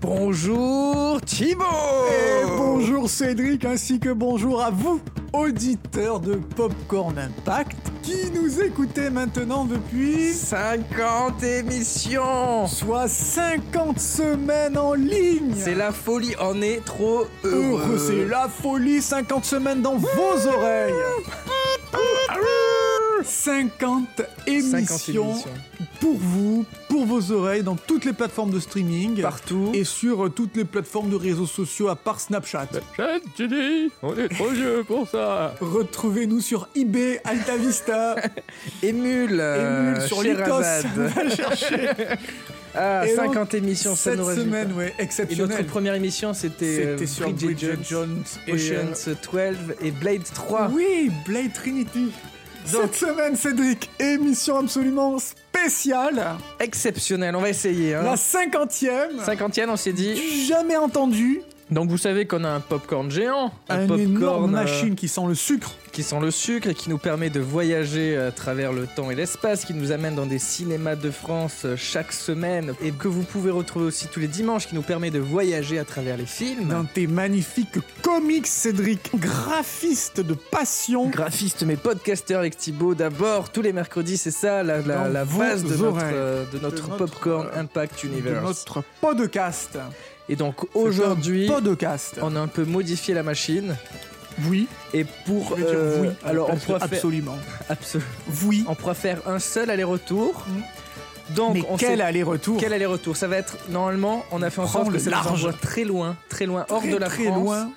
Bonjour Thibaut Et Eh, bonjour Cédric, ainsi que bonjour à vous, auditeurs de Popcorn Impact, qui nous écoutez maintenant depuis 50 émissions soit 50 semaines en ligne. C'est la folie, on est trop heureux. Heureux, c'est la folie, 50 semaines dans vos oreilles. 50 émissions émissions. pour vous, pour vos oreilles, dans toutes les plateformes de streaming. Partout. Et sur euh, toutes les plateformes de réseaux sociaux à part Snapchat. Jeanne, Jenny, on est trop vieux pour ça. Retrouvez-nous sur eBay, Altavista, Émule Emule sur l'Écosse. Sherazade. Va chercher. Ah, Et donc, 50 émissions, ça Cette nous résulte. semaine, ouais, Et notre exceptionnelle. première émission, c'était euh, C'était sur Bridget Bridget Jones, Jones et, euh, Oceans 12 et Blade 3. Oui, Blade Trinity. Cette semaine, Cédric, émission absolument spéciale. Exceptionnel, on va essayer. Hein. La cinquantième. 50e, on s'est dit. du Jamais entendu. Donc vous savez qu'on a un popcorn géant, un, Un popcorn énorme euh, machine qui sent le sucre. qui sent le sucre et qui nous permet de voyager à travers le temps et l'espace, qui nous amène dans des cinémas de France euh, chaque semaine et que vous pouvez retrouver aussi tous les dimanches, qui nous permet de voyager à travers les films. Dans tes magnifiques comics, Cédric, graphiste de passion. Graphiste mais podcasteur avec Thibaut d'abord tous les mercredis c'est ça la, la, Dans la vos base de notre, oreilles. euh, de notre notre, popcorn euh, Impact de Universe notre podcast. et donc aujourd'hui C'est un podcast. on a un peu modifié la machine Oui. et pour Je vais dire euh, oui. à alors la on place de pourra faire absolument. absolu- Oui. on pourra faire un seul aller-retour donc Mm. Mais on quel sait- aller-retour. Quel aller-retour Ça va être normalement, on a fait en Prends sorte que le ça nous large. envoie très loin, très loin, Très, hors de la très France, loin.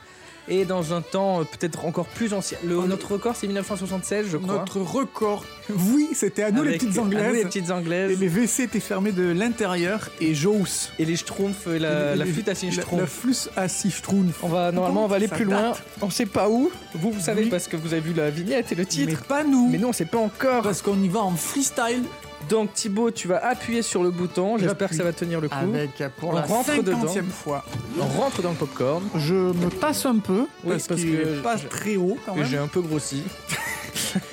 et dans un temps euh, peut-être encore plus ancien. Le- On- notre record, c'est 1976, je crois. Notre record. Oui, c'était à nous les Avec- petites à nous, anglaises. les petites anglaises. Et les WC étaient fermés de l'intérieur et Jauss. Et les schtroumpfs, et la, Et les- Euh, la flûte à six La, schtroumpfs. la flûte à six schtroumpfs. On va normalement on va aller Ça plus date. loin. On sait pas où. Vous vous savez Oui. parce que vous avez vu la vignette et le Mais titre. pas nous. Mais, nous on sait pas encore. Parce qu'on y va en freestyle. Donc Thibaut, tu vas appuyer sur le bouton. J'espère que ça va tenir le coup. euh, pour On la rentre dedans. cinquantième fois. On rentre dans le popcorn. Je me passe un peu Oui, parce, parce qu'il que est pas je- très haut quand Et j'ai même. un peu grossi.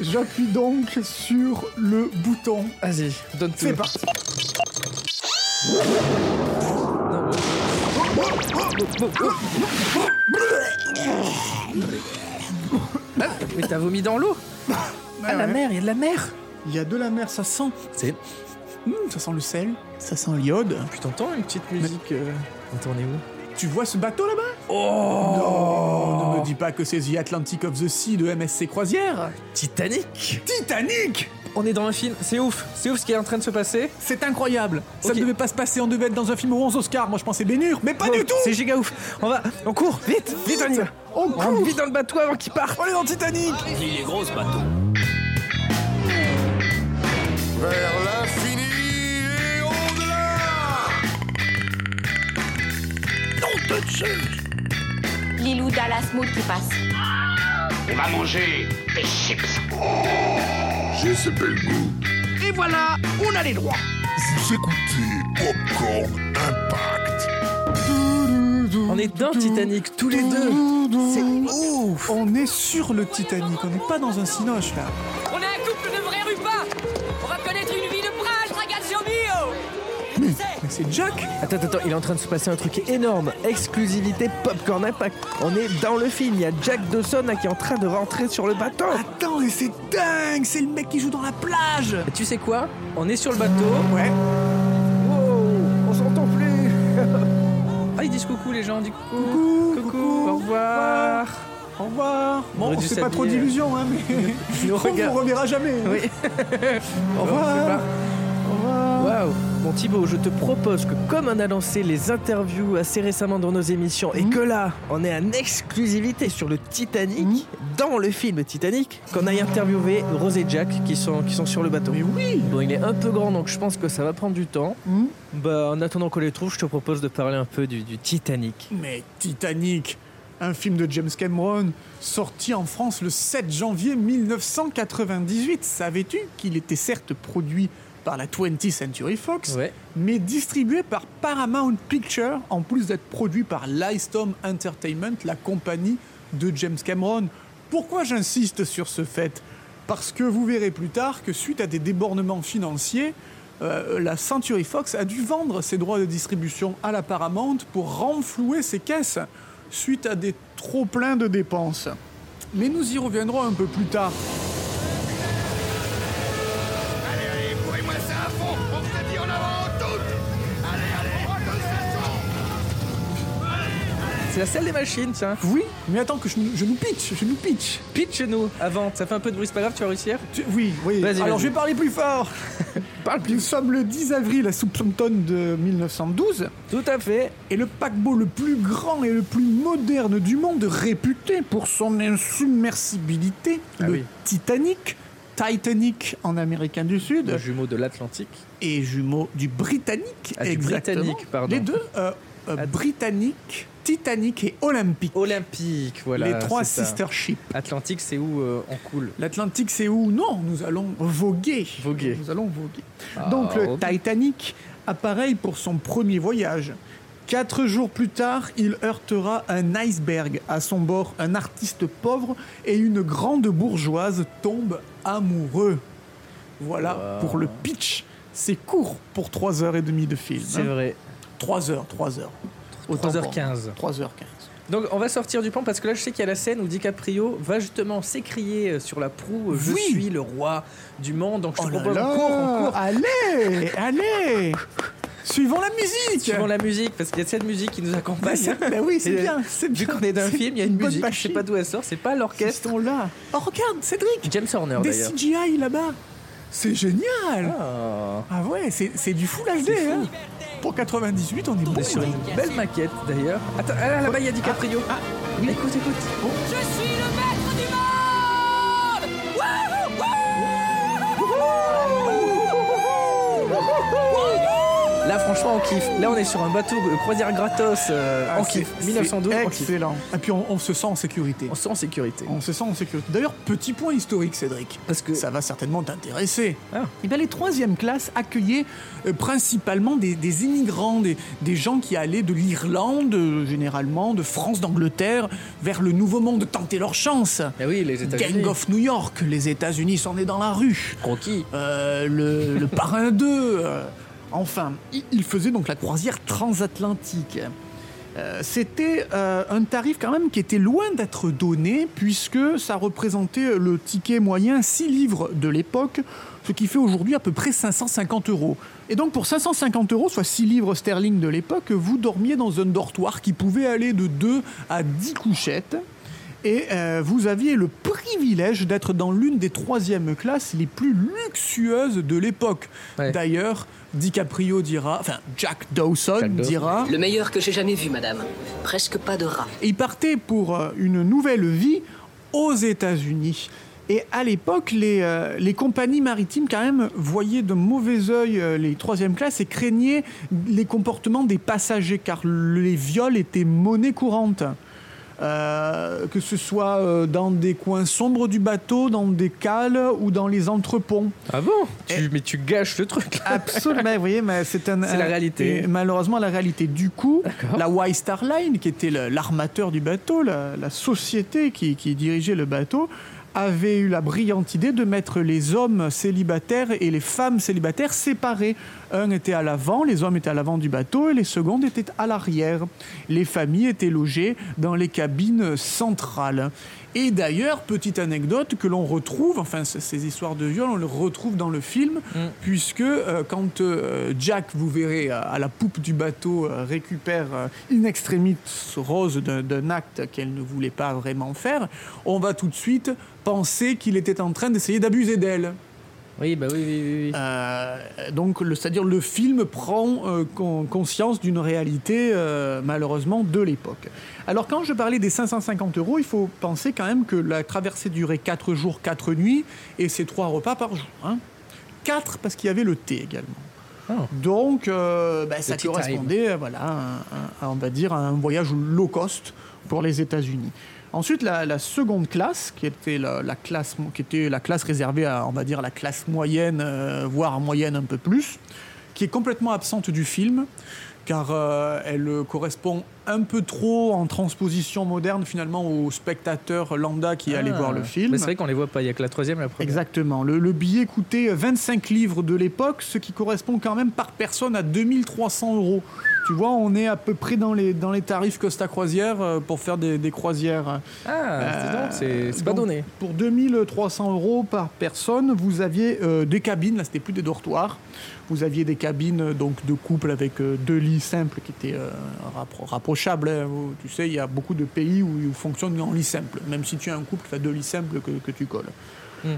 J'appuie donc sur le bouton. Vas-y, donne tout. C'est parti. Non, ouais. Mais t'as vomi dans l'eau Ouais, ouais. mer, il y a de Ah, la mer Il y a de la mer, ça sent. C'est... Hmm, ça sent le sel, ça sent l'iode. Puis t'entends une petite musique... euh, Attends, on est où Tu vois ce bateau là-bas Oh Non, ne me dis pas que c'est The Atlantic of the Sea de MSC Croisière. Titanic Titanic On est dans un film, c'est ouf C'est ouf ce qui est en train de se passer C'est incroyable. Ça Ok. ne devait pas se passer, on devait être dans un film aux 11 Oscars. Moi je pensais Bénur, mais pas Oh, du tout C'est giga ouf On va... On court Vite Vite, on y va On On rentre court. vite dans le bateau avant qu'il parte On est dans Titanic Vers l'infini et au-delà Lilou Dallas Mood qui passe. On va manger des chips. J'ai ce bel goût. Et voilà, on a les droits. Vous écoutez Popcorn Impact. On est dans Titanic, tous les deux C'est ouf On est sur le Titanic, on n'est pas dans un cinoche là. On est un couple de vrais rubins On va connaître une vie de brage, ragazzo mio Mais c'est Jack Attends, attends, il est en train de se passer un truc énorme. Exclusivité Popcorn Impact. On est dans le film. Il y a Jack Dawson là, qui est en train de rentrer sur le bateau. Attends, et c'est dingue C'est le mec qui joue dans la plage Et tu sais quoi On est sur le bateau. Ouais. on s'entend plus. ah, ils disent coucou les gens, on dit coucau. Coucou, coucou, au revoir. Au revoir. Bon, aurait on dû se fait pas trop s'habiller. d'illusions, hein, mais Nous on ne regarde. reverra jamais. Oui. Au revoir. Au revoir. Waouh Bon Thibaut, je te propose que comme on a lancé les interviews assez récemment dans nos émissions et que là, on est en exclusivité sur le Titanic, dans le film Titanic, qu'on aille interviewer Rose et Jack qui sont, qui sont sur le bateau. Mais oui. Bon, il est un peu grand, donc je pense que ça va prendre du temps. Hmm. Bah, en attendant qu'on les trouve, je te propose de parler un peu du, du Titanic. Mais Titanic, un film de James Cameron, sorti en France le 7 janvier 1998. Savais-tu qu'il était certes produit par la 20th Century Fox, Ouais. mais distribué par Paramount Pictures, en plus d'être produit par Livestorm Entertainment, la compagnie de James Cameron. Pourquoi j'insiste sur ce fait Parce que vous verrez plus tard que suite à des débordements financiers, euh, la Century Fox a dû vendre ses droits de distribution à la Paramount pour renflouer ses caisses suite à des trop pleins de dépenses. Mais nous y reviendrons un peu plus tard. Allez, allez, bourrez-moi ça à fond On s'est dit en avant tout Allez, allez, comme ça sent C'est la salle des machines, tiens. Oui, mais attends que je, nous- je nous pitch, je nous pitch. Pitch-nous avant. Ça fait un peu de bruit, c'est pas grave, tu vas réussir. Tu- oui, oui. Vas-y, vas-y. Alors je vais parler plus fort. Parle plus. Nous sommes le 10 avril à Southampton de 1912 Tout à fait. et le paquebot le plus grand et le plus moderne du monde, réputé pour son insubmersibilité, Ah le oui. Titanic, Titanic en américain du Sud Le jumeau de l'Atlantique. et jumeau du Britannique. Ah, du exactement. Britannique, pardon. Ah. Les deux, euh, euh, Att- Britannique, Titanic et Olympique. Olympique, voilà. les trois c'est ça. sister ships. Atlantique, c'est où euh, on coule L'Atlantique, c'est où Non, nous allons voguer. Voguer. Nous allons voguer. Ah, Donc le ok. Titanic appareille pour son premier voyage. Quatre jours plus tard, il heurtera un iceberg. À son bord, un artiste pauvre et une grande bourgeoise tombent amoureux. Voilà pour le pitch. C'est court pour 3 heures et demie de film. C'est vrai. 3 heures, 3 heures. 3h15. 3h15. Donc on va sortir du pan parce que là je sais qu'il y a la scène où DiCaprio va justement s'écrier euh, sur la proue euh, Je Oui. suis le roi du monde. Donc je Oh te là propose là on court, on court. Allez, allez Suivons la musique Suivons la musique parce qu'il y a cette musique qui nous Bah, accompagne. c'est- bah oui, c'est Et, euh, bien. C'est Vu qu'on est d'un film, il y a une, musique. Je sais pas d'où d'où elle sort, c'est pas l'orchestre. sont là. Oh regarde, Cédric, James Horner des d'ailleurs. CGI là-bas. C'est génial. Ah, Ah. ouais, c'est c'est du full HD. hein. Pour 98, on est On bon. est sur une belle maquette d'ailleurs. Attends, ah, là, là-bas il y a DiCaprio. Ah, Écoute, écoute. Oh. Je suis le maître du monde Wouhou Là franchement on kiffe. Là on est sur un bateau euh, croisière gratos. euh, Ah, on c'est- kiffe. c'est 1912, on kiffe. Excellent. Et puis on, on se sent en sécurité. On se sent en sécurité. On se sent en sécurité. D'ailleurs, petit point historique, Cédric. Parce que- ça va certainement t'intéresser. Ah. Eh bien, les troisième classes accueillaient euh, principalement des, des immigrants, des, des gens qui allaient de l'Irlande, euh, généralement, de France, d'Angleterre, vers le Nouveau Monde, tenter leur chance. Ah oui, les États-Unis. Gang of New York, les États-Unis s'en est dans la rue. Croquis. Euh, le, le parrain 2. euh, enfin, i- il faisait donc la croisière transatlantique. Euh, C'était euh, un tarif quand même qui était loin d'être donné puisque ça représentait le ticket moyen 6 livres de l'époque, ce qui fait aujourd'hui à peu près 550 euros. Et donc pour 550 euros, soit 6 livres sterling de l'époque, vous dormiez dans un dortoir qui pouvait aller de 2 à 10 couchettes. Et euh, vous aviez le privilège d'être dans l'une des troisième classes les plus luxueuses de l'époque. Ouais. D'ailleurs, DiCaprio dira, enfin Jack Dawson Jack Dawson. dira, Le meilleur que j'ai jamais vu, madame. Presque pas de rats. il partait pour euh, une nouvelle vie aux États-Unis. Et à l'époque, les, euh, les compagnies maritimes, quand même, voyaient de mauvais œil euh, les troisième classes et craignaient les comportements des passagers, car les viols étaient monnaie courante. Euh, que ce soit euh, dans des coins sombres du bateau, dans des cales ou dans les entrepôts. Ah bon Eh. tu, Mais tu gâches le truc là. Absolument, vous voyez, mais c'est un- C'est la un- réalité. et malheureusement, la réalité. Du coup, la Y Star Line, qui était le- l'armateur du bateau, la, la société qui, qui dirigeait le bateau, avait eu la brillante idée de mettre les hommes célibataires et les femmes célibataires séparés. Un était à l'avant, les hommes étaient à l'avant du bateau et les secondes étaient à l'arrière. Les familles étaient logées dans les cabines centrales. Et d'ailleurs, petite anecdote que l'on retrouve, enfin c- ces histoires de viol, on le retrouve dans le film, puisque euh, quand euh, Jack, vous verrez, euh, à la poupe du bateau, euh, récupère euh, in extremis Rose d'un- d'un acte qu'elle ne voulait pas vraiment faire, on va tout de suite penser qu'il était en train d'essayer d'abuser d'elle. Oui, bah oui, oui, oui. oui. Euh, donc, le- c'est-à-dire le film prend euh, con- conscience d'une réalité euh, malheureusement de l'époque. Alors quand je parlais des 550 euros, il faut penser quand même que la traversée durait 4 jours, 4 nuits, et c'est 3 repas par jour. Hein. 4 parce qu'il y avait le thé également. Oh. Donc euh, bah, ça tea time. correspondait euh, voilà, à, un- à- on va dire, à un voyage low cost pour les États-Unis. Ensuite, la, la seconde classe, qui était la, la classe, mo- qui était la classe réservée à, on va dire, la classe moyenne, euh, voire moyenne un peu plus, qui est complètement absente du film, car euh, elle euh, correspond un peu trop en transposition moderne finalement au spectateur lambda qui allait voir le film. Ah. Mais c'est vrai qu'on les voit pas, il y a que la troisième et la première. Exactement. Le, le billet coûtait 25 livres de l'époque, ce qui correspond quand même par personne à 2300 euros. Tu vois, on est à peu près dans les, dans les tarifs Costa Croisière euh, pour faire des, des croisières. Ah, dis donc, c'est c'est pas Euh, Donc, donné. Pour 2300 euros par personne, vous aviez euh, des cabines, là c'était plus des dortoirs, vous aviez des cabines euh, donc de couple avec euh, deux lits simples qui étaient euh, rappro- rapprochables. hein. Vous- Tu sais, il y a beaucoup de pays où ils fonctionnent en lit simple, même si tu as un couple, tu as deux lits simples que, que tu colles.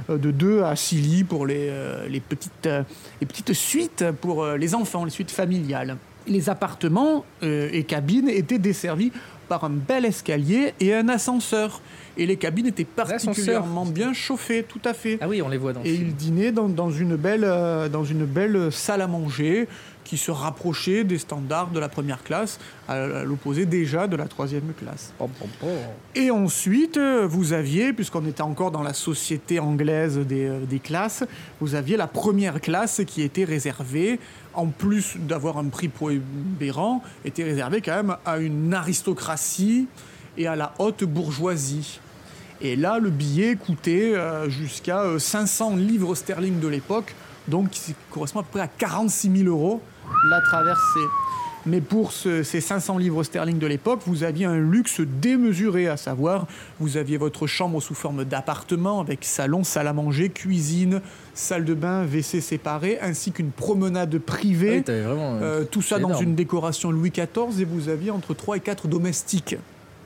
Euh, De deux à six lits pour les, euh, les, petites, euh, les petites suites pour euh, les enfants, les suites familiales. Les appartements euh, et cabines étaient desservis par un bel escalier et un ascenseur. Et les cabines étaient ascenseur. particulièrement bien chauffées, tout à fait. Ah oui, on les voit dans le Et film. il dînait dans, dans une belle, euh, dans une belle salle à manger qui se rapprochait des standards de la première classe, à, à l'opposé déjà de la troisième classe. Pom, pom, pom. Et ensuite, euh, vous aviez, puisqu'on était encore dans la société anglaise des, euh, des classes, vous aviez la première classe qui était réservée, en plus d'avoir un prix prohibérant, était réservée quand même à une aristocratie et à la haute bourgeoisie. Et là, le billet coûtait euh, jusqu'à euh, 500 livres sterling de l'époque, donc qui correspond à peu près à 46 000 euros la traversée. Mais pour ce- ces 500 livres sterling de l'époque, vous aviez un luxe démesuré, à savoir, vous aviez votre chambre sous forme d'appartement avec salon, salle à manger, cuisine, salle de bain, WC séparés, ainsi qu'une promenade Ah privée. oui, t'avais vraiment. Euh, tout ça c'est dans énorme. une décoration Louis XIV et vous aviez entre 3 et 4 domestiques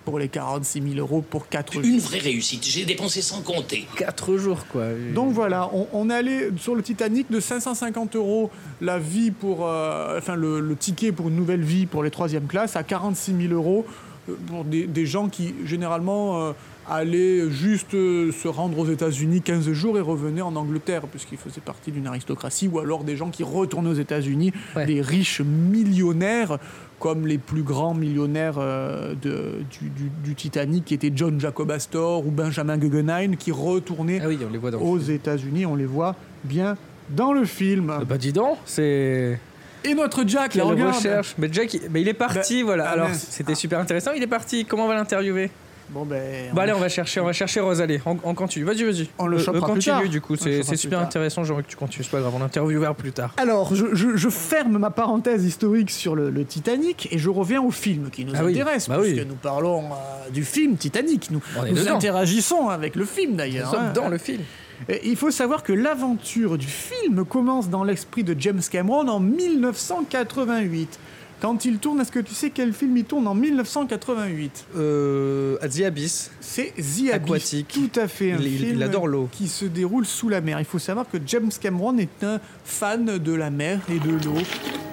pour les 46 000 euros pour 4 jours. Une vraie réussite, j'ai dépensé sans compter. Quatre jours, quoi. Donc voilà, on, on allait sur le Titanic de 550 euros la vie pour, euh, enfin le, le ticket pour une nouvelle vie pour les troisième classes à 46 000 euros euh, pour des, des gens qui généralement euh, allaient juste euh, se rendre aux États-Unis 15 jours et revenaient en Angleterre puisqu'ils faisaient partie d'une aristocratie ou alors des gens qui retournaient aux États-Unis, Ouais. des riches millionnaires comme les plus grands millionnaires euh, de- du, du- du Titanic qui étaient John Jacob Astor ou Benjamin Guggenheim qui retournaient Ah oui, on les voit dans le aux film. États-Unis, on les voit bien dans le film. Ah Bah dis donc, c'est Et notre Jack, quelle là, regarde. recherche. Mais Jack, il- mais il est parti, Bah, voilà. ah, Alors mince. c'était super intéressant. Il est parti. Comment on va l'interviewer Bon ben, Bah allez, on va chercher, on va chercher Rose. Allez, on, on continue. Vas-y, vas-y. Euh, On le chopera plus continue, tard. du coup. On le C'est chopera c'est plus super tard. intéressant. J'ai envie que tu continues. C'est pas grave. On interviewera plus tard. Alors, je, je- je ferme ma parenthèse historique sur le, le Titanic et je reviens au film qui nous Ah oui, intéresse, bah puisque oui. nous parlons euh, du film Titanic. Nous, On est nous dedans. interagissons avec le film Nous d'ailleurs. hein. sommes dans le film. Et il faut savoir que l'aventure du film commence dans l'esprit de James Cameron en 1988. Quand il tourne, est-ce que tu sais quel film il tourne en 1988 Euh, à The Abyss. C'est The Abyss. Aquatique. Tout à fait. Un Il- il- il film adore l'eau. Qui se déroule sous la mer. Il faut savoir que James Cameron est un fan de la mer et de l'eau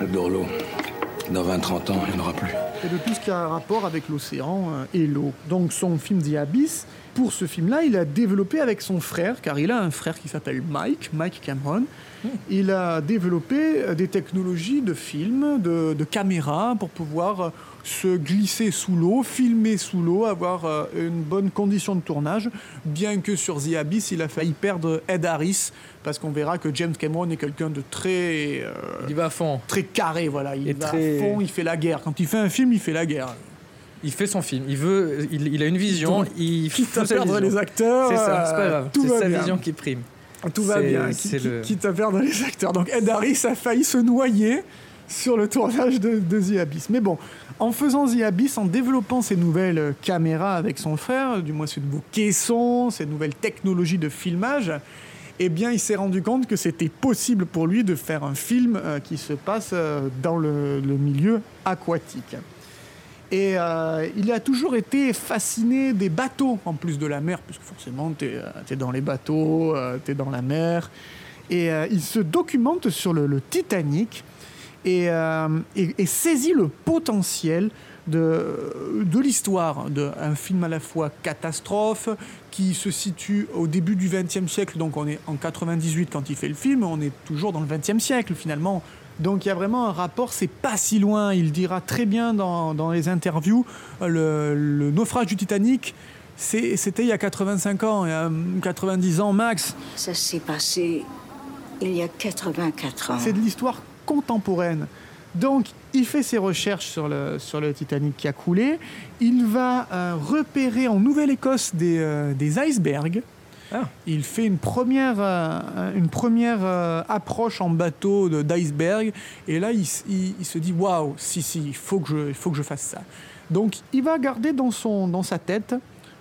J'adore l'eau. Dans 20-30 ans, il n'y en aura plus. et de tout ce qui a un rapport avec l'océan euh, et l'eau. Donc son film The Abyss, pour ce film-là, il a développé avec son frère, car il a un frère qui s'appelle Mike, Mike Cameron. Il a développé euh, des technologies de film, de, de caméra, pour pouvoir euh, se glisser sous l'eau, filmer sous l'eau, avoir euh, une bonne condition de tournage, bien que sur The Abyss, il a failli perdre Ed Harris, parce qu'on verra que James Cameron est quelqu'un de très... euh, Il y va à fond. très carré, voilà. Il Et va très- à fond, il fait la guerre. Quand il fait un film, il fait la guerre. Il fait son film. Il veut. Il, il a une vision. Donc, Il Quitte fait à sa perdre vision. les acteurs, C'est ça. C'est pas euh, grave. tout C'est va sa bien. vision qui prime. Tout va C'est- bien, qui- c'est qui- le- quitte à perdre les acteurs. Donc Ed Harris a failli se noyer sur le tournage de, de The Abyss. Mais bon, en faisant The Abyss, en développant ces nouvelles caméras avec son frère, du moins ces nouveaux caissons, ces nouvelles technologies de filmage, eh bien, il s'est rendu compte que c'était possible pour lui de faire un film euh, qui se passe euh, dans le- le milieu aquatique. Et euh, il a toujours été fasciné des bateaux, en plus de la mer, puisque forcément, tu es, dans les bateaux, tu es dans la mer. Et euh, il se documente sur le, le Titanic et, euh, et- et saisit le potentiel de, de l'histoire d'un film à la fois catastrophe, qui se situe au début du XXe siècle, donc on est en 98 quand il fait le film, on est toujours dans le XXe siècle finalement. Donc il y a vraiment un rapport, c'est pas si loin, il dira très bien dans, dans les interviews, euh, le, le naufrage du Titanic, c'est- c'était il y a 85 ans, il y a hum, 90 ans max. Ça s'est passé il y a 84 ans. C'est de l'histoire contemporaine. Donc, il fait ses recherches sur le, sur le Titanic qui a coulé. Il va euh, repérer en Nouvelle-Écosse des, euh, des icebergs. Il fait une première, euh, une première euh, approche en bateau de- d'iceberg. Et là, il, s- il- il se dit Waouh, si, si, il faut, que je, il faut que je fasse ça. Donc, il va garder dans, son, dans sa tête,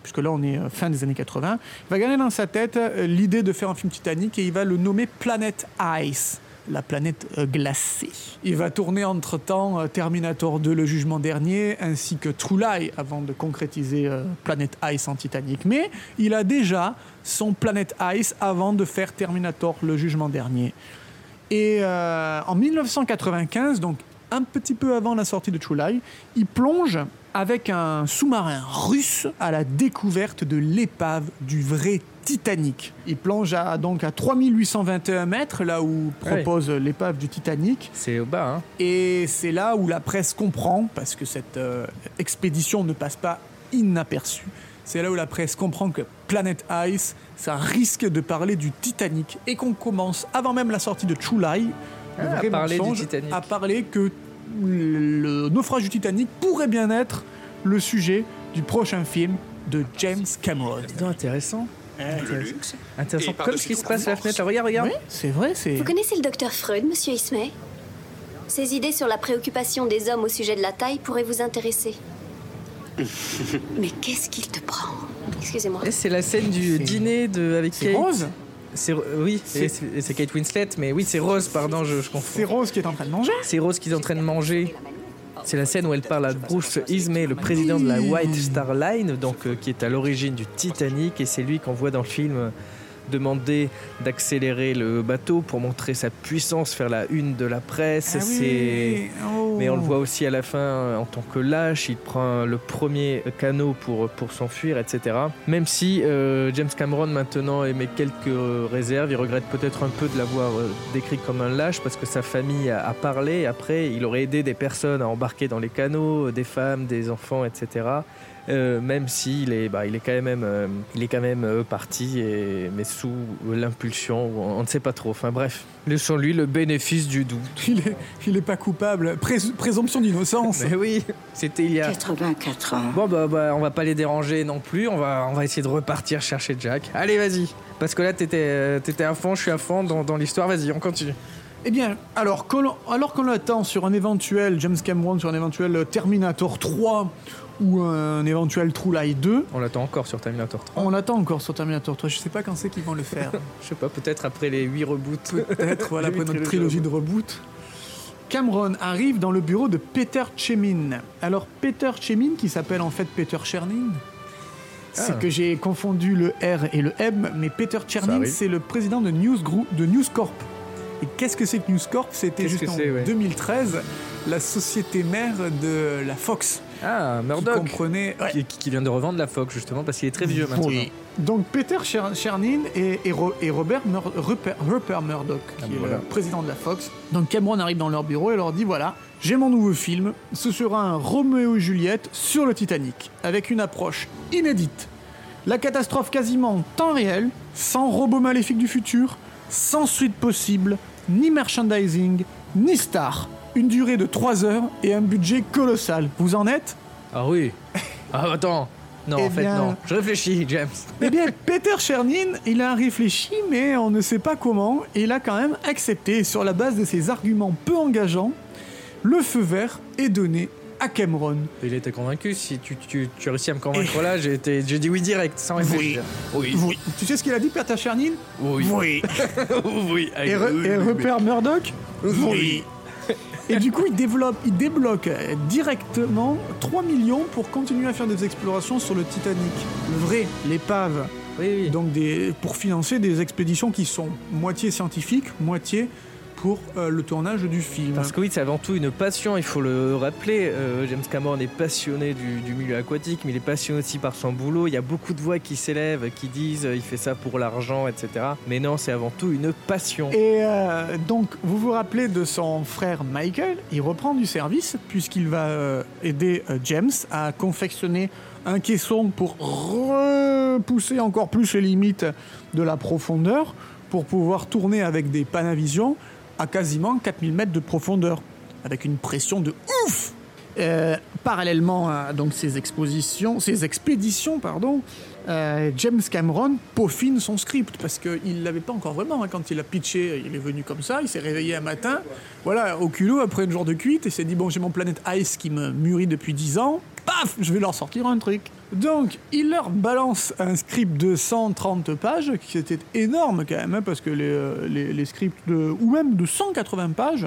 puisque là, on est euh, fin des années 80, il va garder dans sa tête euh, l'idée de faire un film Titanic et il va le nommer Planète Ice. La planète euh, glacée. Il va tourner entre-temps euh, Terminator 2, le jugement dernier, ainsi que True Lie, avant de concrétiser euh, Planète Ice en Titanic. Mais il a déjà son Planète Ice avant de faire Terminator, le jugement dernier. Et euh, en 1995, donc un petit peu avant la sortie de True Lie, il plonge avec un sous-marin russe à la découverte de l'épave du vrai Titanic. Il plonge à, donc à 3821 mètres, là où propose l'épave du Titanic. C'est au bas, hein. Et c'est là où la presse comprend, parce que cette euh, expédition ne passe pas inaperçue, c'est là où la presse comprend que Planet Ice, ça risque de parler du Titanic. Et qu'on commence, avant même la sortie de True Lie, le Ah, à vrai parler du mensonge, Titanic. à parler que le naufrage du Titanic pourrait bien être le sujet du prochain film de James Cameron. intéressant. Intéressant. Intéressant. Comme ce qui se passe à la fenêtre. Regarde, regarde. Oui, c'est vrai, c'est... Vous connaissez le docteur Freud, monsieur Ismay Ses idées sur la préoccupation des hommes au sujet de la taille pourraient vous intéresser. Mais qu'est-ce qu'il te prend Excusez-moi. Et c'est la scène du dîner de, avec Kate. Rose C'est Ro- oui, C'est- et c'est et c'est Kate Winslet, mais oui, c'est Rose, pardon, je, je confonds. C'est Rose qui est en train de manger C'est Rose qui est en train de manger. C'est la scène où elle parle à Bruce Ismay, le président de la White Star Line, donc euh, qui est à l'origine du Titanic, et c'est lui qu'on voit dans le film euh, demander d'accélérer le bateau pour montrer sa puissance, faire la une de la presse. Ah oui, c'est oh. mais on le voit aussi à la fin euh, en tant que lâche, il prend le premier canot pour, euh, pour s'enfuir, etc. Même si euh, James Cameron maintenant émet quelques euh, réserves, il regrette peut-être un peu de l'avoir euh, décrit comme un lâche parce que sa famille a, a parlé. Après, il aurait aidé des personnes à embarquer dans les canots, euh, des femmes, des enfants, etc. Euh, même s'il est, bah, il est quand même, euh, il est quand même euh, parti, et, mais sous l'impulsion, ou on, on ne sait pas trop. Enfin bref, laissons lui le bénéfice du doute. Il est, il est pas coupable. Prés- présomption d'innocence. Mais oui, c'était il y a. 84 ans. Bon bah, bah, on va pas les déranger non plus, on va, on va essayer de repartir chercher Jack. Allez vas-y, parce que là t'étais, euh, t'étais à fond, je suis à fond dans, dans l'histoire, vas-y on continue. Eh bien, alors que l'on- alors qu'on attend sur un éventuel James Cameron, sur un éventuel euh, Terminator 3 ou un éventuel True Lie 2, On l'attend encore sur Terminator 3. on attend encore sur Terminator 3. Je sais pas quand c'est qu'ils vont le faire. Je sais pas, peut-être après les 8 reboots. Peut-être, voilà, Les après notre huit trilogie de reboot. Cameron arrive dans le bureau de Peter Chemin. Alors, Peter Chemin, qui s'appelle en fait Peter Chernin, c'est Ah. que j'ai confondu le R et le M, mais Peter Chernin, arrive. c'est le président de News, Group, de News Corp. Et qu'est-ce que c'est que News Corp C'était Qu'est-ce juste que en c'est, ouais. 2013 la société mère de la Fox. Ah, qui Murdoch comprenait- ouais. qui, qui vient de revendre la Fox justement parce qu'il est très vieux maintenant. Oui. Donc Peter Cher- Chernin et, et Ro- et Robert Mur- Rupert, Rupert Murdoch, qui Ah, est voilà. le président de la Fox. Donc Cameron arrive dans leur bureau et leur dit voilà, j'ai mon nouveau film. Ce sera un Roméo et Juliette sur le Titanic, avec une approche inédite. La catastrophe quasiment en temps réel, sans robots maléfiques du futur, sans suite possible, ni merchandising, ni star. Une durée de 3 heures et un budget colossal. Vous en êtes Ah oui Ah attends Non Eh en fait bien- non, je réfléchis James. Eh bien, Peter Chernin, il a réfléchi, mais on ne sait pas comment. et Il a quand même accepté, sur la base de ses arguments peu engageants, le feu vert est donné à Cameron. Il était convaincu, si tu, tu, tu as réussi à me convaincre là, j'ai, été- j'ai dit oui direct sans réfléchir. Oui. Oui. Tu sais ce qu'il a dit, Peter Chernin Oui. Oui. Oui. Et, re- et repère Murdoch Oui. Et du coup, il développe, il débloque euh, directement 3 millions pour continuer à faire des explorations sur le Titanic. Le vrai, l'épave. Oui, oui. Donc des, pour financer des expéditions qui sont moitié scientifiques, moitié pour euh, le tournage du film. Parce que oui, c'est avant tout une passion, il faut le rappeler. Euh, James Cameron est passionné du, du milieu aquatique, mais il est passionné aussi par son boulot. Il y a beaucoup de voix qui s'élèvent, qui disent euh, il fait ça pour l'argent, etc. Mais non, c'est avant tout une passion. Et euh, donc, vous vous rappelez de son frère Michael, il reprend du service puisqu'il va euh, aider euh, James à confectionner un caisson pour repousser encore plus les limites de la profondeur pour pouvoir tourner avec des Panavision à quasiment 4000 mètres de profondeur, avec une pression de ouf euh, parallèlement à donc ces expositions, ces expéditions, pardon, euh, James Cameron peaufine son script parce qu'il l'avait pas encore vraiment hein, quand il a pitché. Il est venu comme ça, il s'est réveillé un matin, voilà, au culot après une jour de cuite et s'est dit bon j'ai mon planète Ice qui me mûrit depuis 10 ans, paf, je vais leur sortir un truc. Donc il leur balance un script de 130 pages qui était énorme quand même hein, parce que les, euh, les, les scripts de, ou même de 180 pages.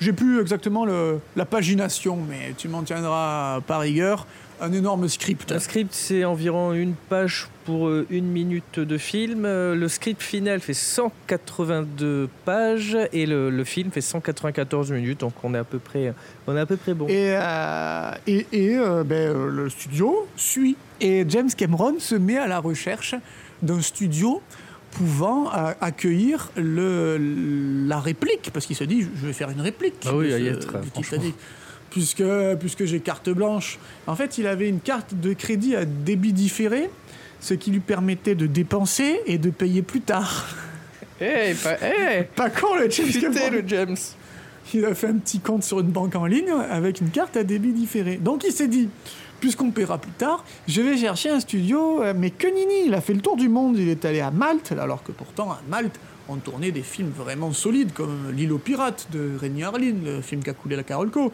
J'ai plus exactement le, la pagination, mais tu m'en tiendras par rigueur. Un énorme script. Un script, c'est environ une page pour euh, une minute de film. Euh, Le script final fait 182 pages et le, le film fait 194 minutes, donc on est à peu près, on est à peu près bon. Et, euh, et, et euh, ben, le studio suit. Et James Cameron se met à la recherche d'un studio pouvant euh, accueillir le, la réplique, parce qu'il se dit, je vais faire une réplique. Ah oui, à y être, Titanic, puisque, puisque j'ai carte blanche. En fait, il avait une carte de crédit à débit différé, ce qui lui permettait de dépenser et de payer plus tard. Hey, Eh, pas, hey. pas con le James Putain, Cameron. le James Il a fait un petit compte sur une banque en ligne avec une carte à débit différé. Donc il s'est dit, puisqu'on paiera plus tard, je vais chercher un studio. euh, Mais que nini, il a fait le tour du monde, il est allé à Malte, alors que pourtant à Malte, on tournait des films vraiment solides, comme L'île aux pirates de Rémi Harlin, le film qu'a coulé la Carolco.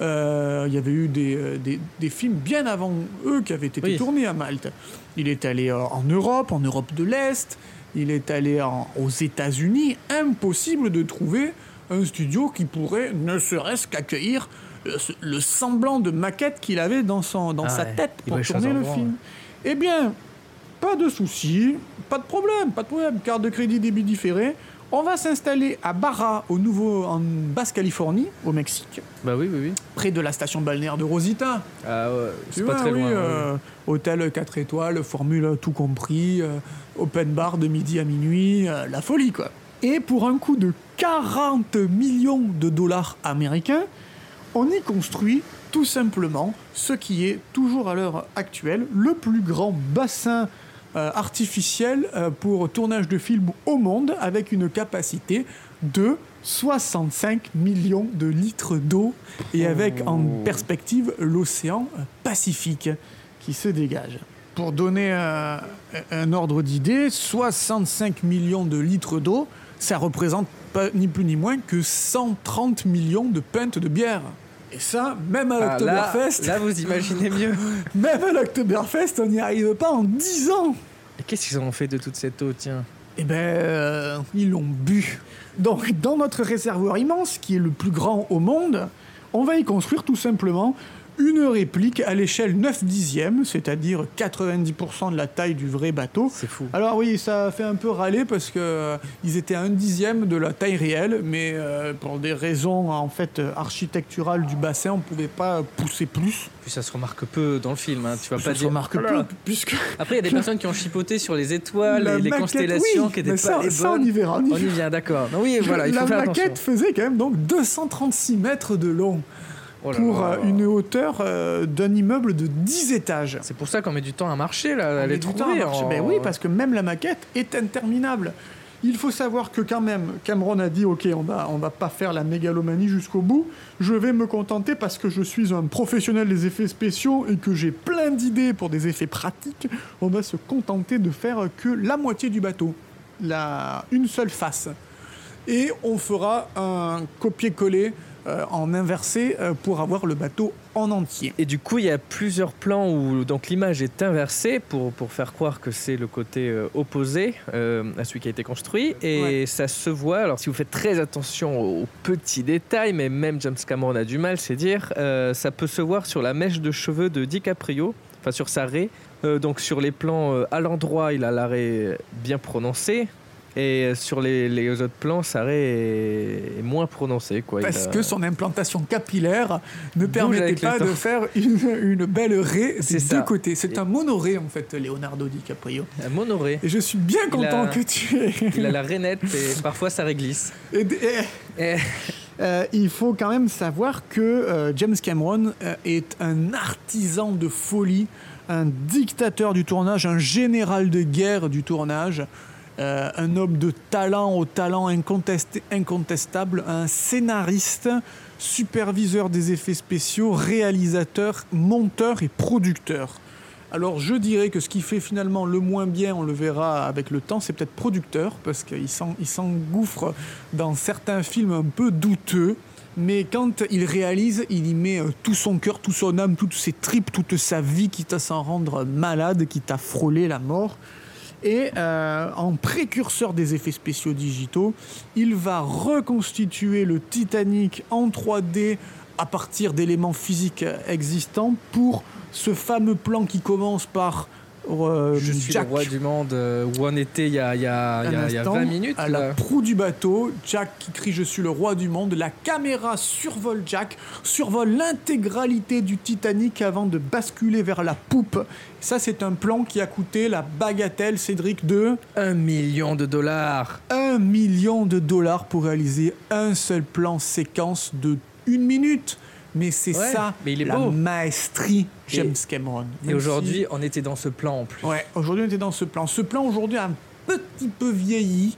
Euh, Il y avait eu des, euh, des- des films bien avant eux qui avaient été Oui. tournés à Malte. Il est allé euh, en Europe, en Europe de l'Est, il est allé en- aux États-Unis. Impossible de trouver un studio qui pourrait ne serait-ce qu'accueillir le, le semblant de maquette qu'il avait dans, son, dans Ah sa ouais. tête Il pour va chez tourner un le endroit, film. Eh bien, pas de souci, pas de problème, pas de problème. Carte de crédit débit différé. On va s'installer à Barra, au nouveau, en Basse-Californie, au Mexique, Bah oui, oui, oui. près de la station balnéaire de Rosita. Ah ouais, c'est Tu pas vois, très oui, loin. hein. ouais. euh, Hôtel 4 étoiles, formule tout compris, euh, open bar de midi à minuit, euh, la folie quoi. Et pour un coût de 40 millions de dollars américains, on y construit tout simplement ce qui est toujours à l'heure actuelle le plus grand bassin euh, artificiel euh, pour tournage de films au monde avec une capacité de 65 millions de litres d'eau et avec Oh. en perspective l'océan euh, Pacifique qui se dégage. Pour donner euh, un ordre d'idée, 65 millions de litres d'eau, ça représente pas, ni plus ni moins que 130 millions de pintes de bière. Et ça, même à Ah, là, l'Octoberfest, là, vous imaginez mieux. même à l'Octoberfest, on n'y arrive pas en 10 ans. Et Qu'est-ce qu'ils ont fait de toute cette eau, tiens Eh ben, euh, ils l'ont bu. Donc, dans notre réservoir immense, qui est le plus grand au monde, on va y construire tout simplement une réplique à l'échelle 9 dixièmes, c'est-à-dire 90% de la taille du vrai bateau. C'est fou. Alors oui, ça fait un peu râler parce que euh, ils étaient à un dixième de la taille réelle, mais euh, pour des raisons en fait euh, architecturales du bassin, on pouvait pas pousser plus. Puis ça se remarque peu dans le film, hein, tu vas pas Ça se dire. remarque Oh là là. peu, puisque Après, il y a des personnes qui ont chipoté sur les étoiles Ah, La et les maquette, constellations oui, qui n'étaient mais pas ça- les ça, on bonnes. y verra, on y On y vient, d'accord. Non, Oui, voilà, il faut la faire maquette attention. faisait quand même donc 236 mètres de long Oh là pour là euh, là. une hauteur euh, d'un immeuble de 10 étages. C'est pour ça qu'on met du temps à marcher, là, On à met les du trouver. temps à marcher. en- Ben oui, parce que même la maquette est interminable. Il faut savoir que quand même, Cameron a dit, ok, on va, on va pas faire la mégalomanie jusqu'au bout. Je vais me contenter parce que je suis un professionnel des effets spéciaux et que j'ai plein d'idées pour des effets pratiques. On va se contenter de faire que la moitié du bateau, la une seule face. Et on fera un copier-coller euh, en inversé euh, pour avoir le bateau en entier. Et du coup, il y a plusieurs plans où donc l'image est inversée pour, pour faire croire que c'est le côté euh, opposé euh, à celui qui a été construit. Et ça se voit. Alors, si vous faites très attention aux petits détails, mais même James Cameron a du mal, c'est dire, euh, ça peut se voir sur la mèche de cheveux de DiCaprio, enfin sur sa raie. Euh, donc, sur les plans euh, à l'endroit, il a la raie bien prononcée. Et euh, sur les, les autres plans, sa raie est, est moins prononcée. Quoi. Il parce a- que son implantation capillaire ne permettait bah, avec le pas de temps. faire une, une belle raie des C'est deux ça. côtés. C'est Et- un monoré en fait, Leonardo DiCaprio. Euh, monorée. Et je suis bien content a- que tu aies. Il a la raie nette et parfois ça réglisse. Et- et- Et- Euh, il faut quand même savoir que euh, James Cameron euh, est un artisan de folie, un dictateur du tournage, un général de guerre du tournage. euh, un homme de talent au talent incontesté- incontestable, un scénariste, superviseur des effets spéciaux, réalisateur, monteur et producteur. Alors je dirais que ce qui fait finalement le moins bien, on le verra avec le temps, c'est peut-être producteur, parce qu'il s'en- il s'engouffre dans certains films un peu douteux. Mais quand il réalise, il y met euh, tout son cœur, toute son âme, toutes ses tripes, toute sa vie, quitte à s'en rendre malade, quitte à frôler la mort. Et euh, en précurseur des effets spéciaux digitaux, il va reconstituer le Titanic en 3D à partir d'éléments physiques euh, existants pour ce fameux plan qui commence par euh, Je suis Jack le roi du monde euh, où on était il y a, il y a- il y a- un il y a instant, 20 minutes. euh. À là. la proue du bateau, Jack qui crie Je suis le roi du monde. La caméra survole Jack, survole l'intégralité du Titanic avant de basculer vers la poupe. Ça, c'est un plan qui a coûté la bagatelle, Cédric, de Un million de dollars. 1 million de dollars pour réaliser un seul plan séquence de une minute. Mais c'est Ouais, ça, mais il est la beau. maestrie James Cameron. Et Même si- aujourd'hui, on était dans ce plan en plus. Ouais, aujourd'hui on était dans ce plan. Ce plan aujourd'hui a un petit peu vieilli.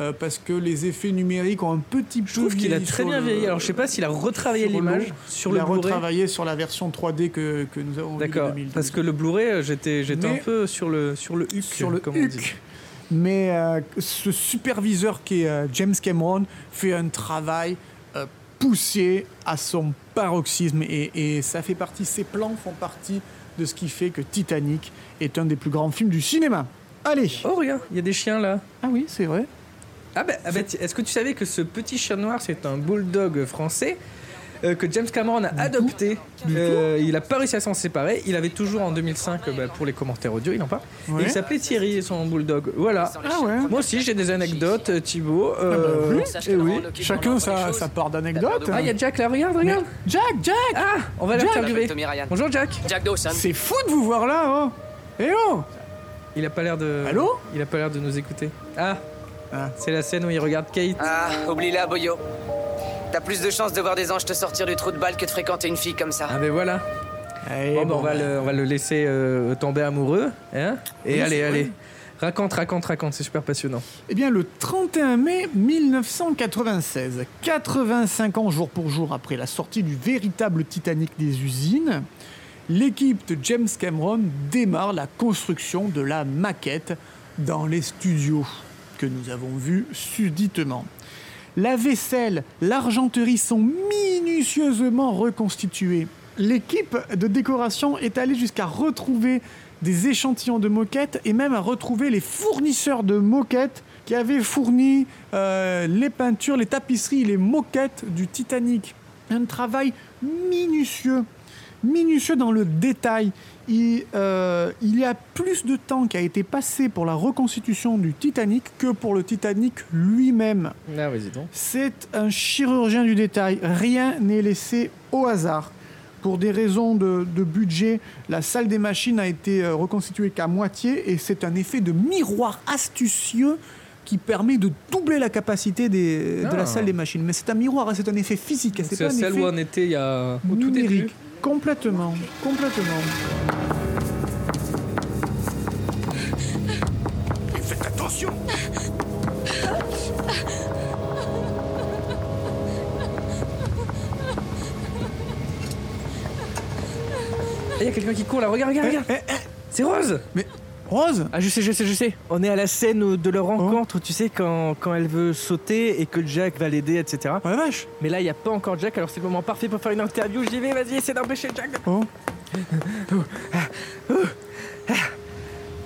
euh, parce que les effets numériques ont un petit peu. Je trouve qu'il a vieilli très sur bien le- vieilli. Alors, je sais pas s'il a retravaillé sur le l'image long. sur Il le a Blu-ray. retravaillé sur la version 3D que, que nous avons vue de D'accord. 2012. Parce que le Blu-ray, euh, j'étais, j'étais Mais- un peu sur le sur le huc, Sur le comme on dit. huc. Mais euh, ce superviseur qui est euh, James Cameron fait un travail euh, poussé à son paroxysme et, et ça fait partie, ces plans font partie de ce qui fait que Titanic est un des plus grands films du cinéma. Allez Oh regarde, il y a des chiens là. Ah oui, c'est vrai. Ah ben, ah ben, ti- est-ce que tu savais que ce petit chat noir, c'est un bulldog français euh, que James Cameron a adopté. Euh, il a pas réussi à s'en séparer. Il avait toujours en 2005, euh, bah, pour les commentaires audio, il en parle. Ouais. Et il s'appelait Thierry, son bulldog. Voilà. Ah ouais Moi aussi, j'ai des anecdotes, euh, Thibaut. Euh, euh, eh oui, chacun sa, sa part d'anecdote. Ah, il y a Jack là, regarde, regarde. Jack, Jack Ah, on va l'interviewer. Tommy Ryan. Bonjour Jack. Jack Dawson. C'est fou de vous voir là, oh Eh oh Il a pas l'air de. Allô Il a pas l'air de nous écouter. Ah, Ah. c'est la scène où il regarde Kate. Ah, oublie-la, Boyo. T'as plus de chances de voir des anges te sortir du trou de balle que de fréquenter une fille comme ça. Ah ben voilà. Eh Oh, Bon, ben, bon, on, va le, on va le laisser euh, tomber amoureux. Hein Et Oui, allez, c'est allez. vrai. Raconte, raconte, raconte, c'est super passionnant. Eh bien, le 31 mai 1996, 85 ans jour pour jour après la sortie du véritable Titanic des usines, l'équipe de James Cameron démarre la construction de la maquette dans les studios que nous avons vus subitement. La vaisselle, l'argenterie sont minutieusement reconstituées. L'équipe de décoration est allée jusqu'à retrouver des échantillons de moquettes et même à retrouver les fournisseurs de moquettes qui avaient fourni euh, les peintures, les tapisseries, les moquettes du Titanic. Un travail minutieux minutieux dans le détail. Il, euh, il y a plus de temps qui a été passé pour la reconstitution du Titanic que pour le Titanic lui-même. Ah, vas-y donc. C'est un chirurgien du détail. Rien n'est laissé au hasard. Pour des raisons de, de budget, la salle des machines a été euh, reconstituée qu'à moitié et c'est un effet de miroir astucieux qui permet de doubler la capacité des- de Ah. la salle des machines. Mais c'est un miroir, hein, c'est un effet physique. hein, C'est pas un celle effet où on était il y a... au tout début. numérique. Complètement, complètement. Faites attention Ah, Il y a quelqu'un qui court là, regarde, regarde, regarde. C'est Rose Eh, Rose Ah, je sais, je sais, je sais. Oh. On est à la scène où- de leur rencontre, tu sais, quand, quand elle veut sauter et que Jack va l'aider, etc. Oh la vache Mais là, il n'y a pas encore Jack, alors c'est le moment parfait pour faire une interview. J'y vais, vas-y, essaie d'empêcher Jack. de- Oh.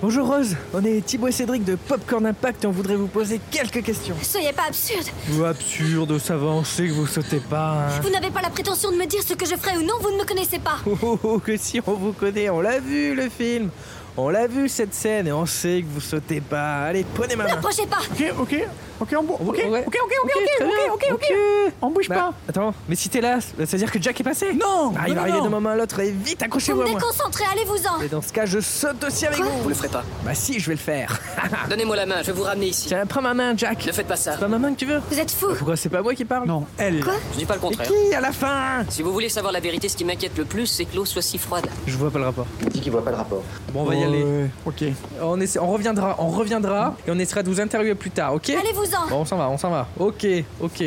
Bonjour Rose, on est Thibaut et Cédric de Popcorn Impact et on voudrait vous poser quelques questions. Soyez pas absurde Vous absurde, ça va, on sait que vous sautez pas. hein. Vous n'avez pas la prétention de me dire ce que je ferai ou non, vous ne me connaissez pas Oh, oh, oh, que si on vous connaît, on l'a vu le film. On l'a vu cette scène et on sait que vous sautez pas. Allez, prenez ma main. N'approchez pas Ok, ok. Ok, on bouge. Ok, ok, Ouais. ok, ok, ok, très ok, bien. ok, ok. On bouge Bah, pas. Attends, mais si t'es là, c'est-à-dire que Jack est passé Non Ah, il non, va arriver non. d'un moment à l'autre et vite, Vous accrochez-vous à me moi déconcentrez, allez-vous-en Et dans ce cas, je saute aussi avec Quoi vous Vous le ferez pas. Bah si, je vais le faire Donnez-moi la main, je vais vous ramener ici. Tiens, prends ma main, Jack Ne faites pas ça. C'est pas ma main que tu veux Vous êtes fous Pourquoi c'est pas moi qui parle Non, elle. Quoi Je dis pas le Et contraire. qui à la fin Si vous voulez savoir la vérité, ce qui m'inquiète le plus, c'est que l'eau soit si froide. Je vois pas le rapport. Il dit qu'il voit pas le rapport. Bon, on va y aller. Oh, Ouais, Ok. On, essaie- on reviendra, on reviendra et on essaiera de vous interviewer plus tard, ok Allez-vous-en Bon, on s'en va, on s'en va. Ok, ok.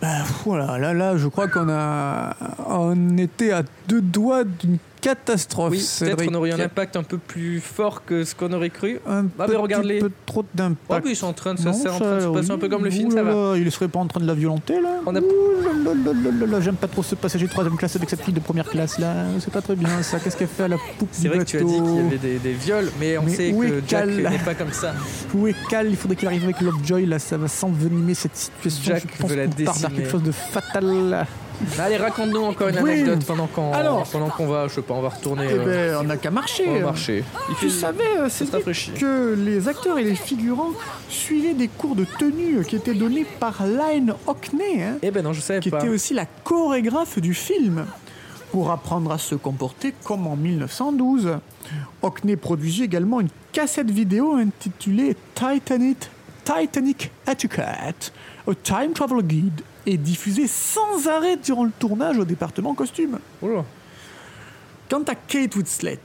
Bah voilà, là, là, je crois qu'on a, on était à deux doigts d'une catastrophe. Oui, Cédric. peut-être qu'on aurait eu un impact un peu plus fort que ce qu'on aurait cru. Un Ah, petit mais regardez. peu trop Oh, d'impact. puis ils sont en train de se, Non, c'est en train de se ça, passer un oui. peu comme le film, Ouh ça là va. là, Il serait pas en train de la violenter là On a- Ouh là là là là là là, J'aime pas trop ce passager de troisième classe avec cette fille de première classe là. C'est pas très bien ça. Qu'est-ce qu'elle fait à la poupe C'est vrai que tu as dit qu'il y avait des, des viols, mais on Mais sait où que est Jack Cal n'est pas comme ça. Où est Cal Il faudrait qu'il arrive avec Lovejoy là. Ça va s'envenimer cette situation. Jack je pense veut la qu'on part vers décimer. quelque chose de fatal. Bah, Allez, raconte-nous encore une Oui. anecdote pendant qu'on Alors. pendant qu'on va, je sais pas, on va retourner Eh euh, ben, on n'a qu'à marcher. on va marcher. Il Tu savais, euh, c'est rafraîchit. que les acteurs et les figurants suivaient des cours de tenue euh, qui étaient donnés par Lynn Hockney, hein, Eh ben non, je savais qui pas. était aussi la chorégraphe du film, pour apprendre à se comporter comme en 1912. Hockney produisit également une cassette vidéo intitulée Titanic, Titanic Etiquette, A Time Travel Guide, et diffusée sans arrêt durant le tournage au département costume. Oula. Quant à Kate Winslet,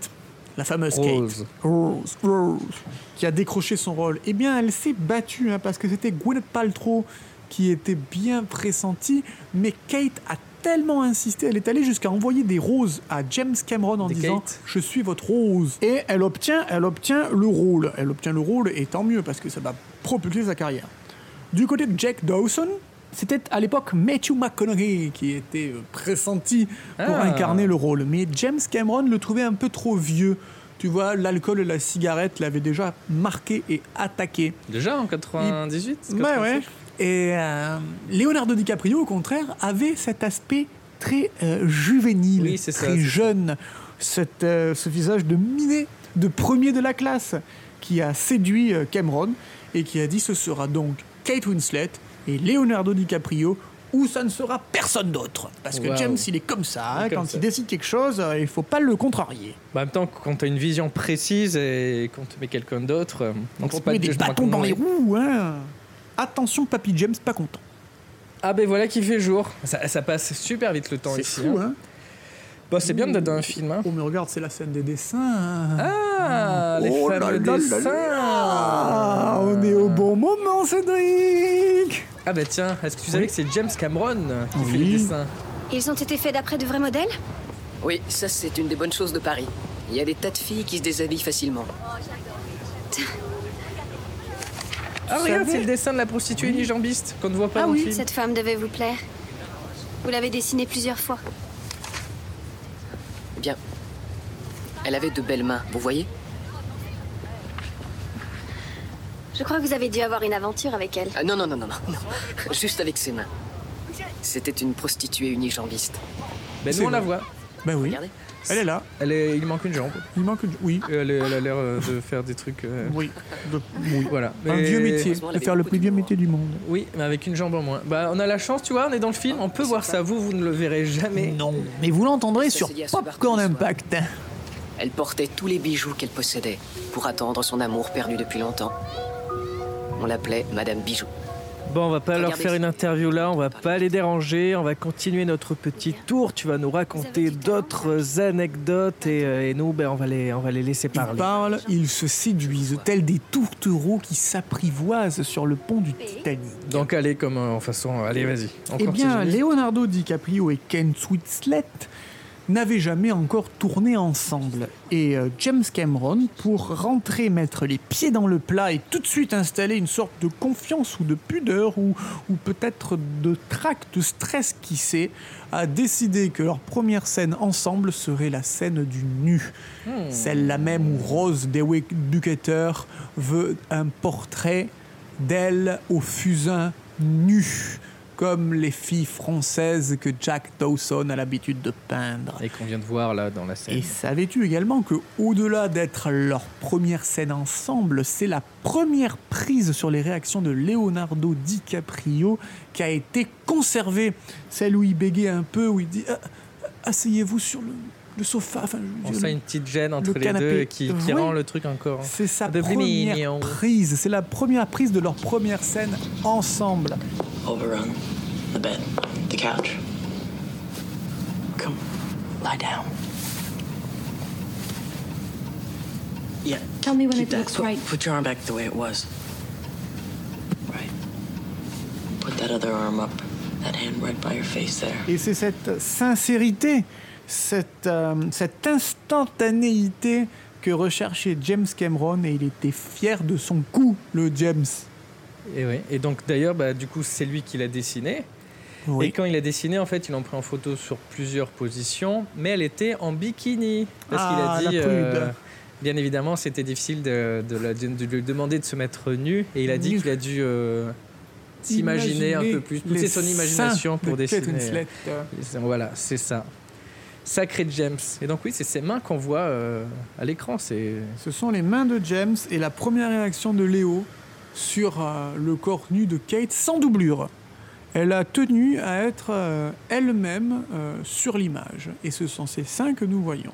la fameuse Rose. Kate, Rose, Rose, qui a décroché son rôle, eh bien, elle s'est battue hein, parce que c'était Gwyneth Paltrow qui était bien pressentie, mais Kate a tellement insisté, elle est allée jusqu'à envoyer des roses à James Cameron en Des disant Kate. je suis votre rose et elle obtient elle obtient le rôle, elle obtient le rôle et tant mieux parce que ça va propulser sa carrière. Du côté de Jack Dawson, c'était à l'époque Matthew McConaughey qui était euh, pressenti pour Ah. incarner le rôle. Mais James Cameron le trouvait un peu trop vieux. Tu vois, l'alcool et la cigarette l'avaient déjà marqué et attaqué. Déjà en 98 Ouais, Ben ouais. Et euh, Leonardo DiCaprio, au contraire, avait cet aspect très euh, juvénile, Oui, c'est ça, très c'est ça. jeune, Cet, euh, ce visage de minet, de premier de la classe, qui a séduit euh, Cameron et qui a dit ce sera donc Kate Winslet et Leonardo DiCaprio ou ça ne sera personne d'autre. Parce que Waouh. James, il est comme ça, Il est hein, comme quand ça. il décide quelque chose, euh, il faut pas le contrarier. Bah, en même temps, quand t'as une vision précise et qu'on te met quelqu'un d'autre, euh, on on peut pas met te des juger, je crois bâtons dans qu'on les est- roues. hein. Attention, papy James, pas content. Ah ben voilà qui fait jour. Ça, ça passe super vite le temps C'est ici. fou, hein. hein. Bah, c'est bien d'être dans un film. Hein. Oh mais regarde, c'est la scène des dessins. hein. Ah, les Oh là fameux là là dessins. Ah, on est au bon moment, Cédric. Ah bah tiens, est-ce que tu savais que c'est James Cameron qui fait Oui. les dessins Ils ont été faits d'après de vrais modèles Oui, ça c'est une des bonnes choses de Paris. Il y a des tas de filles qui se déshabillent facilement. Ah regarde, c'est le dessin de la prostituée nijambiste qu'on ne voit pas Ah dans le oui, film. cette femme devait vous plaire. Vous l'avez dessinée plusieurs fois. Eh bien, elle avait de belles mains, vous voyez Je crois que vous avez dû avoir une aventure avec elle. Ah, Non, non, non, non, non, non. Juste avec ses mains. C'était une prostituée unijambiste. Ben C'est nous on la vrai. voit. Ben oui, Regardez. elle est là. Elle est... Il manque une jambe. Il manque une... Oui, Et Elle, est- elle a l'air euh, de faire des trucs. euh, oui. de- Voilà. Un Mais- vieux métier, Heureusement, elle de avait faire le beaucoup plus vieux d'humour. métier du monde. Oui, mais avec une jambe en moins. Bah on a la chance, tu vois, on est dans le film, on peut voir ça. Vous, vous ne le verrez jamais. Non, mais vous l'entendrez Ça, sur c'est lié à ce Popcorn barbu, Impact. hein. Elle portait tous les bijoux qu'elle possédait pour attendre son amour perdu depuis longtemps. On l'appelait Madame Bijou. Bon, on va pas leur Regardez faire ça. une interview là, on va pas les déranger, on va continuer notre petit tour. Tu vas nous raconter d'autres anecdotes et, euh, et nous, ben, on, va les, on va les laisser Ils parler. parlent, ils se séduisent, tels des tourtereaux qui s'apprivoisent sur le pont du Titanic. Donc, allez, comme euh, en façon, allez, vas-y. on Eh bien, continue. Leonardo DiCaprio et Ken Winslet n'avaient jamais encore tourné ensemble. Et euh, James Cameron, pour rentrer, mettre les pieds dans le plat et tout de suite installer une sorte de confiance ou de pudeur ou, ou peut-être de trac, de stress, qui sait, a décidé que leur première scène ensemble serait la scène du nu. Celle-là même où Rose Dewick-Ducater veut un portrait d'elle au fusain nu comme les filles françaises que Jack Dawson a l'habitude de peindre. Et qu'on vient de voir là dans la scène. Et savais-tu également que, au-delà d'être leur première scène ensemble, c'est la première prise sur les réactions de Leonardo DiCaprio qui a été conservée Celle où il bégait un peu, où il dit Ah, Asseyez-vous sur le, le sofa. Enfin, je- On je- sent une petite gêne le entre les canapé. deux qui, qui Oui. rend le truc encore. C'est sa un peu plus première mignon. prise, c'est la première prise de leur première scène ensemble. Overrun. The bed. The couch. Come. Lie down. Yeah. Tell me when keep it that. looks put, right. Put your arm back the way it was. Right. Put that other arm up. That hand right by your face there. Et c'est cette sincérité, cette, euh, cette instantanéité que recherchait James Cameron et il était fier de son coup, le James. Et, Eh oui. et donc d'ailleurs, bah, du coup, c'est lui qui l'a dessiné. Oui. Et quand il a dessiné, en fait, il en pris en photo sur plusieurs positions, mais elle était en bikini. Parce Ah, qu'il a dit, euh, la prude. bien évidemment, c'était difficile de, de la- de lui demander de se mettre nu. Et il a dit Nu. qu'il a dû euh, s'imaginer un Imaginer peu plus, les pousser son imagination seins pour de Kate dessiner. euh. Winslet. Les seins, Voilà, c'est ça. Sacré James. Et donc oui, c'est ses mains qu'on voit euh, à l'écran. C'est Ce sont les mains de James et la première réaction de Léo sur euh, le corps nu de Kate sans doublure. Elle a tenu à être euh, elle-même euh, sur l'image. Et ce sont ces seins que nous voyons.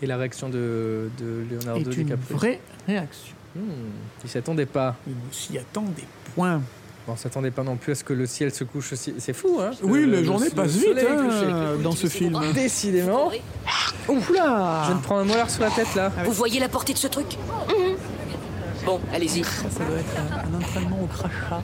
et la réaction de, de Leonardo est une DiCaprio. vraie réaction. Il s'attendait pas. Il ne s'y attendait point. On s'attendait pas non plus à ce que le ciel se couche aussi. C'est fou, hein Oui, Le- la le- journée le passe soleil vite hein, couché. dans ce film. Décidément. Oula Je viens de prendre un molar sur la tête là. Vous voyez la portée de ce truc Bon, allez-y. Ah, Ça doit être un, entraînement au crachat.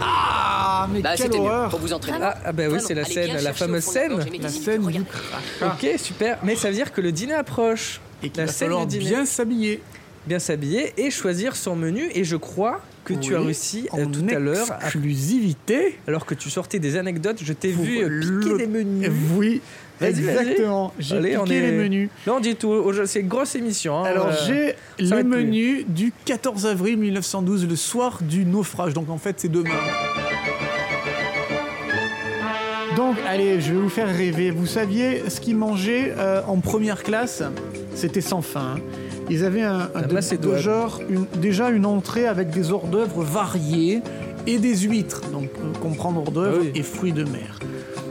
Ah, mais Bah, quelle c'était mieux, horreur pour vous entraîner. Ah, ah bah oui, c'est la scène, la fameuse scène. La scène du crachat. Ok, super. Mais ça veut dire que le dîner approche. Et qu'il va falloir bien s'habiller. Bien s'habiller et choisir son menu. Et je crois que tu Oui, as réussi euh, tout à l'heure. à- Exclusivité Alors que tu sortais des anecdotes, je t'ai vu euh, piquer le- des menus. Oui, Vas-y, vas-y. exactement. J'ai Allez, piqué on est- les menus. Là, on dit tout. Aujourd'hui, C'est une grosse émission. hein. Alors Euh, j'ai ça va le être plus. menu du 14 avril 1912, le soir du naufrage. Donc en fait c'est demain. Donc allez, je vais vous faire rêver. Vous saviez ce qu'ils mangeaient euh, en première classe C'était sans fin. hein. Ils avaient un, un La de- Macédoine. de genre, une- déjà une entrée avec des hors d'œuvre variés et des huîtres. Donc euh, comprendre hors Ah d'œuvre et fruits de mer.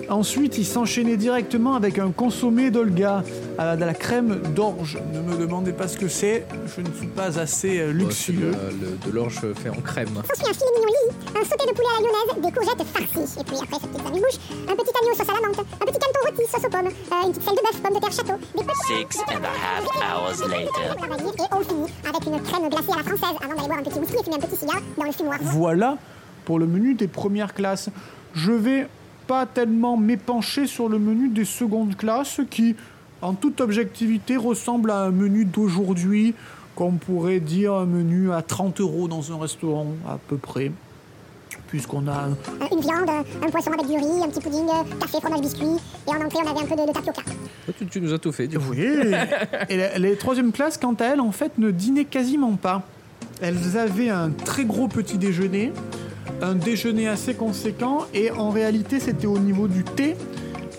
Ensuite, il s'enchaînait directement avec un consommé d'Olga, euh, de la crème d'orge. Ne me demandez pas ce que c'est, je ne suis pas assez euh, Oh, c'est de luxueux. la- le- de l'orge fait en crème. Ensuite, un filet mignon un sauté de poulet à la lyonnaise, des courgettes farcies. Et puis après, cette petite famille bouche, un petit agneau sauce à la menthe, un petit canton rôti sauce aux pommes, euh, une petite selle de bœuf, pomme de terre château, des petits... Six and a half hours later. On va dire, Et on finit avec une crème glacée à la française avant d'aller boire un petit whisky et fumer un petit cigare dans le fumoir. Voilà pour le menu des premières classes. Je vais pas tellement m'épancher sur le menu des secondes classes qui, en toute objectivité, ressemble à un menu d'aujourd'hui qu'on pourrait dire un menu à 30 euros dans un restaurant à peu près. Puisqu'on a un- Euh, une viande, euh, un poisson avec du riz, un petit pudding, euh, café, fromage, biscuit. Et en entrée, on avait un peu de, de tapioca. Toi, tu, tu nous as tout fait. Du coup. Oui. Et la- les troisième classes, quant à elles, en fait, ne dînaient quasiment pas. Elles avaient un très gros petit déjeuner, un déjeuner assez conséquent, et en réalité, c'était au niveau du thé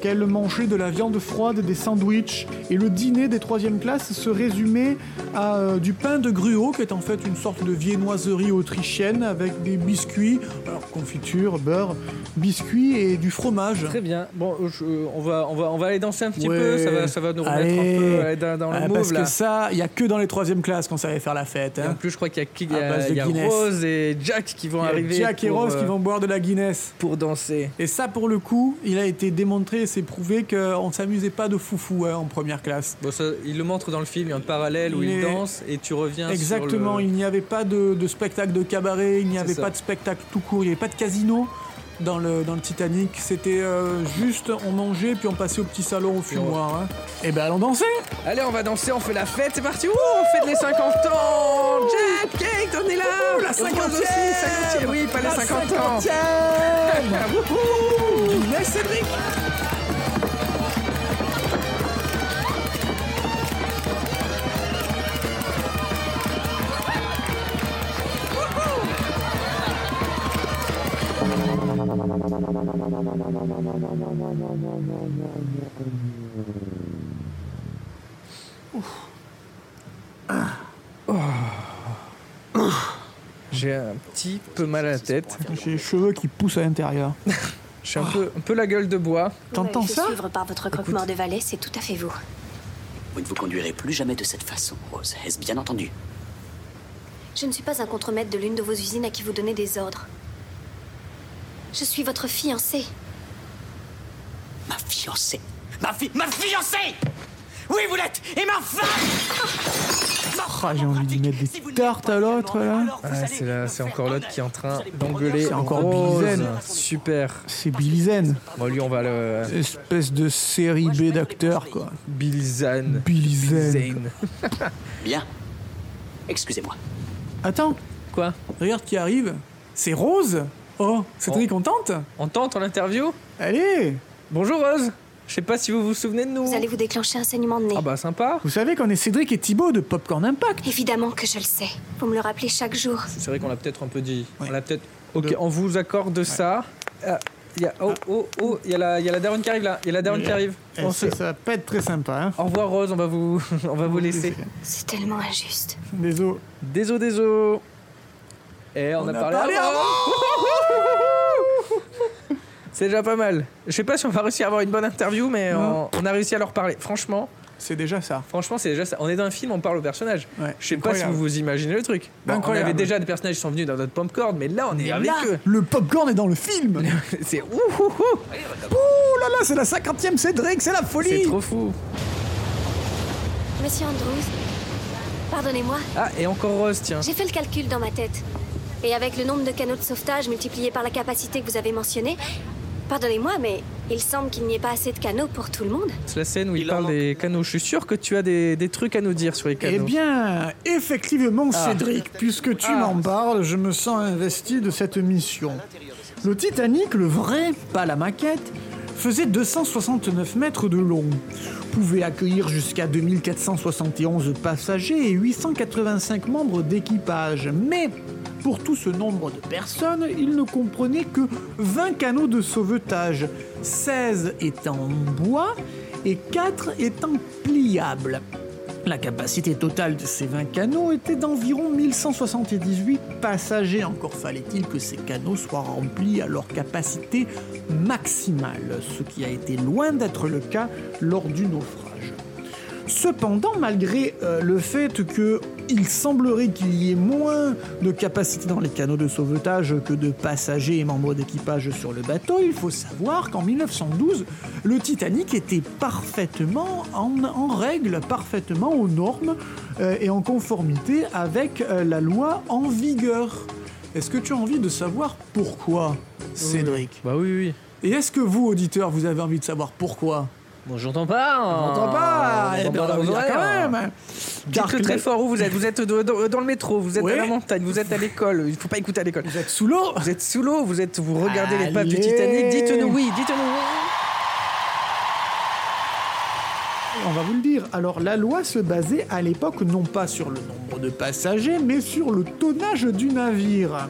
qu'elles mangeaient de la viande froide, des sandwichs. Et le dîner des troisième classes se résumait à euh, du pain de gruau, qui est en fait une sorte de viennoiserie autrichienne avec des biscuits, alors confiture, beurre, biscuits et du fromage. Très bien. Bon, euh, je- euh, on, va, on, va, on va aller danser un petit Ouais. peu. Ça va, ça va nous remettre Allez. un peu euh, dans, dans le Ah, move. Parce là. que ça, il n'y a que dans les troisièmes classes qu'on savait faire la fête. Et en hein. plus, je crois qu'il y a, qu'il y À a- base de il y a Guinness. Rose et Jack qui vont Il y a arriver. Jack et pour, Rose euh, qui vont boire de la Guinness. Pour danser. Et ça, pour le coup, il a été démontré et c'est prouvé qu'on ne s'amusait pas de foufou hein, en première classe. Bon, ça, il le montre dans le film, il y a un parallèle où Il il, est- danse et tu reviens Exactement, sur le... il n'y avait pas de, de spectacle de cabaret, il n'y avait ça. pas de spectacle tout court, il n'y avait pas de casino dans le, dans le Titanic. C'était euh, juste, on mangeait puis on passait au petit salon au fumoir. hein. Et ben allons danser Allez, on va danser, on fait la fête, c'est parti Ouh, On fête les 50 ans Jack, Kate, on est là Ouh, la Et on pose 50e. aussi, 50e, Oui, pas La les 50 ans 50e. Wouhou. Guinness, Cédric Wouhou J'ai un petit peu mal à la tête. J'ai les cheveux qui poussent à l'intérieur. J'ai un peu, un peu la gueule de bois. Vous m'avez fait suivre par votre croque-mort de valet, c'est tout à fait vous. Vous ne vous conduirez plus jamais de cette façon, Rose. Est-ce bien entendu Je ne suis pas un contremaître de l'une de vos usines à qui vous donnez des ordres. Je suis votre fiancée. Ma fiancée Ma fi... Ma fiancée Oui, vous l'êtes Et ma femme Ma Oh, Ah, j'ai envie d'y mettre des tartes à l'autre là. Ah, c'est là- c'est encore l'autre qui est en train d'engueuler. C'est encore Rose. Billy Zen. Super. C'est Billy Zen. Bon, lui, on va le. Espèce de série B d'acteurs quoi. Billy Zen. Billy Zen. Bien. Excusez-moi. Attends. Quoi Regarde qui arrive. C'est Rose. Oh, c'est très contente. On tente, on interview Allez. Bonjour Rose. Je sais pas si vous vous souvenez de nous. Vous allez vous déclencher un saignement de nez. Ah bah sympa. Vous savez qu'on est Cédric et Thibaut de Popcorn Impact. Évidemment que je le sais. Vous me le rappelez chaque jour. C'est vrai qu'on l'a peut-être un peu dit. On l'a peut-être. Ok, on vous accorde ça. Ah, il y a... Oh, oh, oh, il y, a la- il y a la daronne qui arrive là. Il y a la daronne qui arrive. Eh, On ça, se- ça va pas être très sympa. Hein. Au revoir Rose, on va vous, on va vous Oh, laisser. C'est tellement injuste. Désolé. Désolé, désolé. Et on, a, parlé, avant. C'est déjà pas mal. Je sais pas si on va réussir à avoir une bonne interview, mais on, on a réussi à leur parler. Franchement. C'est déjà ça. Franchement, c'est déjà ça. On est dans un film, on parle au personnage. Je sais pas si incroyable. vous vous imaginez le truc. Bon, on Incroyable. avait déjà des personnages qui sont venus dans notre popcorn, mais là, on est Et avec là, eux. le popcorn est dans le film. C'est ouh, ouh, ouh. Ouh là là, c'est la 50e Cédric, Ah, c'est la folie. C'est trop fou. Monsieur Andrews, pardonnez-moi, Ah, et encore Rose, tiens. j'ai fait le calcul dans ma tête. Et avec le nombre de canaux de sauvetage multiplié par la capacité que vous avez mentionnée, pardonnez-moi, mais il semble qu'il n'y ait pas assez de canaux pour tout le monde. C'est la scène où il, parle des canaux. Je suis sûr que tu as des, des trucs à nous dire sur les canaux. Eh bien, effectivement, Ah. Cédric, puisque tu Ah. m'en parles, je me sens investi de cette mission. Le Titanic, le vrai, pas la maquette, faisait 269 mètres de long, pouvait accueillir jusqu'à 2471 passagers et 885 membres d'équipage. Mais pour tout ce nombre de personnes, il ne comprenait que 20 canaux de sauvetage, 16 étant en bois et 4 étant pliables. La capacité totale de ces 20 canaux était d'environ 1178 passagers. Encore fallait-il que ces canaux soient remplis à leur capacité maximale, ce qui a été loin d'être le cas lors du naufrage. Cependant, malgré euh, le fait que il semblerait qu'il y ait moins de capacité dans les canaux de sauvetage que de passagers et membres d'équipage sur le bateau, il faut savoir qu'en 1912, le Titanic était parfaitement en, en règle, parfaitement aux normes euh, et en conformité avec euh, la loi en vigueur. Est-ce que tu as envie de savoir pourquoi, Cédric Bah oui, oui. Et est-ce que vous, auditeurs, vous avez envie de savoir pourquoi Bon, j'entends pas. hein. on n'entend pas eh ben, on va vous dire quand même Dark Dites-le très Knight. fort où vous êtes. Vous êtes de- dans, dans le métro, vous êtes Oui. à la montagne, vous êtes à l'école. Il faut pas écouter à l'école. Vous êtes sous l'eau. Vous êtes sous l'eau. Vous êtes. Vous regardez les pages du Allez. Titanic. Dites-nous oui. Dites-nous oui. On va vous le dire. Alors, la loi se basait à l'époque non pas sur le nombre de passagers, mais sur le tonnage du navire.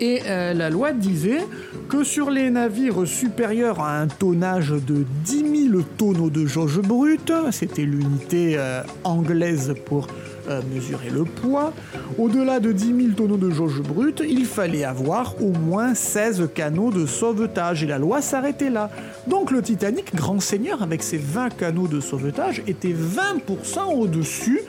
Et euh, la loi disait que sur les navires supérieurs à un tonnage de 10 000 tonneaux de jauge brute, c'était l'unité euh, anglaise pour euh, mesurer le poids, au-delà de 10 000 tonneaux de jauge brute, il fallait avoir au moins 16 canaux de sauvetage et la loi s'arrêtait là. Donc le Titanic, grand seigneur, avec ses 20 canaux de sauvetage, était 20% au-dessus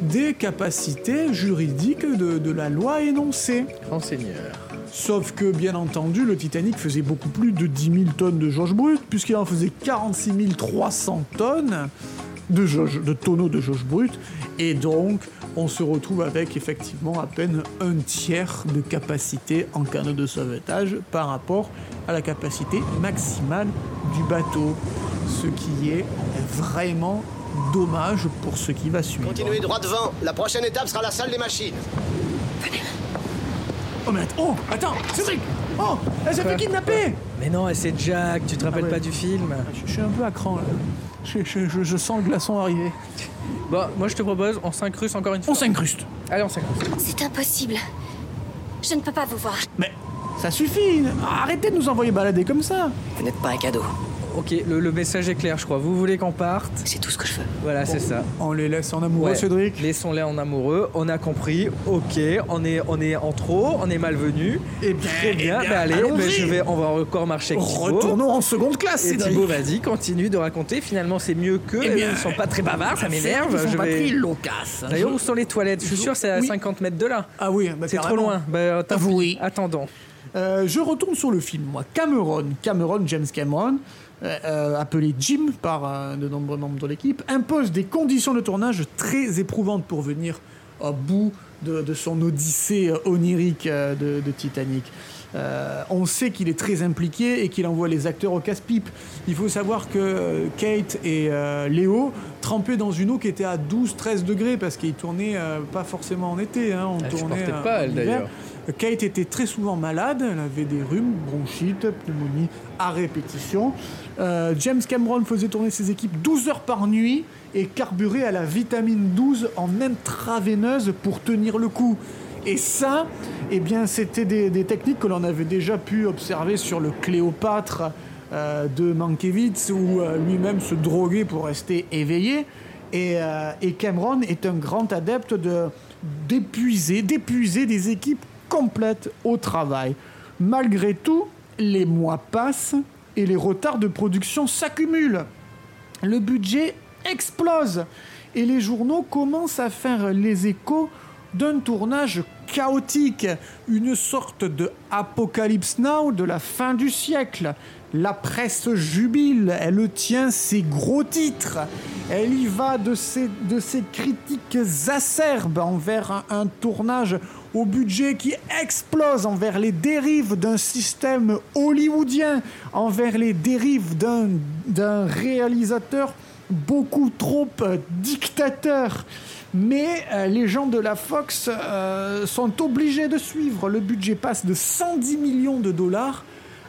des capacités juridiques de, de la loi énoncée. Renseigneur. Sauf que, bien entendu, le Titanic faisait beaucoup plus de 10 000 tonnes de jauge brute, puisqu'il en faisait 46 300 tonnes de, jauge, de tonneaux de jauge brute. Et donc, on se retrouve avec effectivement à peine un tiers de capacité en canot de sauvetage par rapport à la capacité maximale du bateau. Ce qui est vraiment dommage pour ce qui va suivre. Continuez droit devant. La prochaine étape sera la salle des machines. Oh, mais att- oh, attends, Cédric Oh, elle s'est fait kidnapper Mais non, et c'est Jack. Tu te Ah rappelles pas du film Je suis un peu à cran là. Je, je- je- je sens le glaçon arriver. Bon, moi je te propose, on s'incruste encore une fois. On s'incruste. Allez, on s'incruste. C'est impossible. Je ne peux pas vous voir. Mais Ça suffit Arrêtez de nous envoyer balader comme ça Vous n'êtes pas un cadeau. Ok, le, le message est clair, je crois. Vous voulez qu'on parte C'est tout ce que je veux. Voilà, c'est On- ça. On les laisse en amoureux, Ouais, Cédric. Laissons-les en amoureux, on a compris, ok, on est, on est en trop, on est malvenu. Eh bien, Très bien, eh bien, bah allez, allons-y. bah je vais, on va encore marcher avec Thibaut. Retournons en seconde classe, Et Cédric. Thibaut, vas-y, continue de raconter. Finalement, c'est mieux que. Eh bien, ils sont pas très bavards, ça c'est m'énerve. qu'ils sont je pas vais- pris, ils l'ont casse. D'ailleurs, Je- où sont les toilettes Je suis sûr, c'est à Oui. 50 mètres de là. Ah oui, bah C'est trop carrément. loin. Bah, tant pis. Attendons. Euh, je retourne sur le film, moi. Cameron, Cameron, James Cameron, euh, euh, appelé Jim par euh, de nombreux membres de l'équipe, impose des conditions de tournage très éprouvantes pour venir à bout de, de son odyssée euh, onirique euh, de, de Titanic. Euh, on sait qu'il est très impliqué et qu'il envoie les acteurs au casse-pipe. Il faut savoir que euh, Kate et euh, Léo trempaient dans une eau qui était à 12-13 degrés parce qu'ils tournaient euh, pas forcément en été. hein, on Elle tournait supportait euh, pas, elle, en hiver. d'ailleurs. Kate était très souvent malade, elle avait des rhumes, bronchites, pneumonie à répétition. Euh, James Cameron faisait tourner ses équipes 12 heures par nuit et carburait à la vitamine 12 en intraveineuse pour tenir le coup. Et ça, eh bien, c'était des, des techniques que l'on avait déjà pu observer sur le Cléopâtre euh, de Mankiewicz, où euh, lui-même se droguait pour rester éveillé. Et, euh, et Cameron est un grand adepte de d'épuiser, d'épuiser des équipes complètes au travail. Malgré tout, les mois passent et les retards de production s'accumulent. Le budget explose et les journaux commencent à faire les échos d'un tournage chaotique, une sorte de apocalypse now de la fin du siècle. La presse jubile, elle tient ses gros titres, elle y va de ses, de ses critiques acerbes envers un, un tournage au budget qui explose envers les dérives d'un système hollywoodien, envers les dérives d'un- d'un réalisateur beaucoup trop euh, dictateur. Mais euh, les gens de la Fox euh, sont obligés de suivre. Le budget passe de 110 millions de dollars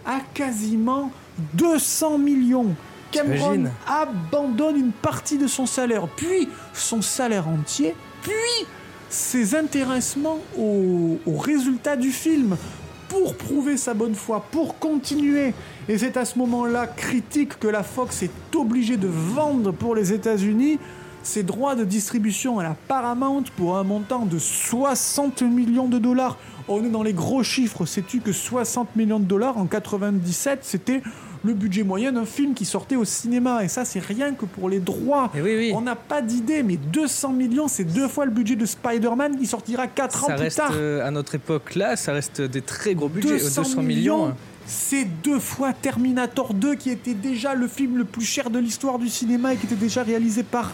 à quasiment 200 millions. Cameron T'imagines abandonne une partie de son salaire, puis son salaire entier, puis ses intéressements aux, aux résultats du film pour prouver sa bonne foi, pour continuer. Et c'est à ce moment-là critique que la Fox est obligée de vendre pour les États-Unis ses droits de distribution à la Paramount pour un montant de 60 millions de dollars. On est dans les gros chiffres. Sais-tu que 60 millions de dollars en 97, c'était le budget moyen d'un film qui sortait au cinéma. Et ça, c'est rien que pour les droits. Eh On n'a pas d'idée, mais 200 millions, c'est deux fois le budget de Spider-Man qui sortira 4 Ça ans plus reste, tard. euh, à notre époque là, ça reste des très gros budgets. 200, euh, millions. hein. C'est deux fois Terminator 2 qui était déjà le film le plus cher de l'histoire du cinéma et qui était déjà réalisé par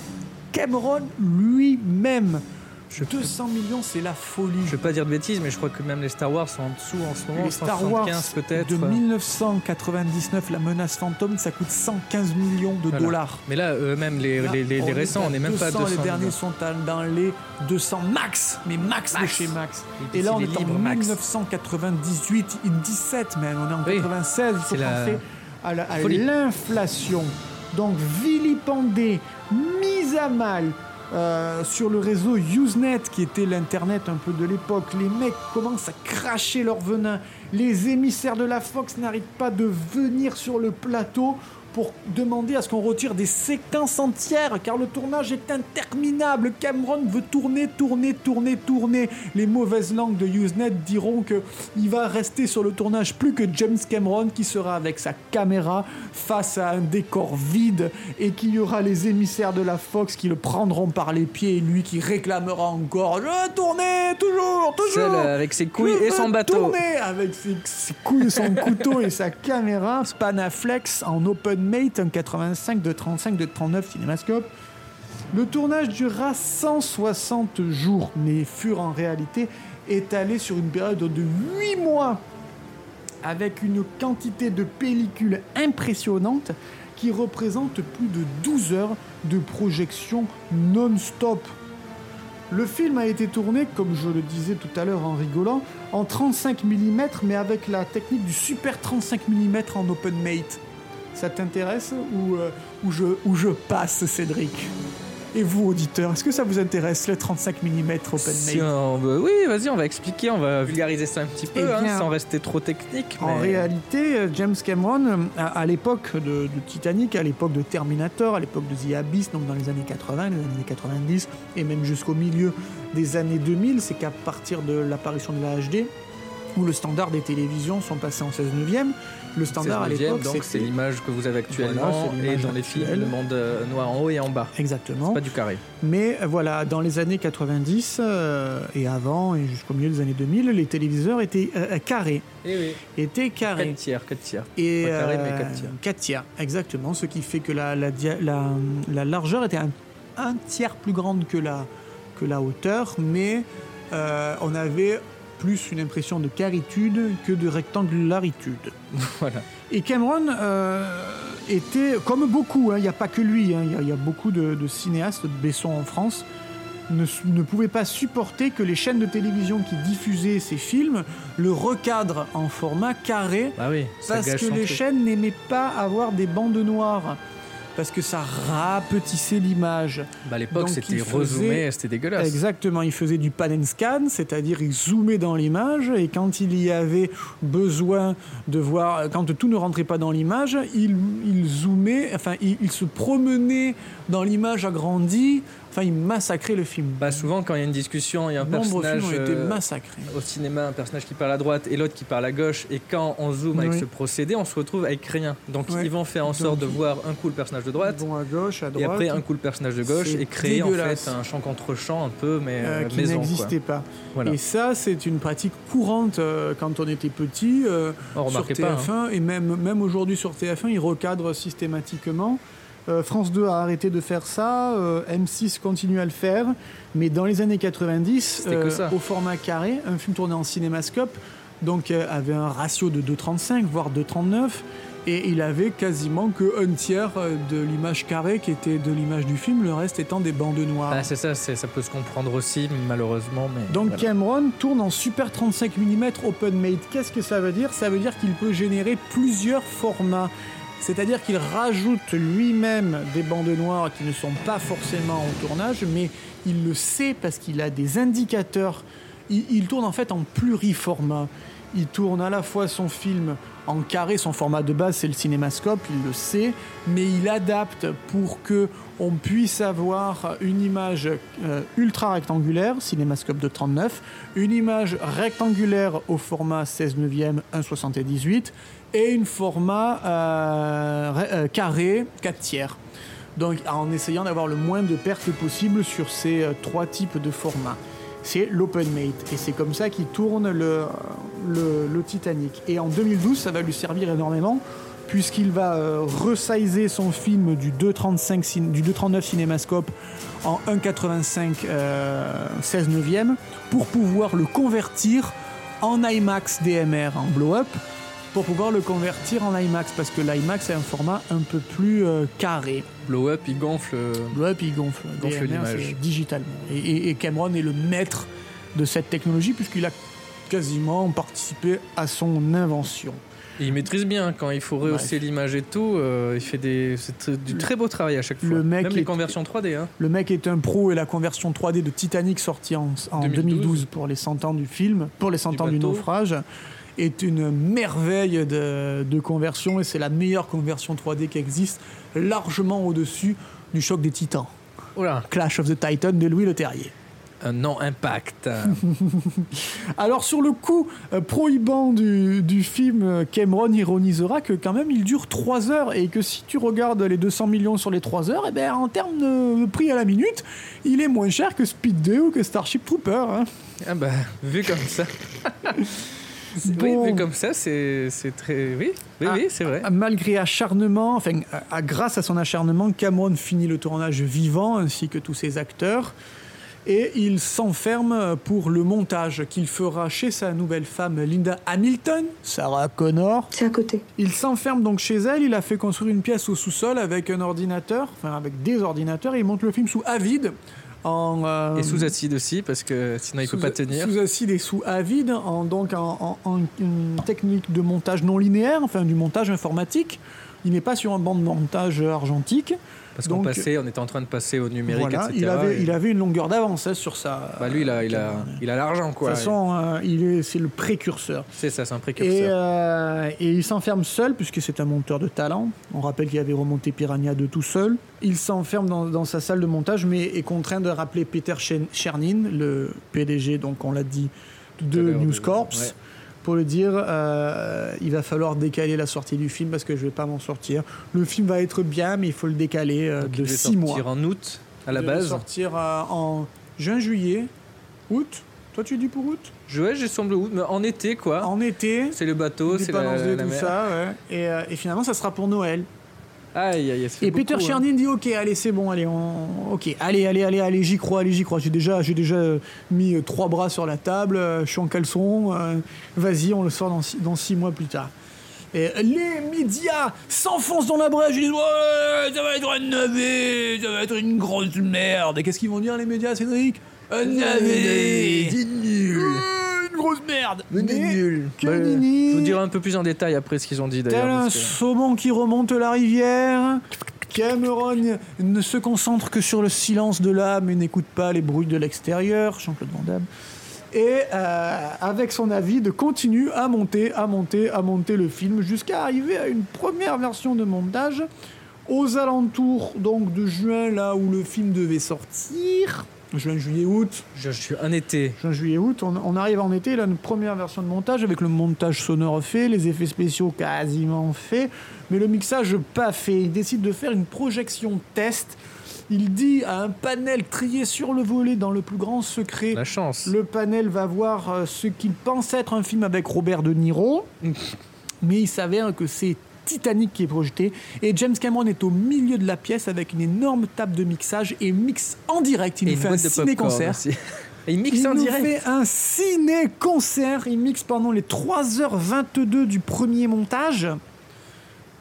Cameron lui-même. 200 millions, c'est la folie. Je vais pas dire de bêtises, mais je crois que même les Star Wars sont en dessous en ce moment. Les Star Wars 175 peut-être. de 1999, La menace fantôme, ça coûte 115 millions de Voilà. dollars. Mais là, euh, même les, Là, les- les- les on récents, à on n'est même pas à 200. Les derniers millions. sont à- dans les 200 max, mais max, de chez max. Et Et là, on est puis, c'est libre, en max. 1998, et 17 même, on est en 96, il faut c'est la penser à la- à folie. l'inflation. Donc vilipendé, mise à mal. euh, sur le réseau Usenet, qui était l'internet un peu de l'époque, les mecs commencent à cracher leur venin. Les émissaires de la Fox n'arrivent pas de venir sur le plateau pour demander à ce qu'on retire des séquences entières, car le tournage est interminable. Cameron veut tourner, tourner, tourner, tourner. Les mauvaises langues de Usenet diront que il va rester sur le tournage plus que James Cameron, qui sera avec sa caméra face à un décor vide, et qu'il y aura les émissaires de la Fox qui le prendront par les pieds, et lui qui réclamera encore Je veux tourner, toujours, toujours Seul, euh, avec ses couilles Je et son veux bateau. tourner avec ses, ses couilles et son couteau et sa caméra, Panaflex en open mate, un 85 de 35 de 39 cinémascope. Le tournage dura 160 jours, mais furent en réalité étalés sur une période de 8 mois avec une quantité de pellicules impressionnante qui représente plus de 12 heures de projection non-stop. Le film a été tourné, comme je le disais tout à l'heure en rigolant, en 35 mm, mais avec la technique du super 35 mm en open mate. Ça t'intéresse ou, euh, ou je, ou je passe, Cédric Et vous, auditeurs, est-ce que ça vous intéresse, le 35 mm open Si mail on veut- oui, vas-y, on va expliquer, on va vulgariser ça un petit peu, Eh hein, bien, sans rester trop technique. En mais- réalité, euh, James Cameron, euh, à, à l'époque de, de Titanic, à l'époque de Terminator, à l'époque de The Abyss, donc dans les années 80, les années 90, et même jusqu'au milieu des années 2000, c'est qu'à partir de l'apparition de la HD, où le standard des télévisions sont passés en 16 neuvième, le standard à 16e, l'époque, donc c'est c'était- l'image que vous avez actuellement Voilà, c'est et l'image dans les films actuelle. le monde euh, noir en haut et en bas. Exactement. C'est pas du carré. Mais euh, voilà, dans les années 90 euh, et avant et jusqu'au milieu des années 2000, les téléviseurs étaient euh, carrés. Eh oui. Étaient carrés. 4 tiers, 4 tiers. Et Pas carré, euh, mais 4 tiers. quatre tiers, exactement. Ce qui fait que la, la dia- la- la largeur était un, un tiers plus grande que la, que la hauteur, mais euh, on avait plus une impression de caritude que de rectangularitude. Voilà. Et Cameron euh, était, comme beaucoup, hein, il n'y a pas que lui, hein, il y a- il y, a beaucoup de, de cinéastes, de Besson en France, ne, s- ne pouvaient pas supporter que les chaînes de télévision qui diffusaient ces films le recadrent en format carré Ah oui, ça parce gâche que son les truc. chaînes n'aimaient pas avoir des bandes noires. Parce que ça rapetissait l'image. Bah, à l'époque, Donc, c'était ils faisaient- rezoomé, c'était dégueulasse. Exactement, ils faisaient du pan and scan, c'est-à-dire ils zoomaient dans l'image et quand il y avait besoin de voir, quand tout ne rentrait pas dans l'image, ils ils zoomaient, enfin ils ils se promenaient dans l'image agrandie, enfin ils massacraient le film. Bah, souvent, quand il y a une discussion, il y a un Nombre de personnage. films ont été euh, massacrés. Au cinéma, un personnage qui parle à droite et l'autre qui parle à gauche. Et quand on zoome avec Oui. ce procédé, on se retrouve avec rien. Donc, Ouais. ils vont faire en sorte de Donc, voir un coup le personnage de droite. à gauche, à Et droite. après, un coup le personnage de gauche C'est et créer en dégueulasse. fait un champ contre champ un peu, mais Euh, euh, qui maison. quoi. n'existait pas. Voilà. Et ça, c'est une pratique courante euh, quand on était petit euh, On sur remarquait TF1 pas, hein. et même, même aujourd'hui sur TF1, ils recadrent systématiquement. Euh, France 2 a arrêté de faire ça, euh, M6 continue à le faire, mais dans les années 90, C'était que ça. au format carré, un film tourné en cinémascope, donc euh, avait un ratio de 2,35 voire 2,39. Et il avait quasiment que un tiers euh, de l'image carrée qui était de l'image du film, le reste étant des bandes noires. Ah, c'est ça, c'est- ça peut se comprendre aussi, malheureusement. Mais Donc voilà. Cameron tourne en super 35 mm open mate. Qu'est-ce que ça veut dire Ça veut dire qu'il peut générer plusieurs formats. C'est-à-dire qu'il rajoute lui-même des bandes noires qui ne sont pas forcément au tournage, mais il le sait parce qu'il a des indicateurs. Il, il tourne en fait en pluriformat. Il tourne à la fois son film en carré, son format de base c'est le cinémascope, il le sait, mais il adapte pour que on puisse avoir une image euh, ultra rectangulaire, cinémascope de 39, une image rectangulaire au format 16 neuvième 1,78 et une format euh, re- euh, carré 4 tiers. Donc en essayant d'avoir le moins de pertes possible sur ces euh, trois types de formats. C'est l'OpenMate et c'est comme ça qu'il tourne le, euh, le, le Titanic. Et en 2012, ça va lui servir énormément puisqu'il va euh, resizer son film du 2,35 cin- du 2,39 cinémascope en 1,85 euh, 16 neuvième pour pouvoir le convertir en IMAX DMR, en blow-up, pour pouvoir le convertir en IMAX parce que l'IMAX est un format un peu plus euh, carré. Blow Up, il gonfle. euh, Blow up, il gonfle. Gonfle DMR, l'image. c'est digitalement. Et, et- et Cameron est le maître de cette technologie puisqu'il a quasiment participé à son invention. et il maîtrise bien quand il faut rehausser l'image et tout. euh, il fait des, c'est tr- du très beau travail à chaque fois. le mec Même les est- conversions 3D. Hein. Le mec est un pro et la conversion 3D de Titanic sortie en, en 2012. 2012. pour les 100 ans du film, pour les 100 ans du bateau. naufrage, est une merveille de, de conversion et c'est la meilleure conversion 3D qui existe, largement au-dessus du choc des titans. Clash of the Titan de Louis Leterrier. Un non impact. Alors sur le coup euh, prohibant du, du film, euh, Cameron ironisera que quand même il dure 3 heures et que si tu regardes les 200 millions sur les 3 heures, et ben, en termes de, de prix à la minute, il est moins cher que Speed 2 ou que Starship Trooper. hein. Ah bah, vu comme ça. C'est- Bon. Ah. Oui, vu comme ça, c'est c'est très. Oui, oui, oui c'est vrai. Malgré acharnement, enfin à- à- grâce à son acharnement, Cameron finit le tournage vivant ainsi que tous ses acteurs. Et il s'enferme pour le montage qu'il fera chez sa nouvelle femme Linda Hamilton, Sarah Connor. C'est à côté. Il s'enferme donc chez elle, il a fait construire une pièce au sous-sol avec un ordinateur, enfin avec des ordinateurs, et il monte le film sous Avid. En, euh, Et sous acide aussi, parce que sinon il peut sous- pas tenir. Sous acide et sous avide, en, donc en, en- en une technique de montage non linéaire, enfin du montage informatique. Il n'est pas sur un banc de montage argentique. Parce qu'on Donc, passait, on était en train de passer au numérique, Voilà, etc. il avait, et- il avait une longueur d'avance hein, sur sa. Bah lui, il a, il a, il a l'argent, De quoi. toute façon, euh, il est- c'est le précurseur. C'est ça, c'est un Et, précurseur. euh, et il s'enferme seul, puisque c'est un monteur de talent. On rappelle qu'il avait remonté Piranha 2 tout seul. Il s'enferme dans, dans sa salle de montage, mais est contraint de rappeler Peter Chen- Chernin, le PDG, donc on l'a dit, de News Corps, ouais. pour lui dire euh, il va falloir décaler la sortie du film parce que je vais pas m'en sortir. Le film va être bien, mais il faut le décaler euh, Donc, il de devait 6 mois. sortir en août, à la Il devait base. sortir euh, en juin, juillet, août. Toi, tu dis pour août Je- Ouais, j'ai semblé août, mais en été, quoi. En été. Hein C'est le bateau, Des c'est la, balances de la tout mer. ça, ouais. et, euh, et finalement, ça sera pour Noël. Aïe, aïe, aïe, ça fait Et Peter beaucoup, hein. Chernin dit Ok, allez, c'est bon, allez, on... ok, allez, allez, allez, allez, j'y crois, allez, j'y crois. J'ai déjà, j'ai déjà euh, mis euh, trois bras sur la table, euh, je suis en caleçon, euh, vas-y, on le sort dans six, dans six mois plus tard. Et les médias s'enfoncent dans la brèche, ils disent Ouais, ça va être un navet, ça va être une grosse merde. Et qu'est-ce qu'ils vont dire, les médias, Cédric Un navet Une grosse merde Mais que Bah, nenni. Je vous dirai un peu plus en détail après ce qu'ils ont dit d'ailleurs. Tel un parce que- saumon qui remonte la rivière, Cameron ne se concentre que sur le silence de l'âme et n'écoute pas les bruits de l'extérieur, Jean-Claude Van Damme. Et euh, avec son avis, de continue à monter, à monter, à monter le film jusqu'à arriver à une première version de montage aux alentours donc de juin, là où le film devait sortir. Juin, juillet, août. Je, je suis un été. Juin, juillet, août, on, on arrive en été, là, une première version de montage avec le montage sonore fait, les effets spéciaux quasiment faits, mais le mixage pas fait. Il décide de faire une projection test. Il dit à un panel trié sur le volet dans le plus grand secret. La chance. Le panel va voir euh, ce qu'il pense être un film avec Robert De Niro, Mmh. mais il s'avère que c'est Titanic qui est projeté et James Cameron est au milieu de la pièce avec une énorme table de mixage et mixe en direct. Il Et nous une fait un boîte de popcorn ciné-concert. aussi. Et il mixe Il en nous direct. fait un ciné-concert. Il mixe pendant les 3h22 du premier montage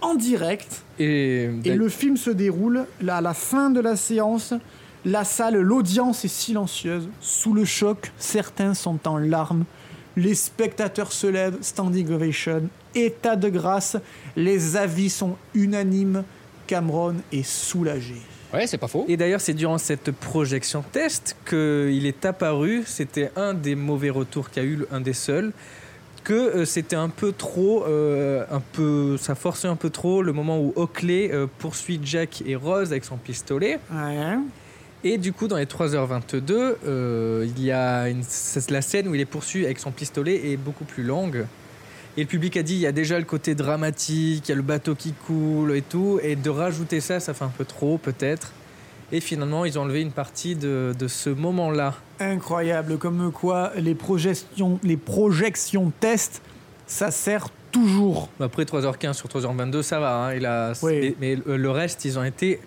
en direct. Et, Et le film se déroule là, à la fin de la séance. La salle, l'audience est silencieuse. Sous le choc, certains sont en larmes. Les spectateurs se lèvent, standing ovation, état de grâce. Les avis sont unanimes. Cameron est soulagé. Ouais, c'est pas faux. Et d'ailleurs, c'est durant cette projection test qu'il est apparu, c'était un des mauvais retours qu'a eu, le- un des seuls, que euh, c'était un peu trop, euh, un peu, ça forçait un peu trop le moment où Oakley euh, poursuit Jack et Rose avec son pistolet. Et du coup, dans les 3h22, euh, il y a une- c'est la scène où il est poursuivi avec son pistolet est beaucoup plus longue. Et le public a dit, il y a déjà le côté dramatique, il y a le bateau qui coule et tout. Et de rajouter ça, ça fait un peu trop, peut-être. Et finalement, ils ont enlevé une partie de, de ce moment-là. Incroyable, comme quoi les projections, les projections tests, ça sert toujours. Mais Après 3h15 sur 3h22, ça va. hein, il a- c'est- Mais le le reste, ils ont été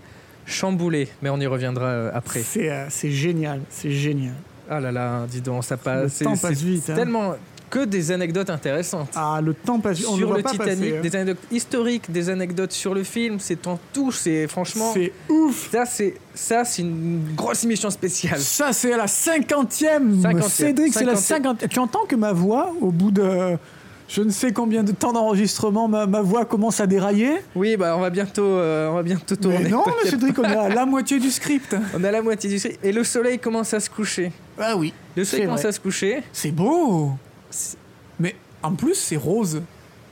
chamboulés. Mais on y reviendra euh, après. C'est euh, c'est génial, c'est génial. Ah là là, dis donc, ça passe. Le c'est- temps c'est passe vite, hein. Tellement que des anecdotes intéressantes. Ah, le temps passe. Sur on le voit le pas Titanic, passer, hein. des anecdotes historiques, des anecdotes sur le film, c'est en tout, c'est franchement. C'est ouf Ça, c'est ça, c'est une grosse émission spéciale. Ça, c'est la cinquantième. Cinquantième, Cédric, c'est la cinquantième. cinquantième. Tu entends que ma voix, au bout de je ne sais combien de temps d'enregistrement, ma, ma voix commence à dérailler Oui, bah on va bientôt, euh, on va bientôt tourner. Mais non, t'inquiète Cédric, on pas. est à la moitié du script. On a la moitié du script. Et le soleil commence à se coucher. Ah oui. Le soleil c'est commence vrai. à se coucher. C'est beau Mais en plus, c'est rose.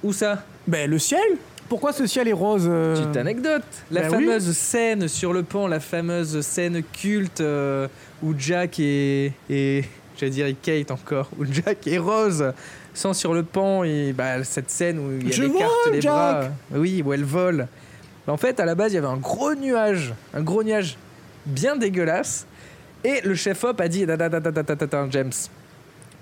Où ça Ben, le ciel. Pourquoi ce ciel est rose euh Petite anecdote. La Ben oui. fameuse scène sur le pont, la fameuse scène culte euh, où Jack et. et j'allais dire et Kate encore, où Jack et Rose sont sur le pont et bah, cette scène où il Je écarte vole, les Jack bras. Oui, où elle vole. En fait, à la base, il y avait un gros nuage, un gros nuage bien dégueulasse. Et le chef-op a dit Da, da, da, da, da, da, da, da, James.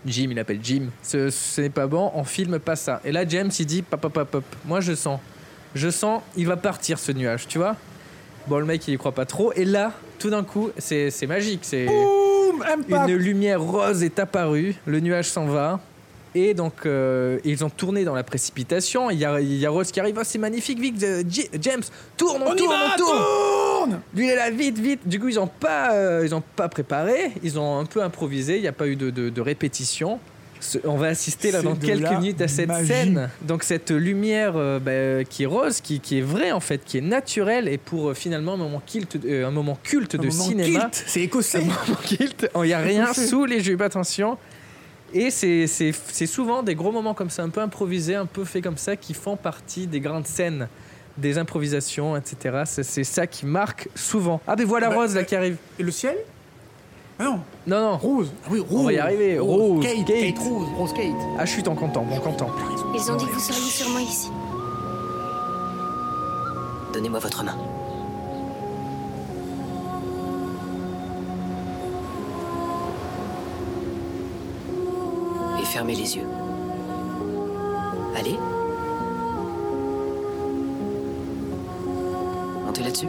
Jim, il appelle Jim. Ce ce n'est pas bon, on filme pas ça. Et là, James, il dit Pop, pop, pop, pop. Moi, je sens. Je sens, il va partir ce nuage, tu vois. Bon, le mec, il y croit pas trop. Et là, tout d'un coup, c'est c'est magique. C'est Une lumière rose est apparue, le nuage s'en va. Et donc, euh, ils ont tourné dans la précipitation. Il y a, il y a Rose qui arrive. Oh, c'est magnifique, vite, euh, J- James, tourne, on, On y tourne, va, on tourne. Lui, il est là, vite, vite. Du coup, ils n'ont pas, euh, ils ont pas préparé. Ils ont un peu improvisé. Il n'y a pas eu de, de- de répétition. Ce- on va assister là C'est dans de quelques la minutes à cette magie. scène. Donc cette lumière euh, bah, qui est rose, qui, qui est vraie en fait, qui est naturelle et pour euh, finalement un moment culte, euh, un moment culte Un de moment cinéma. culte, c'est écossais. Un moment culte. Il n'y a rien Écossais. sous les jupes, attention. Et c'est- c'est c'est souvent des gros moments comme ça, un peu improvisés, un peu faits comme ça, qui font partie des grandes scènes, des improvisations, etc. C'est- C'est ça qui marque souvent. Ah, mais voilà Bah, Rose là qui arrive. Et le ciel Ah non Non, non. Rose. Ah oui, Rose. On va y arriver. Rose. Kate, Kate. Kate, Rose. Rose Kate. Ah, je suis en content, bon content. Ils ont dit que vous seriez sûrement ici. Donnez-moi votre main. Et fermez les yeux. Allez. Montez là-dessus.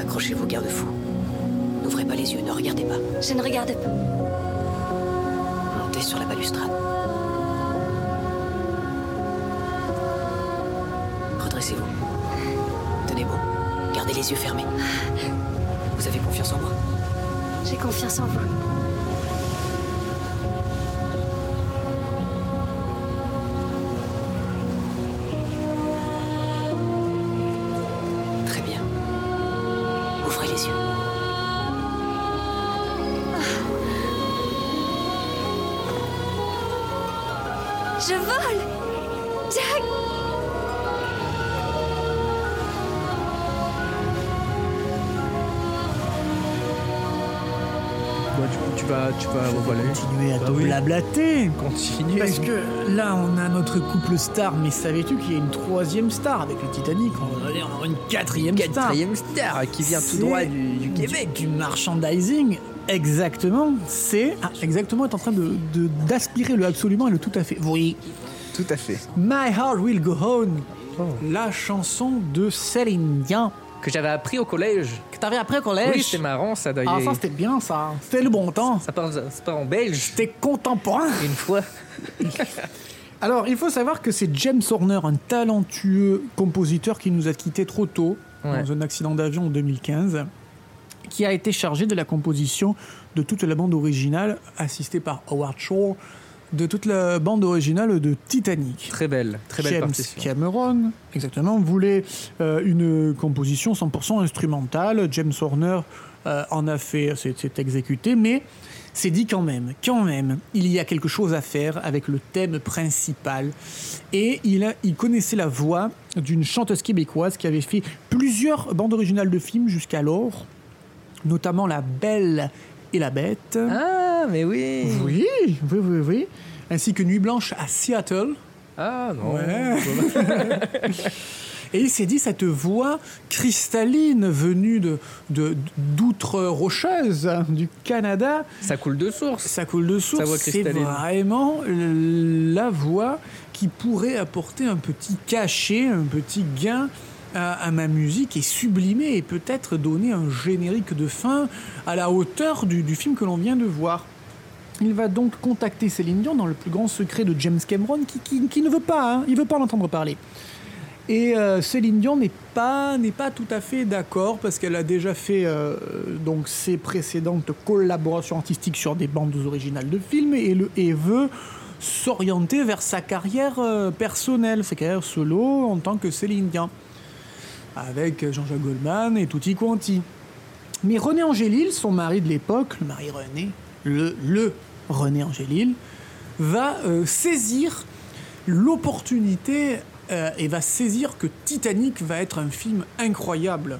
Accrochez vos garde-fous. N'ouvrez pas les yeux, ne regardez pas. Je ne regarde pas. Montez sur la balustrade. Redressez-vous. Tenez bon. Gardez les yeux fermés. Vous avez confiance en moi J'ai confiance en vous. Très bien. Ouvrez les yeux. Je vole Jack Bah, tu, tu vas, tu vas revoler. Continuer à Bah te oui. blablater. Continuer. Parce que là, on a notre couple star, mais savais-tu qu'il y a une troisième star avec le Titanic On va dire, on a une quatrième, Quatrième star. star qui vient tout C'est droit du- du Québec. Du, merchandising. Exactement. C'est. ah, exactement, est en train de- de- d'aspirer le absolument et le tout à fait. Oui. Tout à fait. My Heart Will Go On. La chanson de Céline Dion. Que j'avais appris au collège. Que t'avais appris au collège. Oui, c'est marrant ça d'ailleurs. Ah, ça, c'était bien, ça. C'était le bon temps. Ça part, ça part en belge. C'était contemporain. Une fois. Alors, il faut savoir que c'est James Horner, un talentueux compositeur qui nous a quittés trop tôt, Ouais. dans un accident d'avion en 2015, qui a été chargé de la composition de toute la bande originale, assistée par Howard Shore, de toute la bande originale de Titanic. Très belle, très belle James partition. Cameron, exactement, voulait euh, une composition 100% instrumentale. James Horner euh, en a fait, c'est c'est exécuté, mais c'est dit quand même, quand même, il y a quelque chose à faire avec le thème principal. Et il, a- il connaissait la voix d'une chanteuse québécoise qui avait fait plusieurs bandes originales de films jusqu'alors, notamment La Belle et la Bête. Ah, mais oui. Oui, oui, oui, oui. Ainsi que Nuit Blanche à Seattle. Ah non. Ouais. Et il s'est dit cette voix cristalline venue de de- d'outre-rocheuse hein, du Canada, ça coule de source. ça coule de Sa voix source. C'est cristalline. vraiment la voix qui pourrait apporter un petit cachet, un petit gain à, à ma musique et sublimer et peut-être donner un générique de fin à la hauteur du, du film que l'on vient de voir. Il va donc contacter Céline Dion dans le plus grand secret de James Cameron qui, qui- qui ne veut pas, hein, il veut pas en entendre parler. Et euh, Céline Dion n'est pas, n'est pas tout à fait d'accord parce qu'elle a déjà fait euh, donc ses précédentes collaborations artistiques sur des bandes originales de films et, le, et veut s'orienter vers sa carrière euh, personnelle, sa carrière solo en tant que Céline Dion, avec Jean-Jacques Goldman et Tutti Quanti. Mais René Angélil, son mari de l'époque, le mari René, le, le René Angélil, va euh, saisir l'opportunité euh, et va saisir que Titanic va être un film incroyable.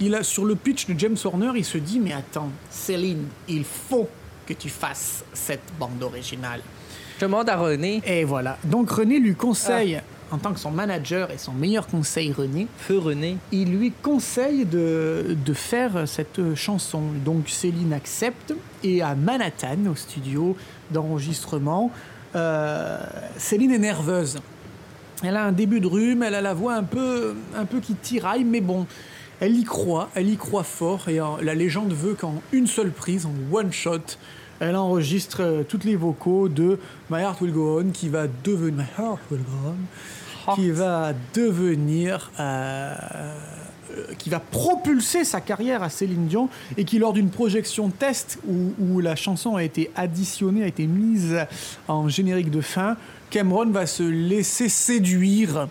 Il a, sur le pitch de James Horner, il se dit Mais attends, Céline, il faut que tu fasses cette bande originale. Je demande à René. Et voilà. Donc René lui conseille, en tant que son manager et son meilleur conseil, René, Feu René. il lui conseille de, de faire cette chanson. Donc Céline accepte et à Manhattan, au studio d'enregistrement, euh, Céline est nerveuse. Elle a un début de rhume, elle a la voix un peu, un peu qui tiraille, mais bon, elle y croit, elle y croit fort, et en- la légende veut qu'en une seule prise, en one shot, elle enregistre euh, toutes les vocaux de My Heart Will Go On, qui va devenir... My Heart Will Go On, qui va devenir euh, qui va propulser sa carrière à Céline Dion et qui, lors d'une projection test où, où la chanson a été additionnée, a été mise en générique de fin, Cameron va se laisser séduire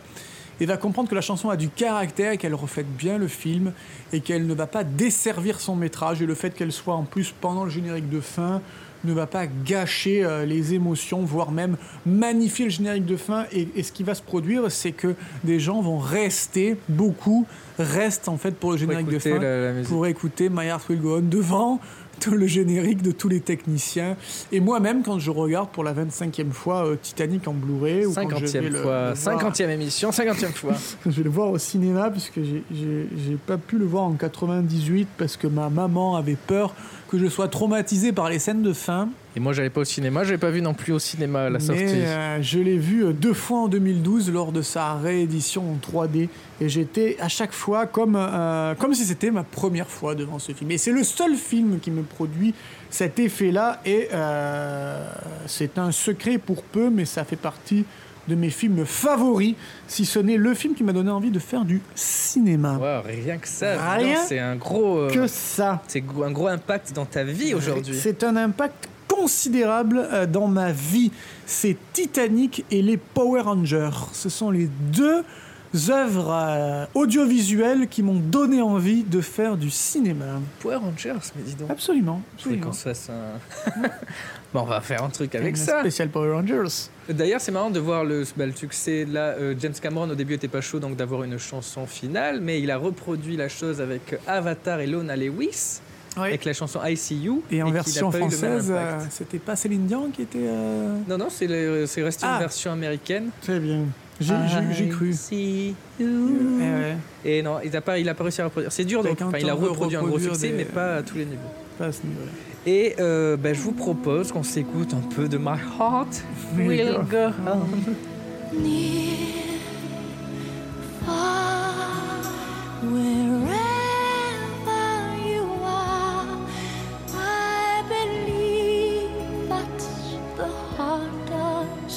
et va comprendre que la chanson a du caractère et qu'elle reflète bien le film et qu'elle ne va pas desservir son métrage et le fait qu'elle soit en plus pendant le générique de fin ne va pas gâcher euh, les émotions, voire même magnifier le générique de fin. Et, et ce qui va se produire, c'est que des gens vont rester, beaucoup restent en fait pour le générique de écouter fin, la- la musique. pour écouter My Heart Will Go On devant tout le générique de tous les techniciens. Et moi-même, quand je regarde pour la 25e fois euh, Titanic en Blu-ray, ou quand je vais 50e le- fois, le voir- 50e émission, 50e fois. je vais le voir au cinéma puisque j'ai- j'ai j'ai pas pu le voir en 98 parce que ma maman avait peur que je sois traumatisé par les scènes de fin. Et moi, j'allais pas au cinéma, j'avais pas vu non plus au cinéma à la Mais, sortie. euh, je l'ai vu euh, deux fois en 2012 lors de sa réédition en 3D et j'étais à chaque fois comme, euh, comme si c'était ma première fois devant ce film. Et c'est le seul film qui me produit cet effet-là et euh, c'est un secret pour peu mais ça fait partie de mes films favoris, si ce n'est le film qui m'a donné envie de faire du cinéma. Wow, rien que ça, dis Rien donc, c'est un gros. euh, que ça. C'est go- un gros impact dans ta vie aujourd'hui. C'est un impact considérable euh, dans ma vie. C'est Titanic et les Power Rangers. Ce sont les deux œuvres euh, audiovisuelles qui m'ont donné envie de faire du cinéma. Power Rangers, mais dis donc. Absolument. Je voulais absolument. qu'on se fasse un. bon, on va faire un truc avec Un ça. Spécial Power Rangers. D'ailleurs, c'est marrant de voir le, bah, le succès. Là, euh, James Cameron, au début, était pas chaud donc d'avoir une chanson finale, mais il a reproduit la chose avec euh, Avatar et Lona Lewis, avec la chanson I See You. Et en qu'il a version pas eu le même française, impact. euh, c'était pas Céline Dion qui était. euh, Non, non, c'est le- c'est resté Ah. une version américaine. Très bien. J'ai j'ai- j'ai I cru. see you. Ah, Eh ouais. Et non, il a pas, il a pas réussi à reproduire. C'est dur, donc Quelqu'un enfin, il a t'en veut reproduit un gros reproduire succès, des- mais pas à tous les niveaux. Pas à ce niveau-là. Et euh, ben, je vous propose qu'on s'écoute un peu de My Heart Will Will Go On. Near, far, wherever you are, I believe that the heart does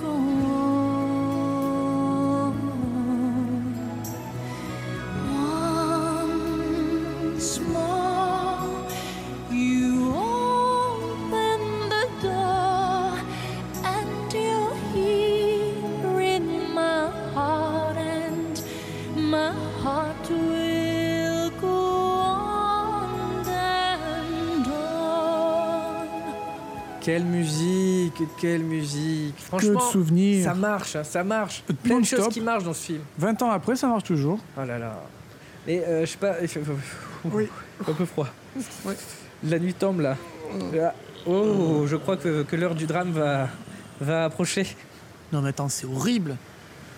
go on. Once more, you open the door, and you're here in my heart, and my heart will go on and on. Quelle musique, quelle musique. Franchement, de souvenirs. ça marche, hein, ça marche. Plein de choses Non-stop. qui marchent dans ce film. 20 ans après, ça marche toujours. Oh là là. Mais euh, je sais pas. il fait- Un peu froid. La nuit tombe là. Ah, Oh, je crois que, que l'heure du drame va, va approcher. Non mais attends, c'est horrible.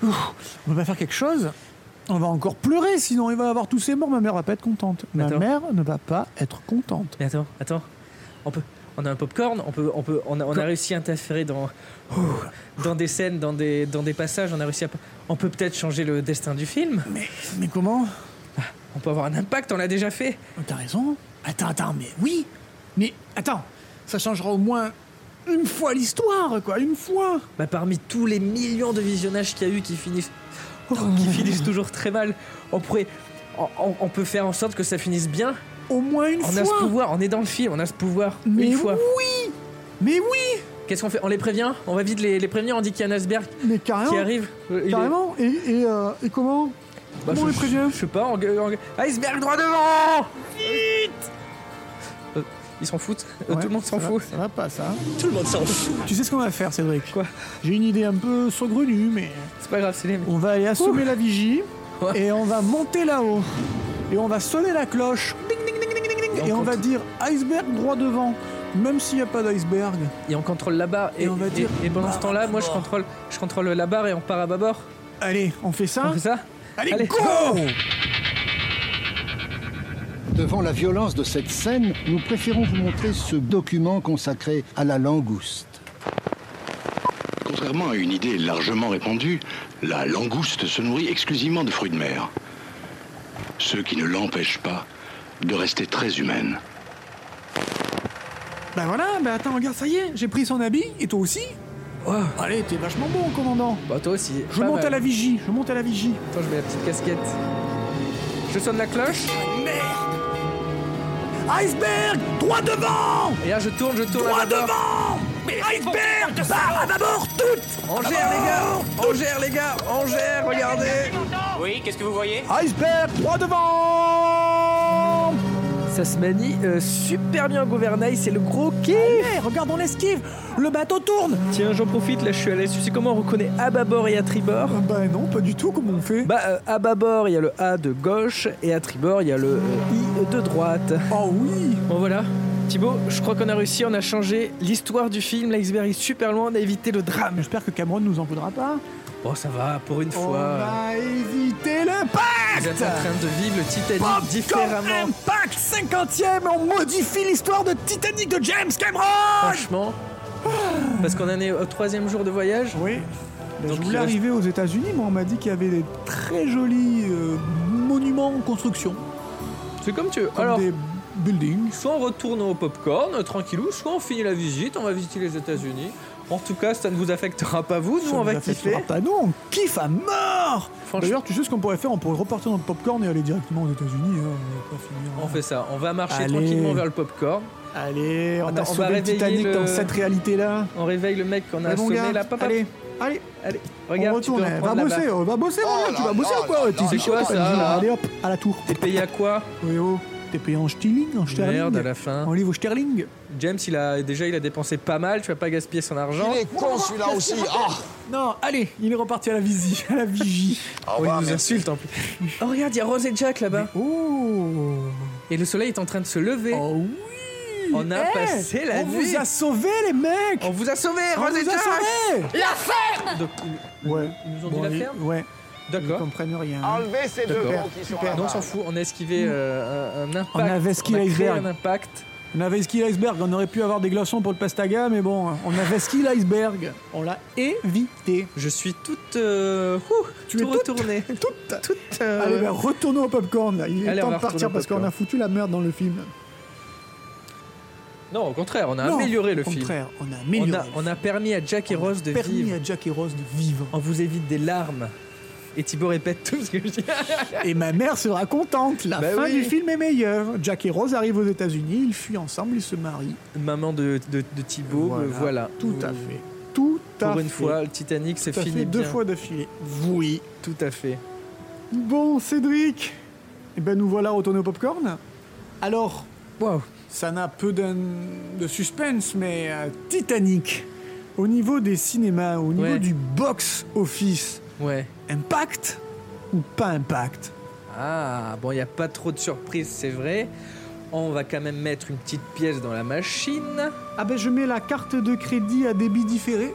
Ouh, on va pas faire quelque chose On va encore pleurer, sinon il va y avoir tous ces morts. Ma mère va pas être contente. Ma Attends. mère ne va pas être contente. Mais attends, attends. On peut. On a un popcorn, on peut, on peut, on a, on a réussi à interférer dans, oh, dans des scènes, dans des, dans des passages. On a réussi à, on peut peut-être changer le destin du film. Mais, mais comment On peut avoir un impact. On l'a déjà fait. Oh, T'as raison. Attends, attends, mais oui. Mais attends, ça changera au moins une fois l'histoire, quoi, une fois. Bah, parmi tous les millions de visionnages qu'il y a eu qui finissent, oh, qui finissent toujours très mal, on pourrait, on, on- on peut faire en sorte que ça finisse bien. Au moins une on fois. a ce pouvoir, on est dans le film, on a ce pouvoir Mais une fois. oui Mais oui Qu'est-ce qu'on fait On les prévient On va vite les, les prévenir. On dit qu'il y a un iceberg Mais carrément. qui arrive. Euh, il est- Ah Carrément. Et, et, euh, et comment Bah, Comment on je- les prévient Je sais pas. on gue- on gue- Iceberg droit devant. Vite. Euh, ils s'en foutent. Euh, Ouais, tout le monde s'en ça va- fout. ça va pas, ça. hein. Tout le monde s'en fout. Tu sais ce qu'on va faire, Cédric Quoi J'ai une idée un peu saugrenue, mais. C'est pas grave, c'est les. On va aller assommer Ouh. la vigie Ouais. et on va monter là-haut. Et on va sonner la cloche. Ding, ding, ding, ding, ding, ding. Et on va dire iceberg droit devant, même s'il n'y a pas d'iceberg. Et on contrôle la barre. Et, Et on va dire, Ah, Et, pendant ce barre temps-là, à moi, je bord. contrôle, je contrôle la barre et on part à bâbord. Allez, on fait ça On fait ça Hein? Allez, Allez, go Devant la violence de cette scène, nous préférons vous montrer ce document consacré à la langouste. Contrairement à une idée largement répandue, la langouste se nourrit exclusivement de fruits de mer. Ce qui ne l'empêche pas de rester très humaine. Bah voilà, bah attends, regarde, ça y est, j'ai pris son habit et toi aussi Allez, t'es vachement bon, commandant. Bah toi aussi. Je Pas monte à mal. la vigie, je monte à la vigie. Attends, je mets la petite casquette. Je sonne la cloche. Iceberg Droit devant Et là, je tourne, je tourne. Droit à bâbord. devant Mais iceberg Bah, à bâbord, toutes On hein, gère, les gars On gère, les gars On gère, regardez Oui, qu'est-ce que vous voyez Iceberg Droit devant Ça se manie euh, super bien au gouvernail, c'est le gros kiff Eh, Regarde, on l'esquive Le bateau tourne Tiens, j'en profite, là je suis à l'aise. Tu sais comment on reconnaît à bâbord et à tribord Ben non, pas du tout, comment on fait Bah, euh, à bâbord, il y a le A de gauche et à tribord, il y a le euh, I de droite. Oh oui Bon, voilà. Thibaut, je crois qu'on a réussi, on a changé l'histoire du film. L'iceberg est super loin, on a évité le drame. Ah, J'espère que Cameron nous en voudra pas. Bon, Oh, ça va, pour une On fois. va éviter le Vous pacte êtes en train de vivre le Titanic Popcorn différemment. Impact 50ème On modifie l'histoire de Titanic de James Cameron Franchement. Parce qu'on en est au troisième jour de voyage. Oui. Donc, je il voulais reste- arriver aux États-Unis, mais on m'a dit qu'il y avait des très jolis euh, monuments en construction, C'est comme tu veux. comme Alors, des buildings. soit on retourne au popcorn, euh, tranquillou, soit on finit la visite, on va visiter les États-Unis. En tout cas, ça ne vous affectera pas vous, nous Ça on nous va affecte kiffer. pas. Nous, Ah on kiffe à mort Franchement- D'ailleurs, tu sais ce qu'on pourrait faire On pourrait repartir dans le popcorn et aller directement aux États-Unis. hein, on va pas finir. hein. On fait ça, on va marcher Allez. tranquillement vers le popcorn. Allez, on Attends, a on sauvé va le réveiller Titanic le- dans cette réalité-là. On réveille le mec qu'on a Eh bon, assommé gars, là, papa. Allez, allez, Allez, regarde, on tu peux retourne. eh, Va reprendre la bosser, barre. oh, va bosser, mon gars, tu vas bosser ou quoi T'es C'est ici, quoi, t'as ça, dit, là Allez hop, à la tour. T'es payé à quoi Oui, oh, t'es payé en shilling, en sterling. Merde, à la fin. En livre sterling. James, il a déjà il a dépensé pas mal, tu vas pas gaspiller son argent. Il est con celui-là aussi. Ah Non, allez, il est reparti à la visie, à la vigie. Au Oh, il revoir, nous merci. insulte en plus. Oh regarde, il y a Rose et Jack là-bas. Oh, Et le soleil est en train de se lever. oh oui. On a Eh, passé la on nuit. vous a sauvés, les mecs. On vous a sauvé, On Rose et vous a Jack sauvés. La ferme Donc, ils- Ouais. ils nous ont dit Bon, la ils- ferme Ouais. Ils D'accord. comprennent rien. Enlevez ces deux D'accord. gros qui sont Super. là. Non, on s'en fout, on a esquivé euh, un, un impact. On avait ski a créé l'iceberg. un impact. On avait ski l'iceberg, on aurait pu avoir des glaçons pour le pastaga, mais bon, on avait ski l'iceberg. On l'a évité. Je suis toute. euh, ouh, Tu tout es toute- retournée. Toute Toute, euh, Allez, ben, retournons au popcorn. Là. Il est Allez, on temps va de partir retourner au parce qu'on popcorn. a foutu la merde dans le film. Non, au contraire, on a Non, amélioré le au film. contraire, on a On amélioré. a, on a permis à Jack et Rose de permis vivre. à Jack et Rose de vivre. On vous évite des larmes. Et Thibaut répète tout ce que je dis. Et ma mère sera contente. La Bah fin oui. du film est meilleure. Jack et Rose arrivent aux États-Unis, ils fuient ensemble, ils se marient. Maman de, de, de Thibaut, voilà. voilà. Tout à fait. Tout à Pour une fait. fois, le Titanic, c'est Tout à fini fait, deux bien. fois d'affilée. Oui. Tout à fait. Bon, Cédric, eh ben nous voilà retournés au popcorn. Alors, Waouh. ça n'a peu d'un- de suspense, mais euh, Titanic, au niveau des cinémas, au niveau Ouais. du box-office, Ouais. impact ou pas impact Ah, bon, il n'y a pas trop de surprises, c'est vrai. On va quand même mettre une petite pièce dans la machine. Ah ben je mets la carte de crédit à débit différé.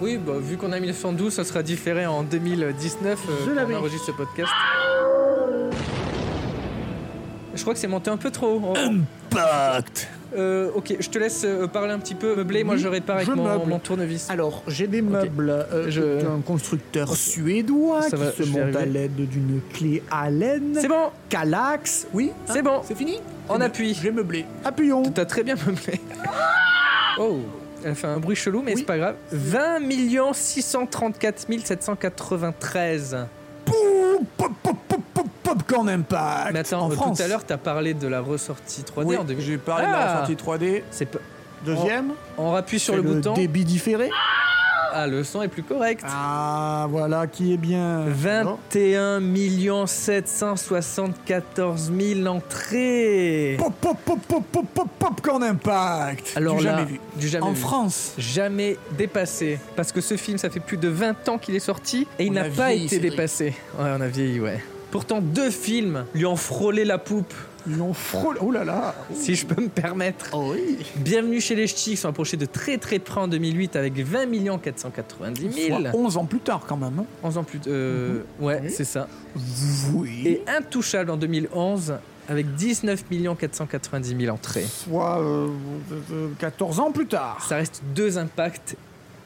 Oui, bah, vu qu'on a 1912, ça sera différé en 2019. Je euh, quand l'avais. on enregistre ce podcast. Je crois que c'est monté un peu trop. haut. Hum. Impact Euh, ok, je te laisse euh, parler un petit peu, meubler. Moi, Oui, je répare avec je mon, meuble. mon tournevis. Alors, j'ai des meubles euh, Je- d'un constructeur suédois Ça qui va, je se vais monte à arriver. l'aide d'une clé Allen. C'est bon, Calax. Oui, hein, c'est bon. C'est fini On appuie. J'ai meublé. Appuyons. T'as très bien meublé. Oh, elle fait un bruit chelou, mais Oui. c'est pas grave. 20 634 793. Pou- pop- pop- pop- pop- Popcorn Impact. Mais attends, en euh, France. tout à l'heure, t'as parlé de la ressortie 3D Oui, en 2000. j'ai parlé de Ah. la sortie 3D. C'est pas- Deuxième. On appuie sur le, c'est bouton. Débit différé. Ah, le son est plus correct. Ah, voilà qui est bien. Bon. 21 774 000 entrées. Pop, pop, pop, pop, pop, pop, Popcorn Impact. Alors du là, jamais vu. du jamais en vu. France. Jamais dépassé. Parce que ce film, ça fait plus de 20 ans qu'il est sorti et il On n'a a pas vieilli, été Cédric. dépassé. Ouais, on a vieilli, ouais. Pourtant, deux films lui ont frôlé la poupe, Ils ont frôlé. Oh là là. si je peux me permettre. Oh oui. Bienvenue chez les Ch'tis, qui sont approchés de très très près en 2008 avec 20 490 000. Soit 11 ans plus tard quand même. hein. 11 ans plus. euh, ouais, Oui. c'est ça. Oui. Et Intouchable en 2011 avec 19 490 000 entrées. Soit euh, euh, 14 ans plus tard. Ça reste deux impacts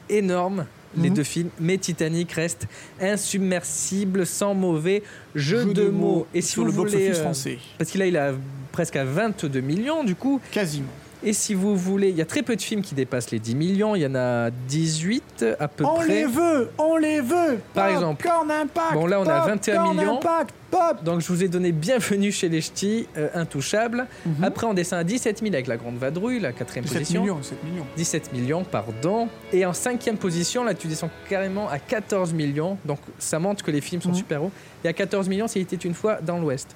énormes, les Mhm. deux films, mais Titanic reste insubmersible, sans mauvais jeu, de, mots. sur vous le box voulez, office euh, français. Parce qu'il a, il a presque à 22 millions, du coup, Quasiment. Et si vous voulez, il y a très peu de films qui dépassent les 10 millions, il y en a 18 à peu on près. les veut, on les veut. Par exemple. Corn Impact. Bon, là, on a 21 Popcorn millions. Impact. Donc je vous ai donné Bienvenue chez les Ch'tis, euh, Intouchable. Après on descend à 17 000 avec La Grande Vadrouille, la quatrième 7 position. Mhm. millions, 7 millions. 17 millions, pardon. Et en cinquième position, là tu descends carrément à 14 millions. Donc ça montre que les films Mhm. sont super hauts. Et à 14 millions, s'il était une fois dans l'Ouest.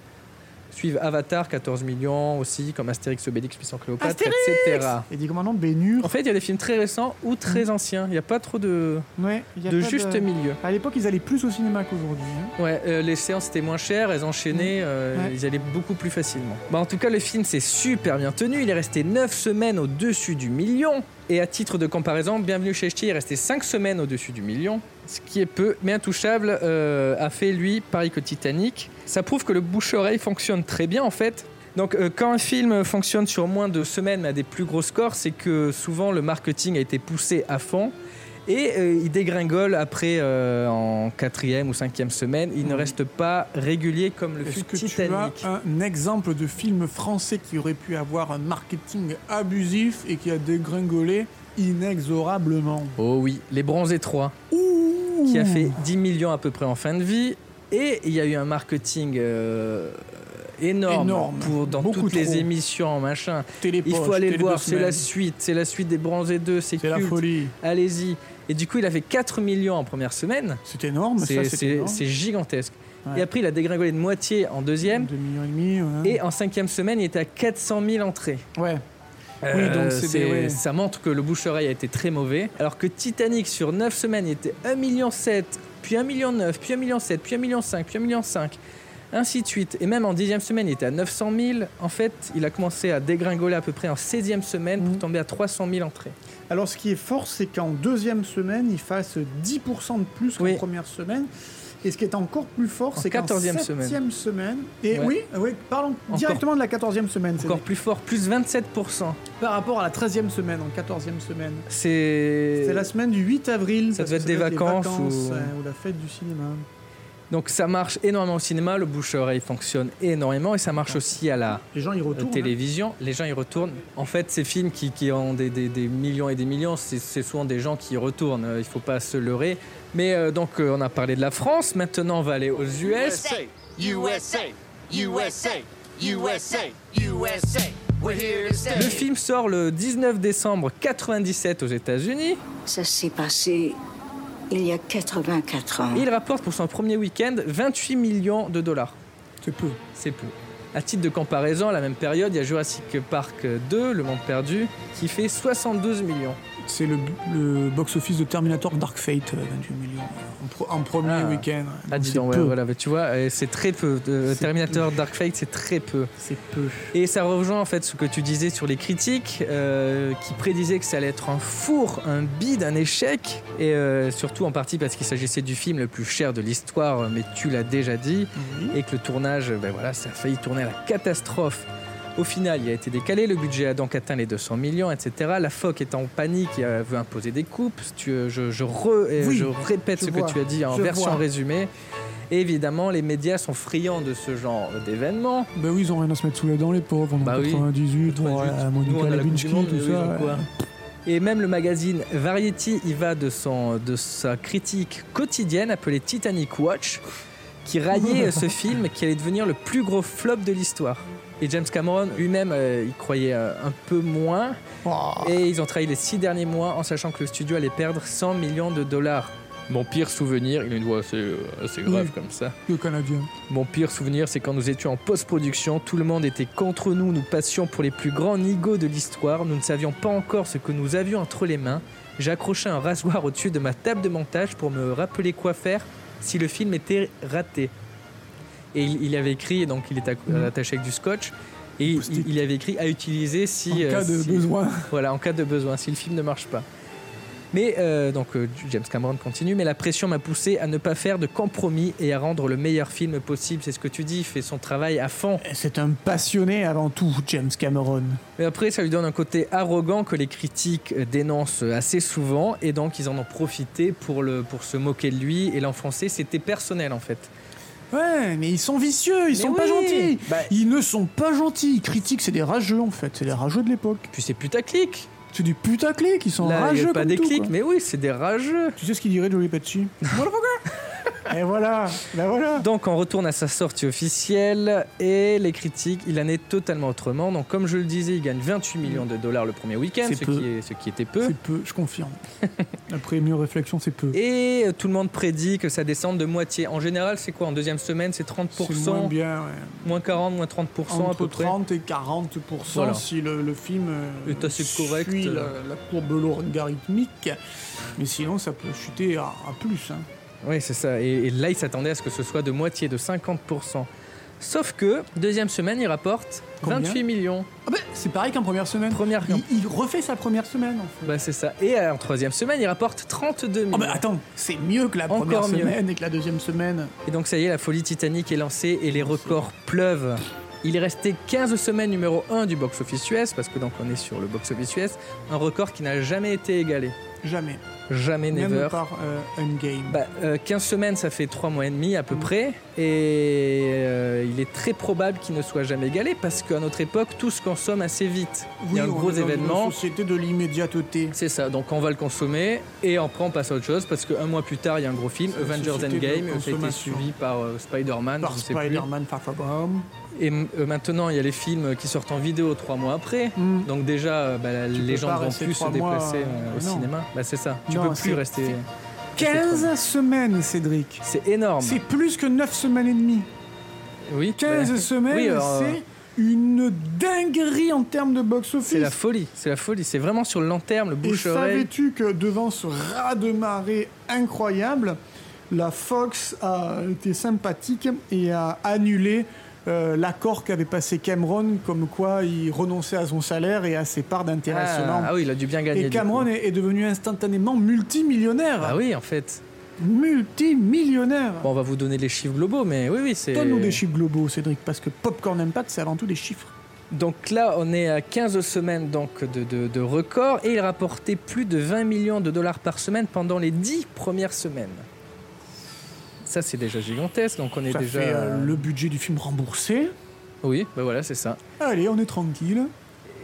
Suivent Avatar, 14 millions aussi, comme Astérix, Obélix, Puissant Cléopâtre, Astérix etc. Et dit comment non, Bénur. En fait, il y a des films très récents ou Mhm. très anciens. Il n'y a pas trop de, Ouais, il y a Oh, de pas juste milieu. À l'époque, ils allaient plus au cinéma qu'aujourd'hui. hein. Ouais, euh, les séances étaient moins chères, elles enchaînaient, euh, Mm. Ouais. ils allaient beaucoup plus facilement. Bah, en tout cas, le film s'est super bien tenu, il est resté 9 semaines au-dessus du million. Et à titre de comparaison, Bienvenue chez Ch'ti est resté 5 semaines au-dessus du million, ce qui est peu, mais Intouchable euh, a fait, lui, pareil que Titanic. Ça prouve que le bouche-oreille fonctionne très bien, en fait. Donc, euh, quand un film fonctionne sur moins de semaines, mais à des plus gros scores, c'est que souvent le marketing a été poussé à fond. Et euh, il dégringole après euh, en quatrième ou cinquième semaine. Il ne reste pas régulier comme le Est-ce fut que Titanic. tu as un exemple de film français qui aurait pu avoir un marketing abusif et qui a dégringolé inexorablement Oh oui, Les Bronzés 3, qui a fait 10 millions à peu près en fin de vie. Et il y a eu un marketing euh, énorme, Énorme. pour, dans Beaucoup toutes les trop. émissions, machin. Télépoche, il faut aller le Télé deux voir, c'est semaines. la suite, c'est la suite des Bronzés 2, c'est la culte. folie. Allez-y. Et du coup, il a fait 4 millions en première semaine. C'est énorme, Oh, ça, C'est- c'est C'est énorme. c'est gigantesque. Ouais. Et après, il a dégringolé de moitié en deuxième. 2 millions et demi. ouais. Et en cinquième semaine, il était à 400 000 entrées. Ouais. Euh, oui, donc c'est des- c'est- ouais. Ça montre que le bouche-oreille a été très mauvais. Alors que Titanic, sur 9 semaines, il était 1,7 million, puis 1,9 million, puis 1,7 million, puis 1,5 million, puis 1,5 million, ainsi de suite. Et même en 10e semaine, il était à 900 000. En fait, il a commencé à dégringoler à peu près en 16e semaine Mhm. pour tomber à 300 000 entrées. Alors, ce qui est fort, c'est qu'en deuxième semaine, il fasse 10% de plus qu'en première semaine. Et ce qui est encore plus fort, En c'est qu'en 14e semaine. septième semaine. Et Ouais. oui, oui, parlons Encore- directement de la 14e semaine. Encore c'est- plus fort, plus 27%. Par rapport à la 13e semaine, en 14e semaine. C'est. C'est la semaine du 8 avril. Ça parce devait que être des vacances ou- ouais, euh, ou la fête du cinéma. Donc ça marche énormément au cinéma, le bouche-oreille fonctionne énormément et ça marche aussi à la Les gens y euh, retournent. télévision. Les gens y retournent. En fait, ces films qui, qui ont des, des- des millions et des millions, c'est c'est souvent des gens qui y retournent. Euh, Il faut pas se leurrer. Mais euh, donc euh, on a parlé de la France. Maintenant, on va aller aux US. USA, USA, USA, USA. We're here to stay. Le film sort le 19 décembre 97 aux États-Unis. Ça s'est passé il y a 84 ans. Et il rapporte pour son premier week-end 28 millions de dollars. C'est peu. C'est peu. À titre de comparaison, à la même période, il y a Jurassic Park 2, Le Monde Perdu, qui fait 72 millions. C'est le, le box-office de Terminator Dark Fate, euh, 28 millions. En, pro- en premier Ah. week-end. Ah, dis C'est donc, ouais, peu. voilà, mais tu vois, euh, c'est très peu. Euh, Terminator, Dark Fate, c'est très peu. C'est peu. Et ça rejoint en fait ce que tu disais sur les critiques, euh, qui prédisaient que ça allait être un four, un bide, un échec, et euh, surtout en partie parce qu'il s'agissait du film le plus cher de l'histoire, euh, mais tu l'as déjà dit, Mhm. et que le tournage, ben voilà, ça a failli tourner à la catastrophe. Au final, il a été décalé, le budget a donc atteint les 200 millions, etc. La phoque est en panique et euh, veut imposer des coupes. Si tu veux, je, je re- et Oui, je répète je ce vois, que tu as dit en je version vois. résumée. Et évidemment, les médias sont friands de ce genre d'événement. Ben oui, ils ont rien à se mettre sous la dent, les pauvres. On est Bah en oui. 98, on Zut, a nous, on Monica a la Coupe Lewinsky, du Monde, tout eux, ils ça. ont quoi ouais. Et même le magazine Variety y va de, son, de sa critique quotidienne appelée Titanic Watch, qui raillait ce film qui allait devenir le plus gros flop de l'histoire. Et James Cameron lui-même euh, y croyait euh, un peu moins. Oh. Et ils ont travaillé les six derniers mois en sachant que le studio allait perdre 100 millions de dollars. Mon pire souvenir, il a une voix assez, euh, assez grave Oui. comme ça. Le Canadien. Mon pire souvenir, c'est quand nous étions en post-production, tout le monde était contre nous, nous passions pour les plus grands nigauds de l'histoire, nous ne savions pas encore ce que nous avions entre les mains. J'accrochais un rasoir au-dessus de ma table de montage pour me rappeler quoi faire si le film était raté. Et il, il avait écrit, donc il est acc- Mhm. attaché avec du scotch, et il, il avait écrit à utiliser si. euh, En cas de si- besoin. Voilà, en cas de besoin, si le film ne marche pas. Mais euh, donc euh, James Cameron continue, mais la pression m'a poussé à ne pas faire de compromis et à rendre le meilleur film possible. C'est ce que tu dis, il fait son travail à fond. C'est un passionné avant tout, James Cameron. Mais après, ça lui donne un côté arrogant que les critiques euh, dénoncent assez souvent, et donc ils en ont profité pour, le, pour se moquer de lui et l'enfoncer. C'était personnel en fait. Ouais, mais ils sont vicieux, ils Mais sont pas oui. gentils. Bah- Ils ne sont pas gentils. Ils critiquent, c'est des rageux en fait. C'est des rageux de l'époque. Puis c'est putaclic. C'est des putaclic, ils sont Là, y a rageux. pas comme des tout, clics, quoi. mais oui, c'est des rageux. Tu sais ce qu'il dirait Joey Pesci Et voilà, ben voilà. Donc on retourne à sa sortie officielle et les critiques, il en est totalement autrement. Donc comme je le disais, il gagne 28 millions de dollars le premier week-end, C'est ce peu. qui, est- ce qui était peu. C'est peu, je confirme. Après mûre réflexion, c'est peu. Et euh, tout le monde prédit que ça descende de moitié. En général, c'est quoi En deuxième semaine, c'est 30%, C'est moins bien, ouais. moins 40, moins 30% à Entre peu près. 30 et 40 Voilà. si le, le film euh, Est assez correct. suit la, la courbe logarithmique. Mais sinon, ça peut chuter à, à plus. hein. Oui, c'est ça. Et, et là, il s'attendait à ce que ce soit de moitié, de 50%. Sauf que, deuxième semaine, il rapporte Combien 28 millions. Ah ben, c'est pareil qu'en première semaine. Première il, il refait sa première semaine. En fait. Bah, c'est ça. Et euh, en troisième semaine, il rapporte 32 millions. Oh ben attends, c'est mieux que la Encore première mieux. semaine et que la deuxième semaine. Et donc ça y est, la folie Titanic est lancée et les records pleuvent. Il est resté 15 semaines numéro 1 du box-office US, parce que donc on est sur le box-office US, un record qui n'a jamais été égalé. Jamais. Jamais, Même never. par euh, Endgame. Bah, euh, 15 semaines, ça fait 3 mois et demi à peu Mm. près, et euh, il est très probable qu'il ne soit jamais égalé, parce qu'à notre époque, tout se consomme assez vite. il y a un Oui, on gros est dans événement, Une société de l'immédiateté. c'est ça, donc on va le consommer, et après on passe à autre chose, parce qu'un mois plus tard, il y a un gros film, une Avengers société de Endgame, qui a été consommation. suivi par euh, Spider-Man, Par je sais plus. Spider-Man Far From Home. Et m- euh, maintenant, il y a les films qui sortent en vidéo trois mois après. Donc déjà, euh, bah, la- les Mm. peux gens pas ne vont rester plus se trois mois, déplacer euh, euh, au non. cinéma. Bah, c'est ça. Tu Non, peux plus c'est- rester. c'est- rester trois mois. 15 semaines, Cédric. C'est énorme. C'est plus que 9 semaines et demie. Oui. 15 bah, semaines, oui, alors, euh, c'est une dinguerie en termes de c'est la box-office. folie. C'est la folie. C'est vraiment sur le long terme, le Et bouche oreille. savais-tu que devant ce raz de marée incroyable, la Fox a été sympathique et a annulé euh, l'accord qu'avait passé Cameron, comme quoi il renonçait à son salaire et à ses parts d'intéressement. Ah, ah oui, il a dû bien gagner. et du Cameron coup. est, est devenu instantanément multimillionnaire. Ah oui, en fait. Multimillionnaire. Bon, on va vous donner les chiffres globaux, mais oui, oui, c'est. Donne-nous des chiffres globaux, Cédric, parce que Popcorn Impact, c'est avant tout des chiffres. Donc là, on est à 15 semaines donc, de, de, de record et il rapportait plus de 20 millions de dollars par semaine pendant les 10 premières semaines. Ça, c'est déjà gigantesque, donc on est Ça déjà... fait euh, le budget du film remboursé. Oui, ben voilà, c'est ça. Allez, on est tranquille.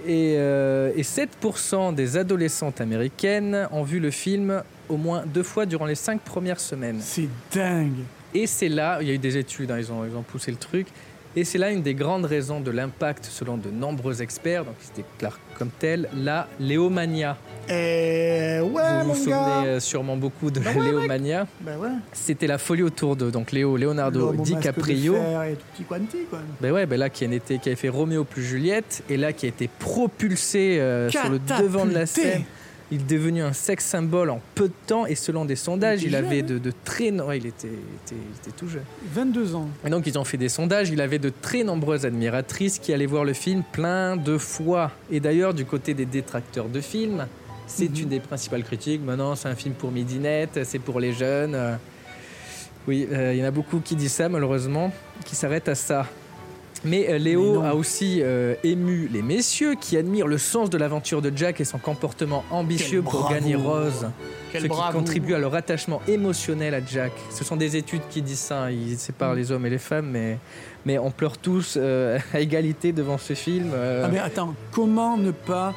Et, euh, et 7% des adolescentes américaines ont vu le film au moins deux fois durant les 5 premières semaines. C'est dingue. Et c'est là, il y a eu des études, hein, ils, ont, ils ont poussé le truc, et c'est là une des grandes raisons de l'impact selon de nombreux experts, donc ils se déclarent comme tel, la léomania. Et Eh ouais, vous Ah, mon vous gars. souvenez euh, sûrement beaucoup de Bah la ouais, mec. Léomania. Ben ouais. C'était la folie autour de donc Léo Leonardo L'homme au masque DiCaprio. de fer et tout petit quanti, quoi. Ben ouais, ben là qui en était, qui avait fait Roméo plus Juliette et là qui a été propulsé euh, sur le devant de la Catapulté. scène. Il est devenu un sexe symbole en peu de temps et selon des sondages, Il il, était avait jeune, hein. de, de très no- ouais, il était, il était- il était tout jeune. 22 ans. Et donc ils ont fait des sondages, il avait de très nombreuses admiratrices qui allaient voir le film plein de fois. Et d'ailleurs du côté des détracteurs de films, c'est une des principales critiques. Maintenant c'est un film pour midinette, c'est pour les jeunes. Euh, Oui, euh, il y en a beaucoup qui disent ça malheureusement, qui s'arrêtent à ça. Mais euh, Léo a aussi euh, ému les messieurs qui admirent le sens de l'aventure de Jack et son comportement ambitieux Quel pour gagner bravoure. Rose. Quel ce qui bravoure. contribue à leur attachement émotionnel à Jack. Ce sont des études qui disent ça, hein, ils séparent les hommes et les femmes, mais, mais on pleure tous euh, à égalité devant ce film. euh. Ah, mais attends, comment ne pas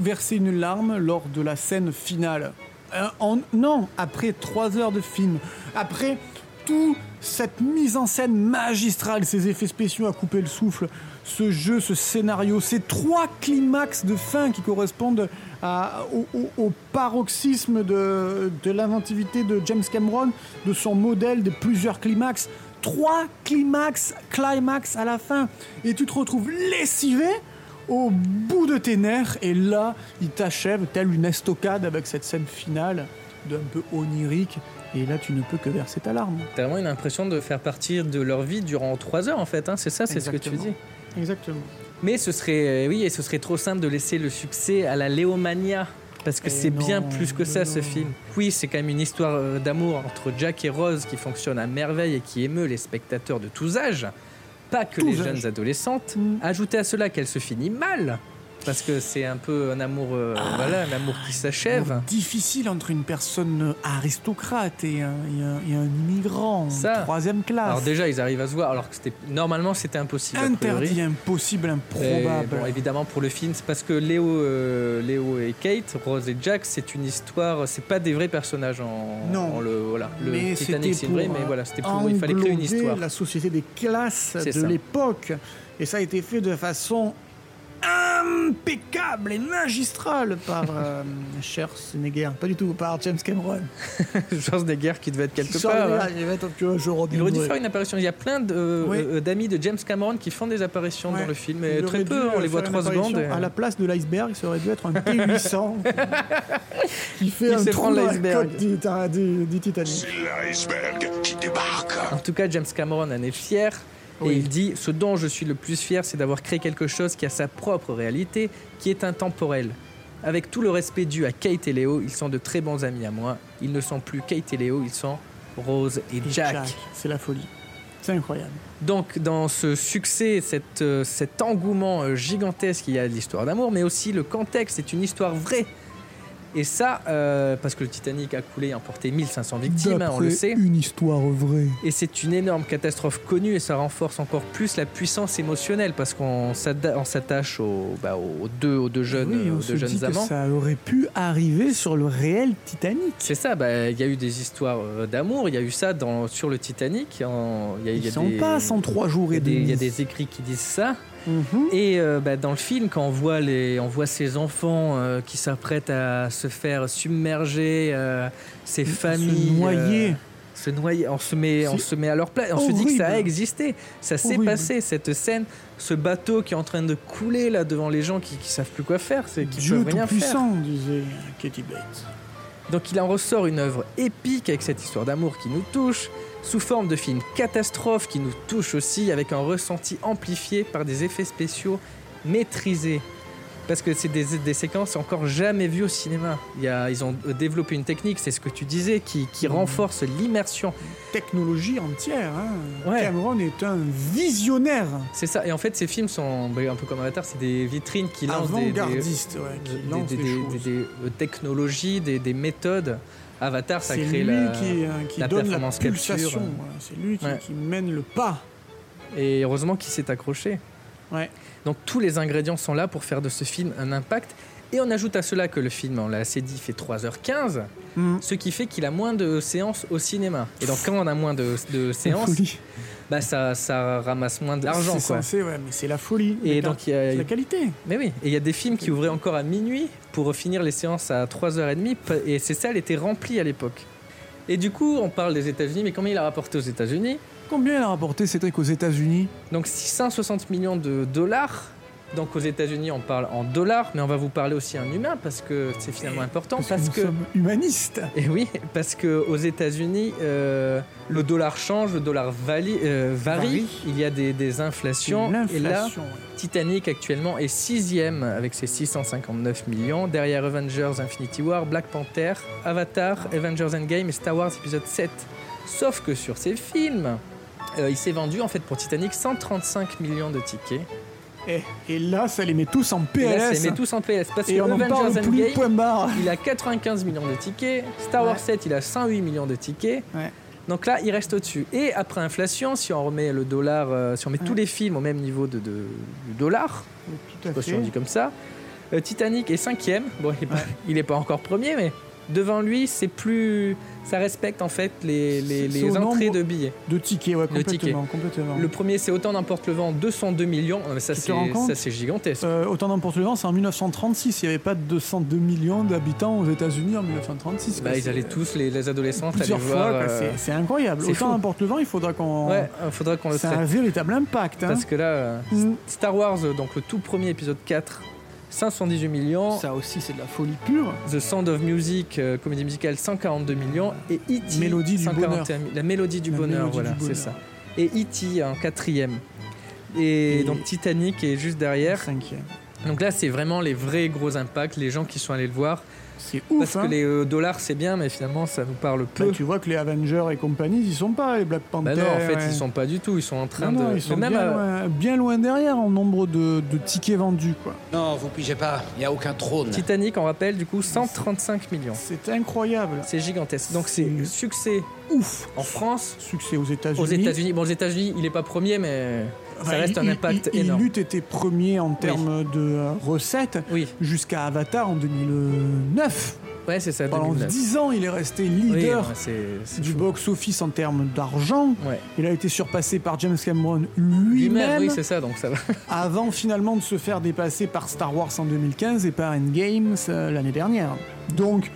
verser une larme lors de la scène finale Euh, en- Non, après 3 heures de film, après toute cette mise en scène magistrale, ces effets spéciaux à couper le souffle, ce jeu, ce scénario, ces trois climax de fin qui correspondent à- au, au- au paroxysme de, de l'inventivité de James Cameron, de son modèle de plusieurs climax. Trois climax, climax à la fin. Et tu te retrouves lessivé au bout de tes nerfs et là il t'achève telle une estocade avec cette scène finale d'un peu onirique et là tu ne peux que verser ta larme T'as vraiment une impression de faire partie de leur vie durant trois heures en fait, hein, c'est ça, c'est ce que tu Exactement. dis. exactement Mais ce serait, euh, oui, et ce serait trop simple de laisser le succès à la Léomania. Parce que Eh c'est bien non, plus que mais ça, ce non. film. Oui, c'est quand même une histoire euh, d'amour entre Jack et Rose qui fonctionne à merveille et qui émeut les spectateurs de tous âges, pas que Tous les âges. Mm. jeunes adolescentes. Ajoutez à cela qu'elle se finit mal, parce que c'est un peu un amour, euh, Ah. voilà, un amour qui s'achève. Difficile entre une personne aristocrate et un, et un- et un immigrant Ça. troisième classe. Alors déjà, ils arrivent à se voir, alors que c'était normalement c'était impossible. a priori. Interdit, impossible, improbable. Et bon, évidemment, pour le film, c'est parce que Léo, euh, Léo et Kate, Rose et Jack, c'est une histoire, c'est pas des vrais personnages en, Non. en le voilà. Le mais Titanic, c'était c'est vrai, pour, mais euh, voilà, c'était pour il fallait créer une englober histoire. La société des classes C'est de ça. l'époque, et ça a été fait de façon impeccable et magistrale par euh, cher Sénégal, pas du tout par James Cameron. Georges Deguerre qui devait être quelque Sors part. de là, hein. il va être, tu vois, je Il aurait dû reviendrai. faire une apparition. Il y a plein de, euh, Oui. euh, d'amis de James Cameron qui font des apparitions Ouais. dans le film, Il mais aurait très dû, peu. On euh, les voit faire trois une secondes. apparition. À la place de l'iceberg, ça aurait dû être un T800 qui fait Il un s'est trou prendre dans la l'iceberg. côte du, du- du Titanic. L'iceberg qui débarque. En tout cas, James Cameron en est fier. Et il dit Ce dont je suis le plus fier, c'est d'avoir créé quelque chose qui a sa propre réalité, qui est intemporelle. Avec tout le respect dû à Kate et Léo, ils sont de très bons amis à moi. Ils ne sont plus Kate et Léo, ils sont Rose et, Jack. Jack, c'est la folie. C'est incroyable. Donc dans ce succès, cette, euh, cet engouement euh, gigantesque, il y a de l'histoire d'amour, mais aussi le contexte, c'est une histoire vraie. Et ça, euh, parce que le Titanic a coulé et emporté 1500 victimes, hein, on le sait. Une histoire vraie. Et c'est une énorme catastrophe connue et ça renforce encore plus la puissance émotionnelle parce qu'on s'atta- on s'attache aux, bah, aux deux, aux deux jeunes, Oui, on aux se deux jeunes dit que amants. ça aurait pu arriver sur le réel Titanic. C'est ça, bah, il y a eu des histoires euh, d'amour, il y a eu ça dans, sur le Titanic. en- Il y a, il y a Ils sont des- pas sans trois jours il y et a des- Il y a demi. Mhm. des écrits qui disent ça. Et euh, bah, dans le film, quand on voit, les, on voit ces enfants euh, qui s'apprêtent à se faire submerger, euh, ces familles. euh, noyer. se noyer. On se met, on C'est se met à leur place. On se dit que ça a horrible. existé. Ça s'est Horrible. passé, cette scène, ce bateau qui est en train de couler là devant les gens qui, qui savent plus quoi faire, c'est- qui Dieu peuvent rien faire. tout-puissant, disait Katie Bates. Donc il en ressort une œuvre épique avec cette histoire d'amour qui nous touche, sous forme de film catastrophe qui nous touche aussi, avec un ressenti amplifié par des effets spéciaux maîtrisés. Parce que c'est des, des séquences encore jamais vues au cinéma. Il y a- ils ont développé une technique, c'est ce que tu disais, qui, Mmh. qui renforce l'immersion. Technologie entière. hein. Ouais. Cameron est un visionnaire. C'est ça. Et en fait, ces films sont ben, un peu comme Avatar, c'est des vitrines qui lancent des, des, Avant-gardiste, ouais, qui des- lance des- des des- choses. des- des, euh, technologies, des, des méthodes. Avatar, ça C'est crée lui la, qui, euh, qui la donne la performance pulsation. capture. voilà. C'est lui qui, Ouais. qui mène le pas. Et heureusement qu'il s'est accroché. Donc tous les ingrédients sont là pour faire de ce film un impact. Et on ajoute à cela que le film, on l'a assez dit, fait 3h15, Mm. ce qui fait qu'il a moins de séances au cinéma. Et donc quand on a moins de, de séances, folie. bah ça, ça ramasse moins d'argent. C'est quoi. censé, ouais, mais c'est la folie. Et Mais donc, la- il y a- c'est la qualité. Mais oui, et il y a des films qui ouvraient encore à minuit pour finir les séances à 3h30, p- et ces salles étaient remplies à l'époque. Et du coup, on parle des États-Unis, mais combien il a rapporté aux États-Unis Combien il a rapporté Cédric aux États-Unis Donc 660 millions de dollars. Donc aux États-Unis, on parle en dollars, mais on va vous parler aussi en humain parce que c'est finalement important. Parce, Eh, Nous que, sommes humanistes. et oui, parce que aux États-Unis, euh, le dollar change, le dollar vali- euh, varie. Varie. Il y a des, des inflations. C'est Et là, l'inflation, oui. Titanic actuellement est sixième avec ses 659 millions. Derrière Avengers, Infinity War, Black Panther, Avatar, Avengers Endgame et Star Wars épisode 7. Sauf que sur ces films, euh, il s'est vendu en fait pour Titanic 135 millions de tickets. Et, Eh, et là, ça les met tous Et en là, PLS. c'est- mais tous en PLS. Parce Et que on en parle Avengers plus, Endgame, point barre. il a 95 millions de tickets. Star Wars Ouais. 7, il a 108 millions de tickets. Ouais. Donc là, il reste au-dessus. Et après inflation, si on remet le dollar, euh, si on met tous les films au même niveau de, de- du dollar, Tout à je sais pas si fait. on dit comme ça, euh, Titanic est cinquième. Bon, il est, pas, il est pas encore premier, mais devant lui, c'est plus, ça respecte en fait les, les- C'est les au entrées nombre de billets. De tickets, ouais, Le ticket. complètement. complètement. Le premier, c'est autant n'importe le vent, 202 millions. Non, mais ça, Tu te c'est rends compte ça, c'est gigantesque. Euh, autant d'emporte le vent, c'est en 1936. Il n'y avait pas 202 millions d'habitants aux États-Unis en 1936. quoi. Bah, ils C'est allaient tous, les, les adolescents, allaient plusieurs voir. fois. quoi. euh, C'est- C'est incroyable. c'est Autant fou. d'emporte le vent, il faudra qu'on. Ouais, il faudra qu'on le c'est traite. un véritable impact. hein. Parce que là, euh, Star Wars, euh, donc le tout premier épisode 4, 518 millions. Ça aussi, c'est de la folie pure. The Sound of Music, euh, comédie musicale, 142 millions. Et E E.T. Mélodie du 141 mi- La mélodie du La bonheur, mélodie voilà, du c'est bonheur. ça. Et E.T. en quatrième. Et, Et- donc Titanic est juste derrière. Cinquième. Donc là, c'est vraiment les vrais gros impacts, les gens qui sont allés le voir. C'est ouf. Parce hein. que les euh, dollars, c'est bien, mais finalement, ça nous parle peu. Bah, tu vois que les Avengers et compagnie, ils sont pas, les Black Panther. Bah non, en fait, ouais. ils sont pas du tout. Ils sont en train Non, non, de. ils sont mais bien, même, euh, loin, bien loin derrière en nombre de, de tickets vendus. quoi. Non, vous pigez pas, il n'y a aucun trône. Titanic, on rappelle, du coup, 135 millions. C'est incroyable. C'est gigantesque. Donc c'est un succès ouf en France. Succès aux États-Unis. Aux États-Unis. Bon, aux États-Unis, il est pas premier, mais ça Enfin, reste il- un impact il, il, énorme. Il eût été premier en termes de euh, recettes jusqu'à Avatar en 2009. Ouais, c'est ça. Pendant 2009. 10 ans, il est resté Oui, leader non, c'est- c'est du box-office en termes d'argent. Il a été surpassé par James Cameron lui-même. Lui-même, oui, c'est ça, donc ça va. avant finalement de se faire dépasser par Star Wars en 2015 et par Endgame euh, l'année dernière. Donc,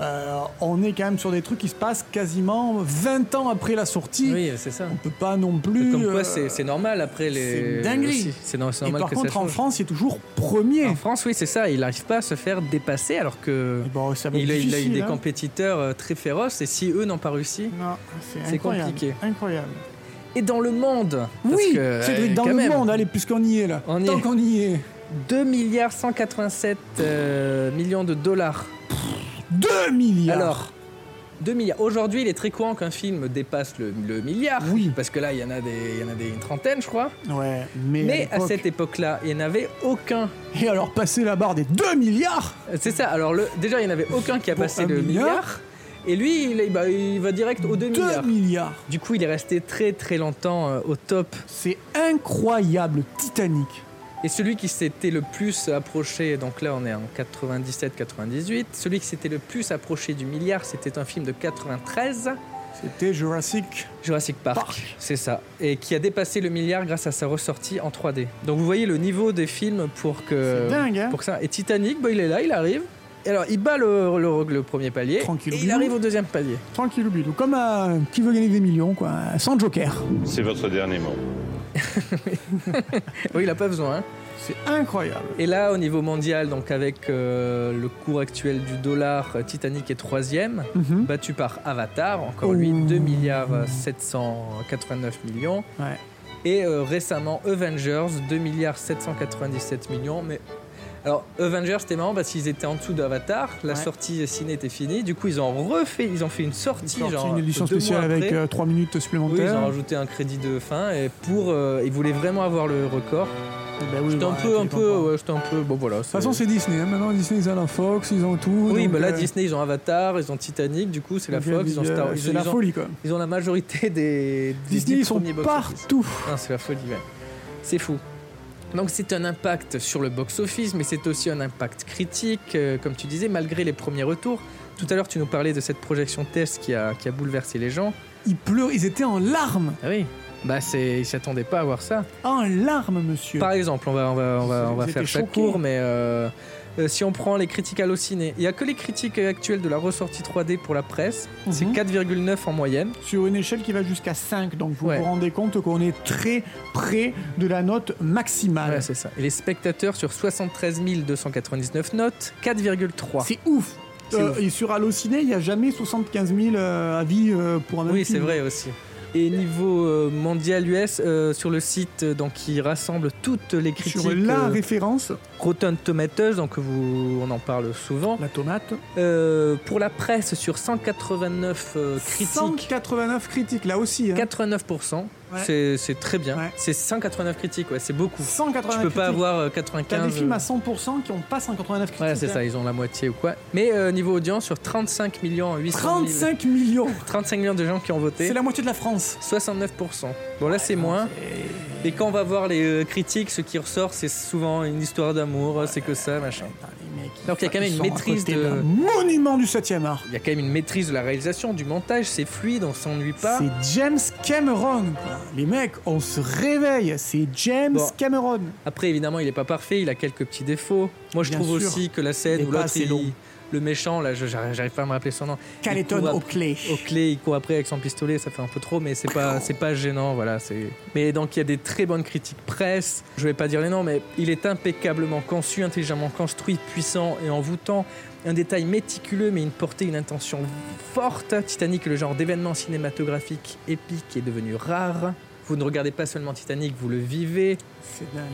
euh, on est quand même sur des trucs qui se passent quasiment 20 ans après la sortie. Oui, c'est ça. On peut pas non plus. Comme euh, quoi, c'est c'est normal après les. c'est dinguerie. aussi. C'est no- c'est Et normal par que contre, ça en change. France, il est toujours premier. En France, oui, c'est ça. Il n'arrive pas à se faire dépasser alors que Eh ben, va être il, a, il a eu difficile, des hein. compétiteurs euh, très féroces. Et si eux n'ont pas réussi, c'est incroyable, compliqué. Incroyable. Et dans le monde, parce oui, que, Cédric, euh, dans quand le même, monde, allez, puisqu'on y est là. On y Tant est. qu'on y est. 2 milliards 187 euh, millions de dollars. 2 milliards Alors, 2 milliards. Aujourd'hui, il est très courant qu'un film dépasse le, le milliard. Oui. Parce que là, il y en a des, il y en a des une trentaine, je crois. Ouais, Mais, mais. à, l'époque- cette époque-là, il n'y en avait aucun. Et alors, passer la barre des 2 milliards C'est ça. Alors, le, déjà, il n'y en avait aucun qui a Pour passé un le milliard. milliard Et lui, il, est- bah, il va direct aux 2 2 milliards. milliards. Du coup, il est resté très très longtemps euh, au top. C'est incroyable, Titanic. Et celui qui s'était le plus approché, donc là on est en 97-98, celui qui s'était le plus approché du milliard, c'était un film de 93. C'était Jurassic. Jurassic Park, c'est ça. Et qui a dépassé le milliard grâce à sa ressortie en 3D. Donc vous voyez le niveau des films pour que. C'est dingue, hein pour que ça. Et Titanic, bah, il est là, il arrive. Et alors il bat le, le- le premier palier. Tranquille, Et il Bilou. arrive au deuxième palier. Tranquille, Bilou. Comme euh, qui veut gagner des millions, quoi. Sans joker. C'est votre dernier mot. Oui, il n'a pas besoin. hein. C'est incroyable. Et là, au niveau mondial, donc avec euh, le cours actuel du dollar, euh, Titanic est troisième, Mhm. battu par Avatar, encore lui, 2 milliards euh, 789 millions. Et euh, récemment, Avengers, 2 milliards 797 millions. Mais alors, Avengers, c'était marrant parce qu'ils étaient en dessous d'Avatar, la Ouais. sortie ciné était finie, du coup, ils ont refait, ils ont fait une sortie, Sorti genre. une édition deux mois spéciale avec euh, après. 3 minutes Oui, ils supplémentaires. ont rajouté un crédit de fin et pour euh, ils voulaient vraiment avoir le record. j'étais un bah, tu peu, un les peu, ouais, j'étais un peu. Bon voilà. de toute façon, c'est Disney. hein. Maintenant, Disney, ils ont la Fox, ils ont tout. Oui, donc, bah là euh, Disney ils ont Avatar, ils ont Titanic, du coup c'est la donc, il y a Fox, des- ils ont Star, euh, ils C'est ont- la ils ont- folie, quoi. Ils ont la majorité des, des Disney, dix ils sont premiers box-office. partout. Non, c'est la folie, ouais. C'est fou. Donc c'est un impact sur le box-office, mais c'est aussi un impact critique, euh, comme tu disais, malgré les premiers retours. Tout à l'heure, tu nous parlais de cette projection test qui a, qui a bouleversé les gens. Ils pleurent, ils étaient en larmes. Ah oui. Bah c'est, ils s'attendaient pas à voir ça. En larmes, monsieur. Par exemple, on va, on va, on va, on va Ils étaient faire ça choqués. court, mais euh, euh, si on prend les critiques hallucinées, il n'y a que les critiques actuelles de la ressortie 3D pour la presse, c'est Mhm. 4,9 en moyenne. Sur une échelle qui va jusqu'à 5, donc vous vous rendez compte qu'on est très près de la note maximale. Ouais, Ah, c'est ça. Et les spectateurs sur 73 299 notes, 4,3. C'est ouf. C'est Euh, ouf. et sur Allociné, il n'y a jamais 75 000 euh, avis euh, pour un même Oui, film. c'est vrai aussi. Et niveau euh, mondial US, euh, sur le site euh, donc, qui rassemble toutes les critiques. Sur la euh, référence, Rotten Tomatoes, donc vous, on en parle souvent. La tomate. euh, pour la presse, sur 189 euh, critiques. 189 critiques, là aussi. hein. 89%, Ouais. c'est- c'est très bien. C'est 189 critiques, ouais, c'est beaucoup. 189 Tu peux pas critiques. avoir euh, T'as 95. des films à euh, 100% qui n'ont pas 189 critiques. Voilà, c'est hein. ça, ils ont la moitié ou quoi. Mais euh, niveau audience, sur 35 millions 800 000 35 millions 35 millions de gens qui ont voté. C'est la moitié de la France. 69%. Bon, là, c'est moins. Et quand on va voir les euh, critiques, ce qui ressort, c'est souvent une histoire d'amour, c'est que ça, Eh machin. Donc, il y a quand même ben, Ils une sont à maîtrise côté de. d'un Monument du 7 art. Il y a quand même une maîtrise de la réalisation, du montage, c'est fluide, on s'ennuie pas. C'est James Cameron. quoi. Les mecs, on se réveille. C'est James Bon. Cameron. Après, évidemment, il n'est pas parfait, il a quelques petits défauts. Moi, je Bien trouve sûr. aussi que la Il scène est où pas l'autre, assez il- long. le méchant, là, je- j'arrive j'arrive pas à me rappeler son nom. Il Carleton court ap- Oakley. Oakley, il court après avec son pistolet, ça fait un peu trop, mais c'est pas, c'est pas gênant, voilà. c'est- Mais donc, il y a des très bonnes critiques presse. Je vais pas dire les noms, mais il est impeccablement conçu, intelligemment construit, puissant et envoûtant. Un détail méticuleux, mais une portée, une intention forte. Titanic, le genre d'événement cinématographique épique, est devenu rare. Vous ne regardez pas seulement Titanic, vous le vivez. C'est dingue.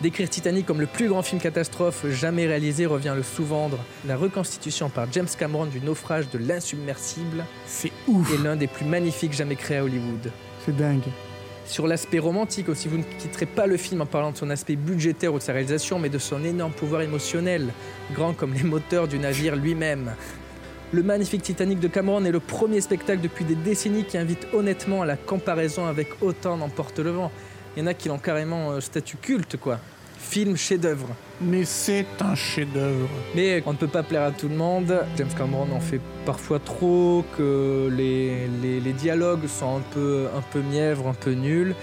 Décrire Titanic comme le plus grand film catastrophe jamais réalisé revient le sous-vendre. La reconstitution par James Cameron du naufrage de l'insubmersible C'est ouf. est l'un des plus magnifiques jamais créés à Hollywood. C'est dingue. Sur l'aspect romantique aussi, vous ne quitterez pas le film en parlant de son aspect budgétaire ou de sa réalisation, mais de son énorme pouvoir émotionnel, grand comme les moteurs du navire lui-même. Le magnifique Titanic de Cameron est le premier spectacle depuis des décennies qui invite honnêtement à la comparaison avec autant d'emporte le vent. Il y en a qui l'ont carrément euh, statut culte, quoi. Film chef-d'œuvre. Mais c'est un chef-d'œuvre. Mais on ne peut pas plaire à tout le monde. James Cameron en fait parfois trop, que les, les- les dialogues sont un peu, un peu mièvres, un peu nuls.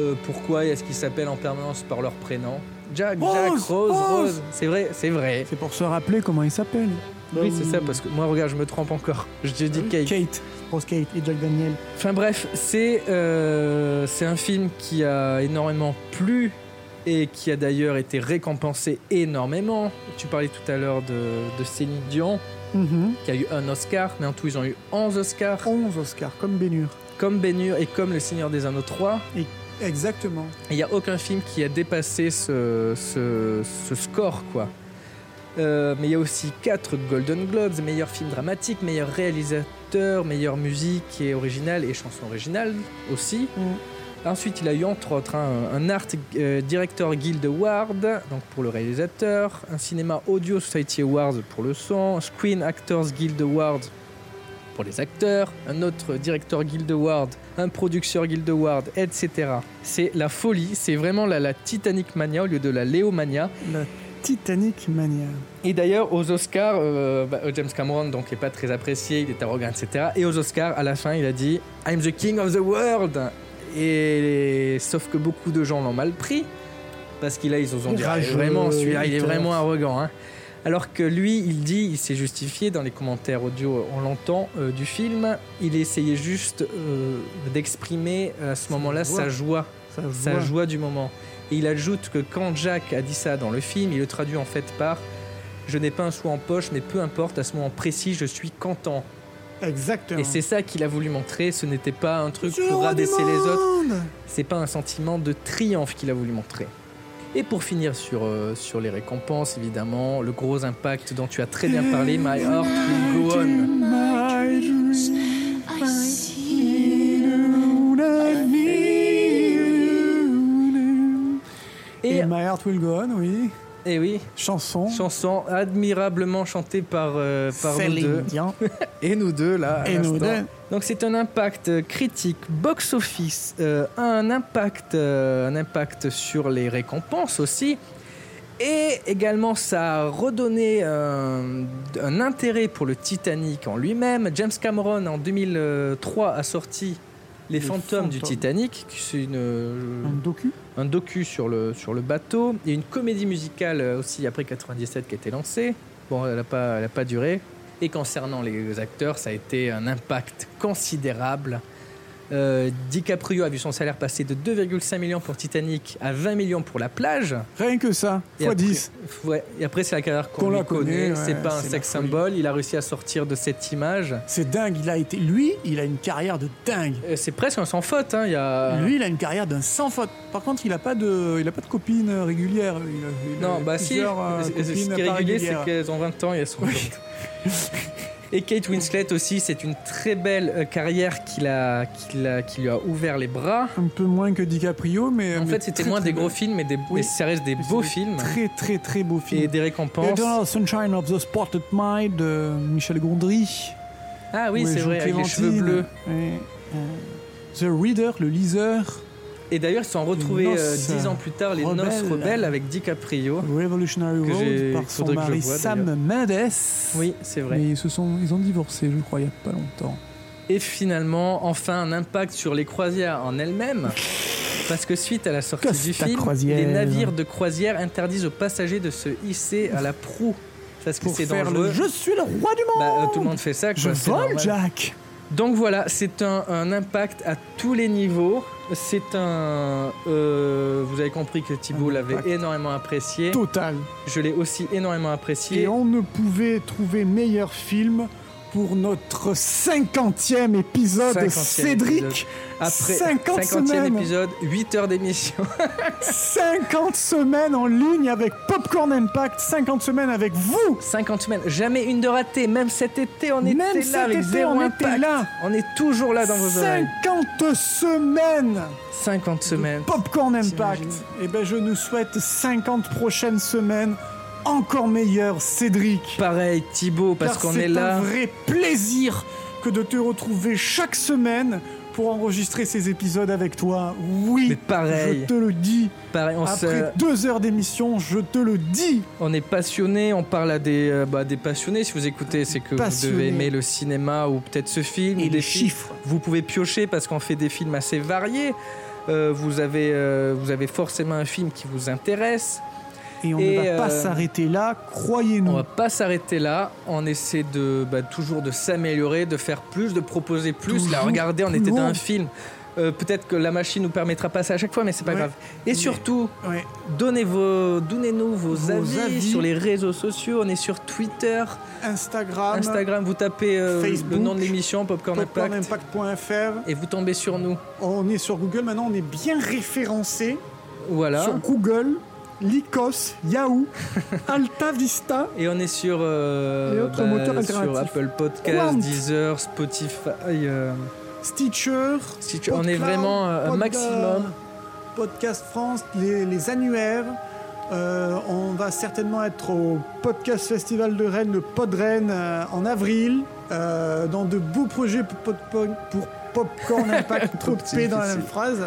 Euh, pourquoi est-ce qu'ils s'appellent en permanence par leur prénom Jack, Jack, Rose, Rose, Rose. Rose. C'est vrai, c'est vrai. C'est pour se rappeler comment il s'appelle. Bah Oui, Ah c'est ça, parce que moi, regarde, je me trompe encore. Je t'ai dit Kate. Kate. Rose Kate et Jack Daniel. Enfin bref, c'est euh, c'est un film qui a énormément plu et qui a d'ailleurs été récompensé énormément. Tu parlais tout à l'heure de, de Céline Dion, Mhm. qui a eu un Oscar, mais en tout, ils ont eu 11 Oscars, 11 Oscars, comme Bénur. comme Bénur et comme Le Seigneur des Anneaux 3. Et- Exactement. Il n'y a aucun film qui a dépassé ce, ce- ce score, quoi. Euh, mais il y a aussi 4 Golden Globes, meilleur film dramatique, meilleur réalisateur, meilleure musique et originale et chanson originale aussi. Ensuite, il a eu entre autres un, un Art euh, Director Guild Award donc pour le réalisateur, un Cinema Audio Society Award pour le son, Screen Actors Guild Award pour les acteurs, un autre directeur Guild Award, un producteur Guild Award, etc. C'est la folie, c'est vraiment la, la Titanic Mania au lieu de la Léo Mania. La Titanic Mania. Et d'ailleurs, aux Oscars, euh, bah, James Cameron donc est pas très apprécié, il est arrogant, etc. Et aux Oscars, à la fin, il a dit I'm the king of the world. Et sauf que beaucoup de gens l'ont mal pris parce qu'il a ils ont dit Ah, Rageux, vraiment celui-là, il est hater. vraiment arrogant. hein. Alors que lui, il dit, il s'est justifié dans les commentaires audio, on l'entend euh, du film. Il essayait juste euh, d'exprimer à ce moment-là sa joie. joie Ça sa joie du moment. Et il ajoute que quand Jack a dit ça dans le film, il le traduit en fait par Je n'ai pas un sou en poche, mais peu importe, à ce moment précis, je suis content. Exactement. Et c'est ça qu'il a voulu montrer, ce n'était pas un truc Je suis le pour roi du rabaisser les autres, monde. c'est pas un sentiment de triomphe qu'il a voulu montrer. Et pour finir sur, euh, sur les récompenses, évidemment, le gros impact dont tu as très bien parlé, My Heart Will Go On. My dreams, I see you, I feel you. Et- Et My Heart Will Go On, oui. Et oui, Chanson. chanson admirablement chantée par, euh, par nous Céline deux. Dion. Et nous deux, là. à Et nous l'instant. deux. Donc, c'est un impact euh, critique, box-office, euh, un, impact, euh, un impact sur les récompenses aussi. Et également, ça a redonné euh, un intérêt pour le Titanic en lui-même. James Cameron, en 2003, a sorti Les, Les fantômes, du fantômes. Titanic, qui c'est une, euh, Un docu. un docu sur le, sur le bateau. Il y a une comédie musicale euh, aussi après 97 qui a été lancée. Bon, elle n'a pas, elle a pas duré. Et concernant les acteurs, ça a été un impact considérable. Euh, DiCaprio a vu son salaire passer de 2,5 millions pour Titanic à 20 millions pour La Plage. Rien que ça. Et Fois après- 10. Ouais, et après, c'est la carrière qu'on Qu'on la lui connaît. connaît, c'est ouais, pas un c'est la sex folie. symbol. Il a réussi à sortir de cette image. C'est dingue. Il a été. Lui, il a une carrière de dingue. Euh, C'est presque un sans faute. hein, Il y a... Lui, il a une carrière d'un sans faute. Par contre, il a pas de, il a pas de copine euh, régulière. Il a- il a Non, bah si. plusieurs, euh, Ce ce copines qui est pas régulier, régulières. c'est qu'elles ont 20 ans et elles sont contentes. Et Kate Winslet aussi, c'est une très belle euh, carrière qu'il a, qu'il a, qui lui a ouvert les bras. Un peu moins que DiCaprio, mais En mais fait, c'était très, moins très des gros bien. films, mais, des, Oui. mais ça reste des Mais c'est beaux des films Très très très beaux films. et des récompenses. Eternal Sunshine of the Spotted Mind de Michel Gondry. Ah oui, où elle c'est joue vrai, avec les Clémentine. cheveux bleus. Ouais. Euh, The Reader, le liseur, Et d'ailleurs, ils se sont retrouvés Noces, euh, dix ans plus tard, les Noces rebelles. Rebelles avec DiCaprio. Revolutionary Que j'ai- Road par il son faudrait que je mari le voie, Sam d'ailleurs. Mendes. Oui, c'est vrai. Mais ils se sont, ils ont divorcé, je crois, il y a pas longtemps. Et finalement, enfin, un impact sur les croisières en elles-mêmes. Parce que suite à la sortie Costa du film, Croisière. les navires de croisière interdisent aux passagers de se hisser à la proue. Parce que Pour c'est faire dangereux. le Je suis le roi du monde. Bah, euh, tout le monde fait ça. Je quoi, c'est vole, normal. Jack. Donc voilà, c'est un, un impact à tous les niveaux. C'est un. euh, vous avez compris que Thibault Un l'avait impact. énormément apprécié. Total. Je l'ai aussi énormément apprécié. Et on ne pouvait trouver meilleur film pour notre 50e épisode, 50e Cédric. épisode. Après 50 50e semaines. épisode, 8 heures d'émission. 50 semaines en ligne avec Popcorn Impact, 50 semaines avec vous. 50 semaines, jamais une de ratée, même cet été on était Même là cet avec été, zéro on impact. était là. On est toujours là dans vos oreilles. 50 semaines 50 semaines. Popcorn Impact. T'imagines Et ben je nous souhaite 50 prochaines semaines encore meilleures, Cédric. Pareil Thibaut parce Car qu'on c'est est, là. un vrai plaisir que de te retrouver chaque semaine pour enregistrer ces épisodes avec toi. Oui, Mais pareil. je te le dis. Pareil, on se- Après deux heures d'émission, je te le dis. On est passionné, on parle à des, euh, bah, des passionnés. Si vous écoutez, c'est que Passionnés. vous devez aimer le cinéma ou peut-être ce film. Et ou les des films. chiffres. Vous pouvez piocher parce qu'on fait des films assez variés. Euh, vous, avez, euh, vous avez forcément un film qui vous intéresse. Et on ne va pas euh, s'arrêter là, croyez-nous. On va pas s'arrêter là. On essaie de bah, toujours de s'améliorer, de faire plus, de proposer plus. là, Toujours regardez, on plus était dans loin. un film. Euh, Peut-être que la machine nous permettra de passer à chaque fois, mais c'est pas Ouais. grave. Et Mais- surtout, Ouais. donnez vos, donnez-nous vos, Vos avis, avis. sur les réseaux sociaux. On est sur Twitter, Instagram, Instagram. Vous tapez euh, bah. Facebook, le nom de l'émission Popcorn Impact popcornimpact.fr. et vous tombez sur nous. On est sur Google maintenant, on est bien référencé Voilà. sur Google, Lycos, Yahoo, Alta Vista. Et on est sur, euh, Et autres moteurs sur alternatifs. Apple Podcast, Quant. Deezer, Spotify. euh, Stitcher. Stitcher. On est vraiment, euh, un maximum. Podcast France, les, les annuaires. Euh, on va certainement être au Podcast Festival de Rennes, le Pod Rennes, euh, en avril, euh, dans de beaux projets pour, Podpo- pour Popcorn Impact, trop Petit, P dans la difficile. même phrase.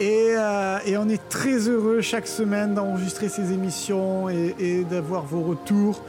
Et, euh, et on est très heureux chaque semaine d'enregistrer ces émissions et, et d'avoir vos retours,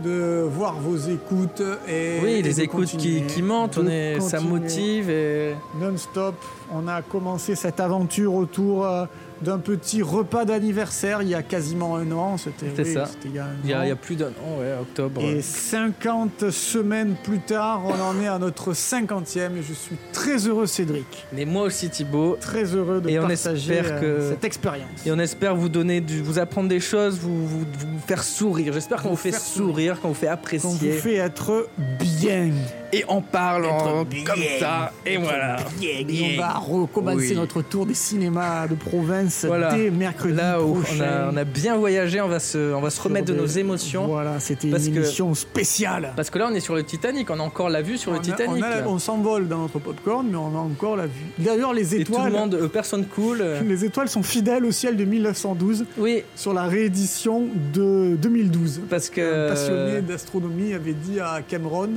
de voir vos écoutes. Et, oui, et les de écoutes qui, continuer, qui mentent, on de est, ça continuer motive et. non-stop. On a commencé cette aventure autour euh, d'un petit repas d'anniversaire il y a quasiment un an. C'était C'est oui, ça. c'était il y a un Il y a, euh, an. il y a plus d'un an, ouais, octobre. Et 50 semaines plus tard, on en est à notre 50e et je suis très heureux, Cédric. Mais moi aussi, Thibaut. Très heureux de Et on partager espère euh, que- cette expérience. Et on espère vous donner, du, vous apprendre des choses, vous, vous, vous faire sourire. J'espère qu'on vous, Vous fait faire sourire, qu'on vous fait On vous apprécier. fait être bien. Et on parle en- bien. Oh, comme ça, et voilà. Et on va recommencer Oui. notre tour des cinémas de province Voilà. dès mercredi Là où on prochain. a, on a bien voyagé, on va se, on va se remettre de des- nos émotions. Voilà, c'était Parce une que- émission spéciale. Parce que là, on est sur le Titanic, on a encore la vue sur On le a- Titanic. on a- là. on s'envole dans notre popcorn, mais on a encore la vue. D'ailleurs, les et tout le étoiles, monde, euh, personne cool. euh, les étoiles sont fidèles au ciel de 1912 Oui, sur la réédition de 2012. parce Un que. passionné d'astronomie avait dit à Cameron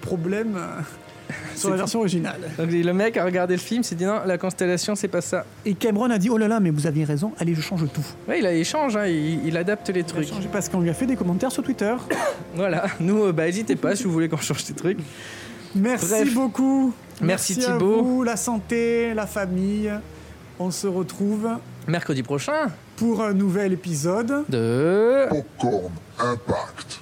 problème euh, sur la C'est- version originale. Donc, le mec a regardé le film, s'est dit non, la constellation, c'est pas ça. Et Cameron a dit oh là là, mais vous aviez raison, allez, je change tout. Ouais, il, a- il change, hein, il, il adapte les Il a trucs. changé Parce qu'on lui a fait des commentaires sur Twitter. Voilà, nous, euh, bah, n'hésitez pas si vous voulez qu'on change des trucs. Merci Bref. beaucoup. Merci à Thibaut. vous, la santé, la famille. On se retrouve Mercredi prochain, pour un nouvel épisode. de. Popcorn Impact.